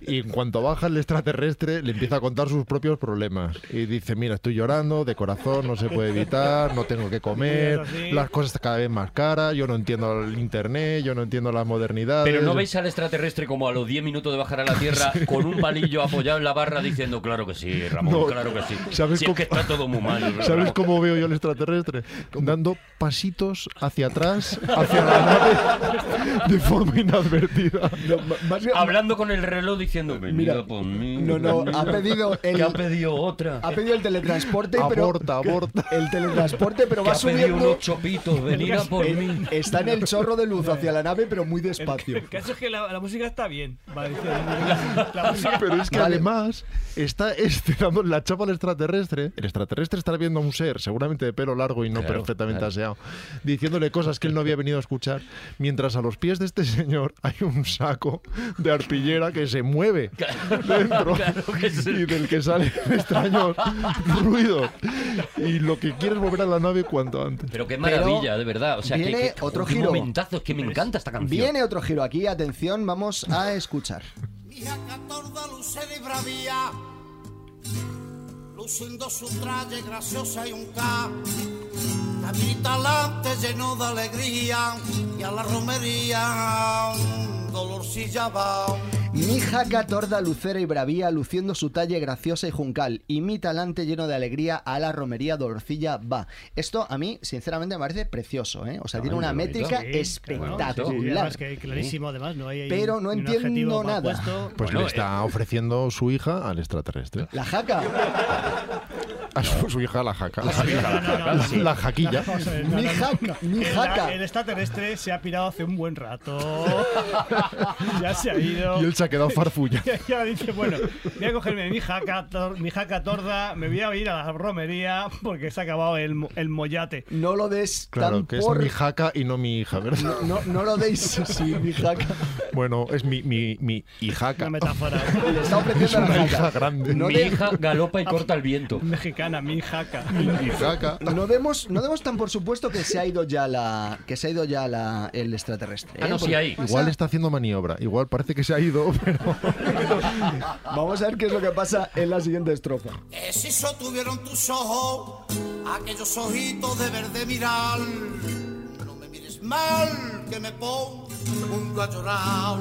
[SPEAKER 5] Y en cuanto baja el extraterrestre, le empieza a contar sus propios problemas. Y dice, mira, estoy llorando, de corazón, no se puede evitar, no tengo que comer, las cosas cada vez más caras, yo no entiendo el internet, yo no entiendo la modernidad.
[SPEAKER 4] Pero no veis al extraterrestre como a los 10 minutos de bajar a la Tierra con un palillo apoyado en la barra diciendo, claro que sí, Ramón,
[SPEAKER 5] No,
[SPEAKER 4] claro que sí.
[SPEAKER 5] ¿sabes
[SPEAKER 4] si
[SPEAKER 5] cómo-
[SPEAKER 4] es que está todo muy mal.
[SPEAKER 5] ¿Sabes
[SPEAKER 4] Ramón.
[SPEAKER 5] cómo veo yo al extraterrestre? Dando pasitos hacia atrás, hacia la nave, de forma inadvertida.
[SPEAKER 4] Hablando con el reloj diciendo, mira, por mí.
[SPEAKER 2] No, no, ah, ha pedido el-
[SPEAKER 4] Que ha pedido otra.
[SPEAKER 2] Ha pedido el teletransporte, pero.
[SPEAKER 5] Aborta, aborta.
[SPEAKER 2] El teletransporte, pero
[SPEAKER 4] que
[SPEAKER 2] va
[SPEAKER 4] ha pedido
[SPEAKER 2] subiendo. eh,
[SPEAKER 4] unos chopitos, venir a por mí.
[SPEAKER 2] Está en el chorro de luz hacia la nave, pero muy despacio.
[SPEAKER 11] El caso es que la, la música está bien. Vale, dice, la, la música.
[SPEAKER 5] Pero es que
[SPEAKER 2] Vale.
[SPEAKER 5] además está este, dando la chapa al extraterrestre. El extraterrestre está viendo a un ser, seguramente de pelo largo y no
[SPEAKER 4] Claro,
[SPEAKER 5] perfectamente
[SPEAKER 4] claro.
[SPEAKER 5] aseado, diciéndole cosas que él no había venido a escuchar. Mientras a los pies de este señor hay un saco de arpillera que se mueve dentro
[SPEAKER 4] que sí.
[SPEAKER 5] y del que salen extraños ruidos. Y lo que quiere es volver a la nave cuanto antes.
[SPEAKER 4] Pero qué maravilla,
[SPEAKER 2] Pero
[SPEAKER 4] de verdad. O sea,
[SPEAKER 2] viene
[SPEAKER 4] que, que-
[SPEAKER 2] otro
[SPEAKER 4] qué
[SPEAKER 2] giro. Pues
[SPEAKER 4] momentazo, es que me encanta esta canción.
[SPEAKER 2] Viene otro giro aquí, atención, vamos a escuchar.
[SPEAKER 12] Hija catorda, lucera y bravía, luciendo su traje graciosa y un K. Caminita alante lleno de alegría y a la romería dolorcilla va.
[SPEAKER 2] Mija catorda, lucera y bravía, luciendo su talle graciosa y juncal, y mi talante lleno de alegría a la romería dolorcilla va. Esto a mí, sinceramente, me parece precioso, ¿eh? O sea, tiene
[SPEAKER 4] muy
[SPEAKER 2] una
[SPEAKER 4] bonito.
[SPEAKER 2] métrica
[SPEAKER 3] Sí, claro, sí, sí,
[SPEAKER 2] espectacular.
[SPEAKER 3] además que clarísimo, además, no hay ahí
[SPEAKER 2] Pero
[SPEAKER 3] un-
[SPEAKER 2] no
[SPEAKER 3] un
[SPEAKER 2] entiendo
[SPEAKER 3] adjetivo mal
[SPEAKER 2] nada.
[SPEAKER 3] puesto.
[SPEAKER 5] Pues
[SPEAKER 4] Bueno,
[SPEAKER 5] le está ofreciendo su hija al extraterrestre.
[SPEAKER 2] La jaca.
[SPEAKER 5] A su, su hija la jaca. La,
[SPEAKER 3] No, no, no, no.
[SPEAKER 5] la jaquilla.
[SPEAKER 3] Vamos a ver, no,
[SPEAKER 2] Mi
[SPEAKER 3] no, no.
[SPEAKER 2] jaca, mi
[SPEAKER 3] El-
[SPEAKER 2] jaca.
[SPEAKER 3] El extraterrestre se ha pirado hace un buen rato. ya se ha ido.
[SPEAKER 5] Y él se ha quedado farfulla.
[SPEAKER 3] ya dice, bueno, voy a cogerme mi jaca, tor- mi jaca torda, me voy a ir a la romería porque se ha acabado el, mo- el mollate.
[SPEAKER 2] No lo des
[SPEAKER 5] Claro,
[SPEAKER 2] tan
[SPEAKER 5] que es
[SPEAKER 2] por...
[SPEAKER 5] mi jaca y no mi hija, ¿verdad?
[SPEAKER 2] No, no lo deis, sí, mi jaca.
[SPEAKER 5] Bueno, es mi, mi, mi hijaca.
[SPEAKER 3] Una metáfora
[SPEAKER 2] Le está
[SPEAKER 5] Es
[SPEAKER 2] ofreciendo a
[SPEAKER 5] una
[SPEAKER 2] la
[SPEAKER 5] hija
[SPEAKER 2] jaca.
[SPEAKER 5] grande.
[SPEAKER 2] No
[SPEAKER 4] Mi
[SPEAKER 2] de-
[SPEAKER 4] hija galopa y corta el viento.
[SPEAKER 3] mexicana, mi jaca.
[SPEAKER 5] Hijaca.
[SPEAKER 2] No demos, no demos tan por supuesto que se ha ido ya la que se ha ido ya la, el extraterrestre.
[SPEAKER 4] Ah,
[SPEAKER 2] ¿eh?
[SPEAKER 4] no, sí,
[SPEAKER 2] Porque
[SPEAKER 4] ahí.
[SPEAKER 2] pasa-
[SPEAKER 5] Igual está haciendo maniobra. Igual parece que se ha ido, pero...
[SPEAKER 2] Vamos a ver qué es lo que pasa en la siguiente estrofa.
[SPEAKER 12] Que si sostuvieron tus ojos, aquellos ojitos de verde mirar. No me mires mal, que me pongo a llorar.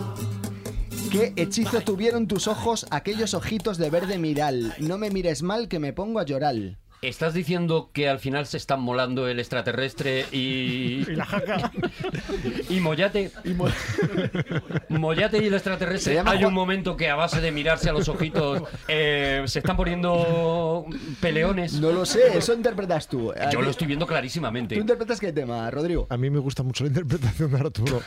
[SPEAKER 2] ¿Qué hechizo tuvieron tus ojos aquellos ojitos de verde miral? No me mires mal que me pongo a llorar.
[SPEAKER 4] ¿Estás diciendo que al final se están molando el extraterrestre y.
[SPEAKER 3] Y la jaca.
[SPEAKER 4] y Mollate? Mollate y el
[SPEAKER 2] Se
[SPEAKER 4] extraterrestre.
[SPEAKER 2] llama
[SPEAKER 4] Hay
[SPEAKER 2] Juan-
[SPEAKER 4] un momento que a base de mirarse a los ojitos eh, se están poniendo peleones.
[SPEAKER 2] No lo sé, eso interpretas tú.
[SPEAKER 4] Yo lo
[SPEAKER 2] ¿Tú
[SPEAKER 4] estoy viendo clarísimamente.
[SPEAKER 2] interpretas qué tema, Rodrigo?
[SPEAKER 5] A mí me gusta mucho la interpretación de Arturo.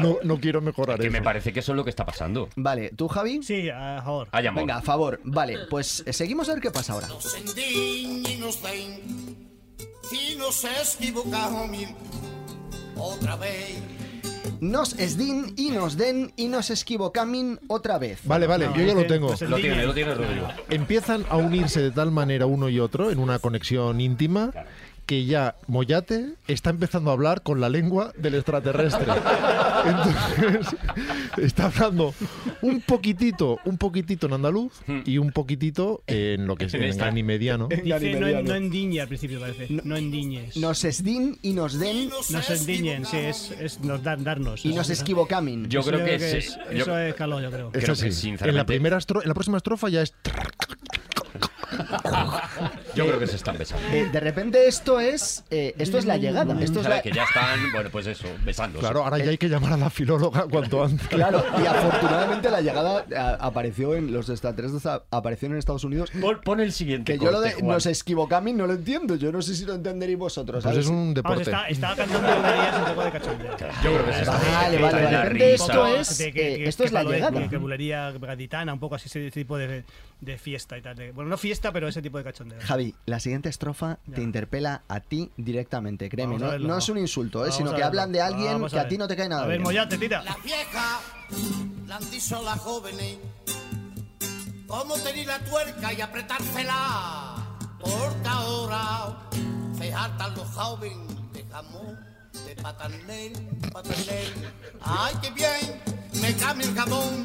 [SPEAKER 5] No, no quiero mejorar
[SPEAKER 4] Que me
[SPEAKER 5] eso.
[SPEAKER 4] parece que eso es lo que está pasando. Ah,
[SPEAKER 2] Vale, ¿tú, Javi?
[SPEAKER 3] Sí, a favor.
[SPEAKER 4] Hay amor.
[SPEAKER 2] Venga, a favor. Vale, pues seguimos a ver qué pasa ahora.
[SPEAKER 12] Los indignos den, si nos equivocamos mil, otra vez.
[SPEAKER 2] Nos esdin y nos den y nos esquivocamin otra vez.
[SPEAKER 5] Vale, vale, yo ya lo tengo.
[SPEAKER 3] Pues el
[SPEAKER 4] Lo
[SPEAKER 3] niño-
[SPEAKER 4] tiene, lo tiene Rodrigo.
[SPEAKER 5] Empiezan a unirse de tal manera uno y otro en una conexión íntima que ya Moyate está empezando a hablar con la lengua del extraterrestre. Entonces, está hablando un poquitito, un poquitito en andaluz y un poquitito en lo que es
[SPEAKER 3] En
[SPEAKER 5] en
[SPEAKER 3] esta.
[SPEAKER 5] ganimediano.
[SPEAKER 3] Dice, no, en- no endiñe al principio parece. No, endiñes.
[SPEAKER 2] Nos esdin y nos den.
[SPEAKER 3] Nos endiñen, sí, es, es nos dan darnos.
[SPEAKER 2] Y nos esquivocamin.
[SPEAKER 4] Yo creo que sí.
[SPEAKER 3] es,
[SPEAKER 4] Yo-
[SPEAKER 3] eso es calor, yo creo.
[SPEAKER 5] Es
[SPEAKER 4] Creo
[SPEAKER 5] así.
[SPEAKER 4] que,
[SPEAKER 5] en,
[SPEAKER 4] sinceramente-
[SPEAKER 5] la primera estro- en la próxima estrofa ya es...
[SPEAKER 4] Yo creo que se están besando.
[SPEAKER 2] Eh, De, de repente esto es eh, esto es la llegada. Esto es
[SPEAKER 4] Mm, Sabe
[SPEAKER 2] la,
[SPEAKER 4] que ya están, bueno, pues eso, besándose.
[SPEAKER 5] Claro, ahora ya hay que llamar a la filóloga cuanto antes.
[SPEAKER 2] Claro, y afortunadamente la llegada a- apareció en los extraterrestres a- apareció en Estados Unidos.
[SPEAKER 4] Pon, el siguiente.
[SPEAKER 2] Que yo lo
[SPEAKER 4] corte,
[SPEAKER 2] de
[SPEAKER 4] Juan.
[SPEAKER 2] nos esquivocamin no lo entiendo. Yo no sé si lo entenderéis vosotros.
[SPEAKER 5] Pues
[SPEAKER 2] ¿sabes?
[SPEAKER 5] es un deporte.
[SPEAKER 3] Vamos, está, estaba cantando una de ellas un poco de cachondeo.
[SPEAKER 4] Yo creo que se están
[SPEAKER 2] Vale, vale,
[SPEAKER 4] La
[SPEAKER 2] vale. De repente
[SPEAKER 4] risa.
[SPEAKER 2] esto es,
[SPEAKER 3] De que-
[SPEAKER 2] eh,
[SPEAKER 3] que-
[SPEAKER 2] esto
[SPEAKER 3] que
[SPEAKER 2] es la
[SPEAKER 3] calor,
[SPEAKER 2] llegada.
[SPEAKER 3] Que bulería gaditana, un poco así, ese tipo de, de fiesta y tal. de- bueno, no fiesta, pero ese tipo de cachondeo.
[SPEAKER 2] Javi, la siguiente estrofa te interpela a ti directamente, créeme.
[SPEAKER 3] Vamos a
[SPEAKER 2] No,
[SPEAKER 3] verlo,
[SPEAKER 2] no
[SPEAKER 3] va.
[SPEAKER 2] es un insulto, eh,
[SPEAKER 3] Vamos
[SPEAKER 2] sino
[SPEAKER 3] a
[SPEAKER 2] que
[SPEAKER 3] verlo.
[SPEAKER 2] hablan de alguien
[SPEAKER 3] Vamos
[SPEAKER 2] que a,
[SPEAKER 3] ver.
[SPEAKER 2] ti no te cae nada
[SPEAKER 3] A ver,
[SPEAKER 2] bien.
[SPEAKER 3] mollate, tira.
[SPEAKER 12] Las viejas la han dicho a las jóvenes cómo tener la tuerca y apretársela. Porque ahora se hartan los jóvenes de jamón, de patanel, patanel. ¡Ay, qué bien! Me cambia el jamón,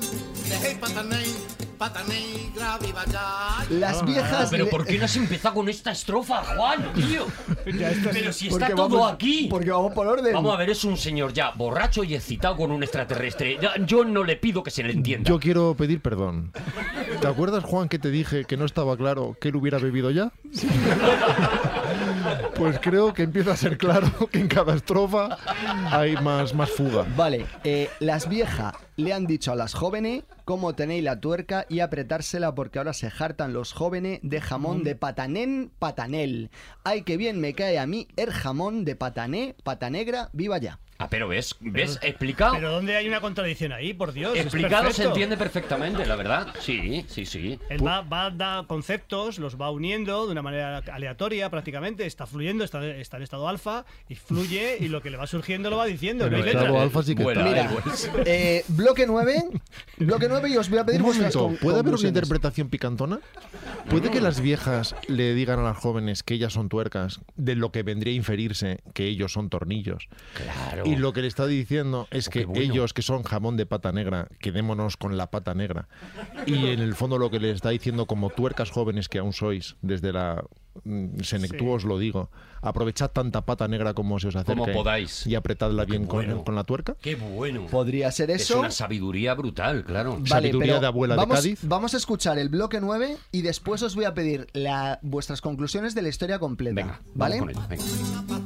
[SPEAKER 12] dejé patanel, patanel, grave vaya. ¡Ay,
[SPEAKER 2] Las
[SPEAKER 4] Ah,
[SPEAKER 2] viejas.
[SPEAKER 4] pero
[SPEAKER 2] le-
[SPEAKER 4] ¿por qué no has empezado con esta estrofa, Juan, tío? Pero si está
[SPEAKER 2] porque
[SPEAKER 4] todo
[SPEAKER 2] vamos-
[SPEAKER 4] aquí.
[SPEAKER 2] Porque vamos por orden.
[SPEAKER 4] Vamos a ver, es un señor ya borracho y excitado con un extraterrestre. Ya, Yo no le pido que se le entienda.
[SPEAKER 5] Yo quiero pedir perdón. ¿Te acuerdas, Juan, que te dije que no estaba claro que él hubiera bebido ya? Pues creo que empieza a ser claro que en cada estrofa hay más, más fuga.
[SPEAKER 2] Vale, eh, las viejas le han dicho a las jóvenes cómo tenéis la tuerca y apretársela porque ahora se jartan los jóvenes de jamón de patanén, patanel. Ay, que bien me cae a mí el jamón de patané, patanegra, viva ya.
[SPEAKER 4] Ah, pero ves, ves, explicado.
[SPEAKER 3] Pero ¿dónde hay una contradicción ahí? Por Dios. es
[SPEAKER 4] Explicado Oh. se
[SPEAKER 3] perfecto.
[SPEAKER 4] entiende perfectamente, la verdad. Sí, sí, sí.
[SPEAKER 3] Él va, va da conceptos, los va uniendo de una manera aleatoria prácticamente, está fluyendo, está, está en estado alfa y fluye y lo que le va surgiendo lo va diciendo. no
[SPEAKER 5] Pero
[SPEAKER 3] hay
[SPEAKER 5] el
[SPEAKER 3] letra.
[SPEAKER 5] estado alfa sí que
[SPEAKER 4] Vuela,
[SPEAKER 5] está.
[SPEAKER 4] eh,
[SPEAKER 2] Mira,
[SPEAKER 4] vuela.
[SPEAKER 2] eh, bloque 9, bloque 9 y os voy a pedir
[SPEAKER 5] Un
[SPEAKER 2] vuestras
[SPEAKER 5] momento,
[SPEAKER 2] con-
[SPEAKER 5] ¿puede haber una
[SPEAKER 2] conclusiones.
[SPEAKER 5] interpretación picantona? ¿Puede que las viejas le digan a las jóvenes que ellas son tuercas, de lo que vendría a inferirse que ellos son tornillos?
[SPEAKER 4] Claro.
[SPEAKER 5] Y lo que le está diciendo es que
[SPEAKER 4] Oh, bueno.
[SPEAKER 5] ellos que son jamón de pata negra, quedémonos con la pata negra. Y en el fondo lo que le está diciendo como tuercas jóvenes que aún sois, desde la mm, senectú os lo digo, aprovechad tanta pata negra como se os acerque
[SPEAKER 4] Como podáis.
[SPEAKER 5] y apretadla bien con-
[SPEAKER 4] bueno.
[SPEAKER 5] con, la tuerca.
[SPEAKER 4] Qué bueno.
[SPEAKER 2] Podría ser
[SPEAKER 4] Es
[SPEAKER 2] eso.
[SPEAKER 4] una sabiduría brutal, claro.
[SPEAKER 5] sabiduría de abuela de
[SPEAKER 2] vamos,
[SPEAKER 5] Cádiz.
[SPEAKER 2] Vamos a escuchar el bloque 9 y después os voy a pedir la- vuestras conclusiones de la historia completa.
[SPEAKER 4] Venga, vamos
[SPEAKER 2] ¿Vale?
[SPEAKER 4] con ello, venga.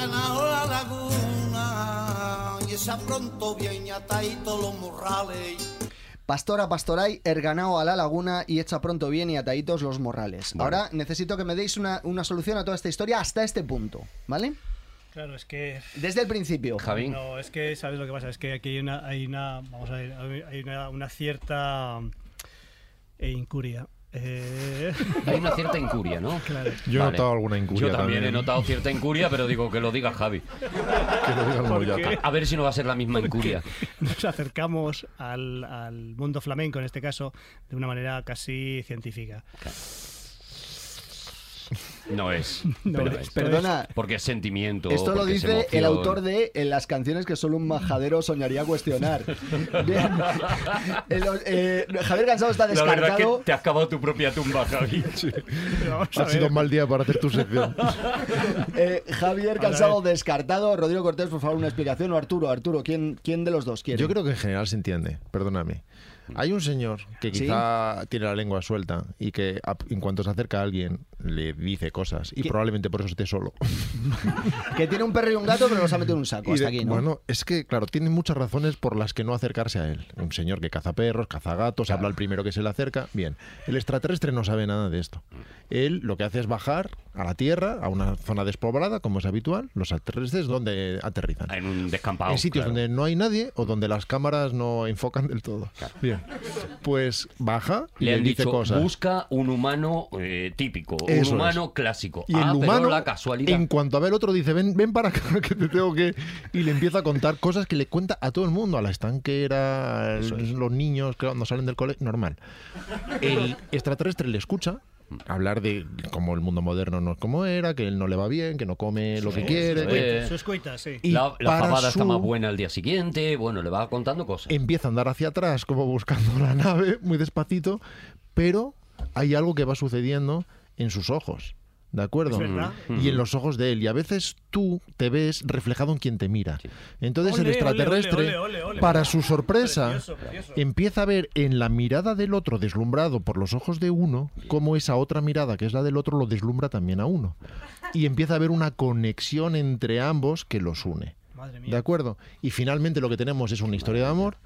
[SPEAKER 12] ganado la laguna y esa pronto bien atadito los morrales.
[SPEAKER 2] Pastora, pastoray, erganao a la laguna y echa pronto bien y ataditos los morrales. Ahora necesito que me deis una, una solución a toda esta historia hasta este punto, ¿vale?
[SPEAKER 3] Claro, es que
[SPEAKER 2] Desde el principio.
[SPEAKER 4] Javi.
[SPEAKER 3] No, es que sabes lo que pasa, es que aquí hay una, hay una, vamos a ver, hay una, una cierta eh, incuria. Eh,
[SPEAKER 4] Hay una cierta incuria, ¿no?
[SPEAKER 3] claro.
[SPEAKER 5] Yo he
[SPEAKER 4] Vale.
[SPEAKER 5] notado alguna incuria
[SPEAKER 4] Yo también
[SPEAKER 5] también.
[SPEAKER 4] he notado cierta incuria, pero digo que lo diga Javi.
[SPEAKER 5] Que lo diga el
[SPEAKER 3] ¿Por
[SPEAKER 5] Mollata.
[SPEAKER 3] qué?
[SPEAKER 4] A ver si no va a ser la misma incuria.
[SPEAKER 3] Nos acercamos al, al mundo flamenco en este caso de una manera casi científica.
[SPEAKER 4] No es.
[SPEAKER 3] No
[SPEAKER 4] pero
[SPEAKER 3] es,
[SPEAKER 4] es.
[SPEAKER 2] Perdona,
[SPEAKER 4] Porque es sentimiento.
[SPEAKER 2] esto lo
[SPEAKER 4] porque es
[SPEAKER 2] dice el
[SPEAKER 4] emoción.
[SPEAKER 2] autor de eh, las canciones que solo un majadero soñaría cuestionar. Bien. El- eh, Javier Cansado está
[SPEAKER 4] La verdad que
[SPEAKER 2] descartado.
[SPEAKER 4] te has cavado tu propia tumba, Javi.
[SPEAKER 3] Pero vamos a
[SPEAKER 5] Ha
[SPEAKER 3] ver.
[SPEAKER 5] sido un mal día para hacer tu sección.
[SPEAKER 2] eh, Javier
[SPEAKER 3] Vamos a
[SPEAKER 2] Cansado descartado. Rodrigo Cortés, por favor, una explicación. O Arturo, Arturo, ¿quién, quién de los dos quiere?
[SPEAKER 5] Yo creo que en general se entiende, perdóname. Hay un señor que
[SPEAKER 2] ¿Sí?
[SPEAKER 5] quizá tiene la lengua suelta y que a- en cuanto se acerca a alguien le dice cosas y
[SPEAKER 2] ¿Qué?
[SPEAKER 5] probablemente por eso esté solo.
[SPEAKER 2] Que tiene un perro y un gato, pero los ha metido en un saco.
[SPEAKER 5] Y
[SPEAKER 2] Hasta
[SPEAKER 5] de-
[SPEAKER 2] aquí, ¿no?
[SPEAKER 5] Bueno, es que, claro, tiene muchas razones por las que no acercarse a él. Un señor que caza perros, caza gatos, habla al primero que se le acerca. Bien, el extraterrestre no sabe nada de esto. Él lo que hace es bajar a la Tierra, a una zona despoblada, como es habitual. Los extraterrestres, donde aterrizan?
[SPEAKER 4] En un descampado.
[SPEAKER 5] en sitios
[SPEAKER 4] claro.
[SPEAKER 5] donde no hay nadie o donde las cámaras no enfocan del todo. Bien. Pues baja y
[SPEAKER 4] Le
[SPEAKER 5] le,
[SPEAKER 4] han
[SPEAKER 5] dice
[SPEAKER 4] dicho,
[SPEAKER 5] cosas.
[SPEAKER 4] busca un humano eh, típico,
[SPEAKER 5] Eso
[SPEAKER 4] un humano
[SPEAKER 5] es.
[SPEAKER 4] clásico.
[SPEAKER 5] Y
[SPEAKER 4] ah,
[SPEAKER 5] el
[SPEAKER 4] pero
[SPEAKER 5] humano,
[SPEAKER 4] la casualidad.
[SPEAKER 5] en cuanto a ver otro, dice, ven, ven para acá que te tengo que... Y le empieza a contar cosas que le cuenta a todo el mundo, a la estanquera, a los niños que cuando salen del colegio, normal. El extraterrestre le escucha, hablar de cómo el mundo moderno no es como era, que él no le va bien, que no come lo
[SPEAKER 4] Sí,
[SPEAKER 5] que quiere.
[SPEAKER 4] sí,
[SPEAKER 5] que-
[SPEAKER 4] sí.
[SPEAKER 3] Sus cuitas, sí.
[SPEAKER 5] Y
[SPEAKER 4] la la
[SPEAKER 5] para
[SPEAKER 4] pavada está
[SPEAKER 5] su-
[SPEAKER 4] más buena al día siguiente, bueno, le va contando cosas.
[SPEAKER 5] Empieza a andar hacia atrás, como buscando la nave, muy despacito, pero hay algo que va sucediendo en sus ojos. ¿De acuerdo?
[SPEAKER 11] Es verdad.
[SPEAKER 5] Y en los ojos de él. Y a veces tú te ves reflejado en quien te mira. Entonces el
[SPEAKER 11] Ole, ole,
[SPEAKER 5] extraterrestre,
[SPEAKER 11] ole, ole, ole, ole.
[SPEAKER 5] para su sorpresa,
[SPEAKER 11] Precioso, precioso.
[SPEAKER 5] empieza a ver en la mirada del otro, deslumbrado por los ojos de uno, cómo esa otra mirada, que es la del otro, lo deslumbra también a uno. Y empieza a haber una conexión entre ambos que los une. ¿De acuerdo? Y finalmente lo que tenemos es una historia de amor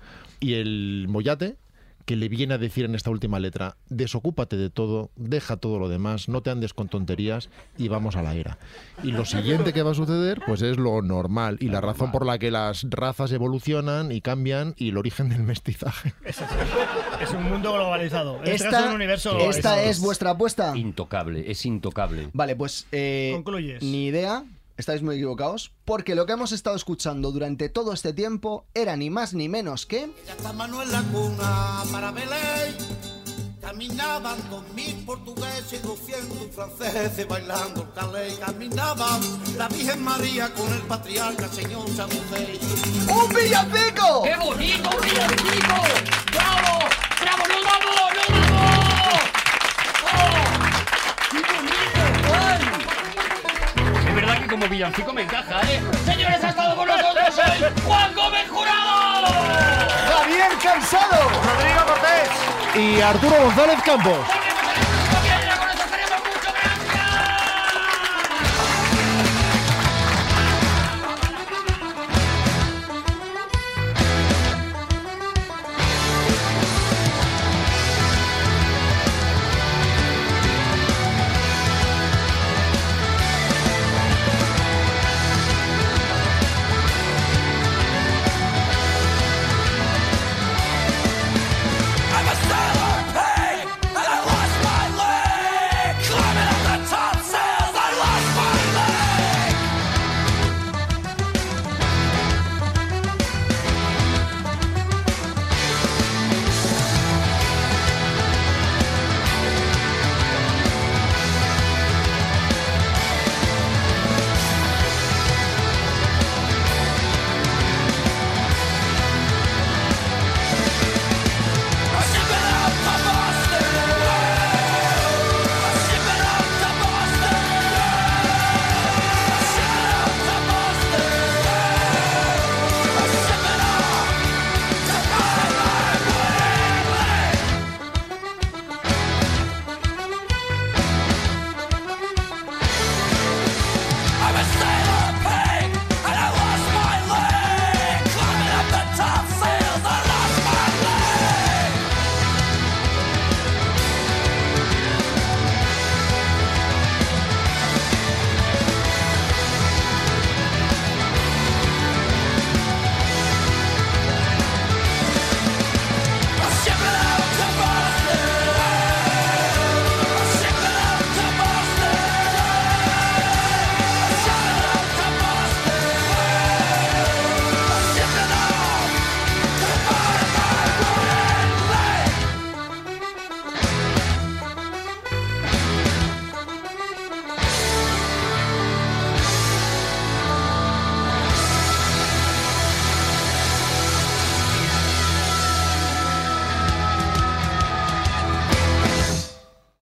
[SPEAKER 5] y el mollate que le viene a decir en esta última letra, desocúpate de todo, deja todo lo demás, no te andes con tonterías y vamos a la era. Y lo siguiente que va a suceder, pues es lo normal y la razón por la que las razas evolucionan y cambian y el origen del mestizaje.
[SPEAKER 3] Es un mundo globalizado. En este
[SPEAKER 2] Esta-
[SPEAKER 3] caso, un universo
[SPEAKER 2] esta
[SPEAKER 3] globalizado.
[SPEAKER 2] es vuestra apuesta.
[SPEAKER 4] Intocable, es intocable.
[SPEAKER 2] Vale, pues eh, ni idea, estáis muy equivocados, porque lo que hemos estado escuchando durante todo este tiempo era ni más ni menos que...
[SPEAKER 12] Esta mano en la cuna para Belén. Caminaban dos mil portugueses y doscientos franceses bailando el calé. Caminaban la Virgen María con el patriarca señor San José.
[SPEAKER 2] ¡Un villancico!
[SPEAKER 1] ¡Qué bonito, un villancico! ¡Bravo! ¡Bravo! ¡No vamos! ¡No vamos! ¡Oh! ¡Qué bonito, Juan!
[SPEAKER 4] Es verdad que como villancico me encaja, ¿eh?
[SPEAKER 1] Señores, ha estado con nosotros hoy Juan Gómez Jurado.
[SPEAKER 2] Javier Cansado.
[SPEAKER 1] Rodrigo Cortés.
[SPEAKER 5] Y Arturo González Campos.
[SPEAKER 6] I'm a sailor, hey, and I lost my leg. Climbing up the top sails, I lost my leg. I'm a sailor.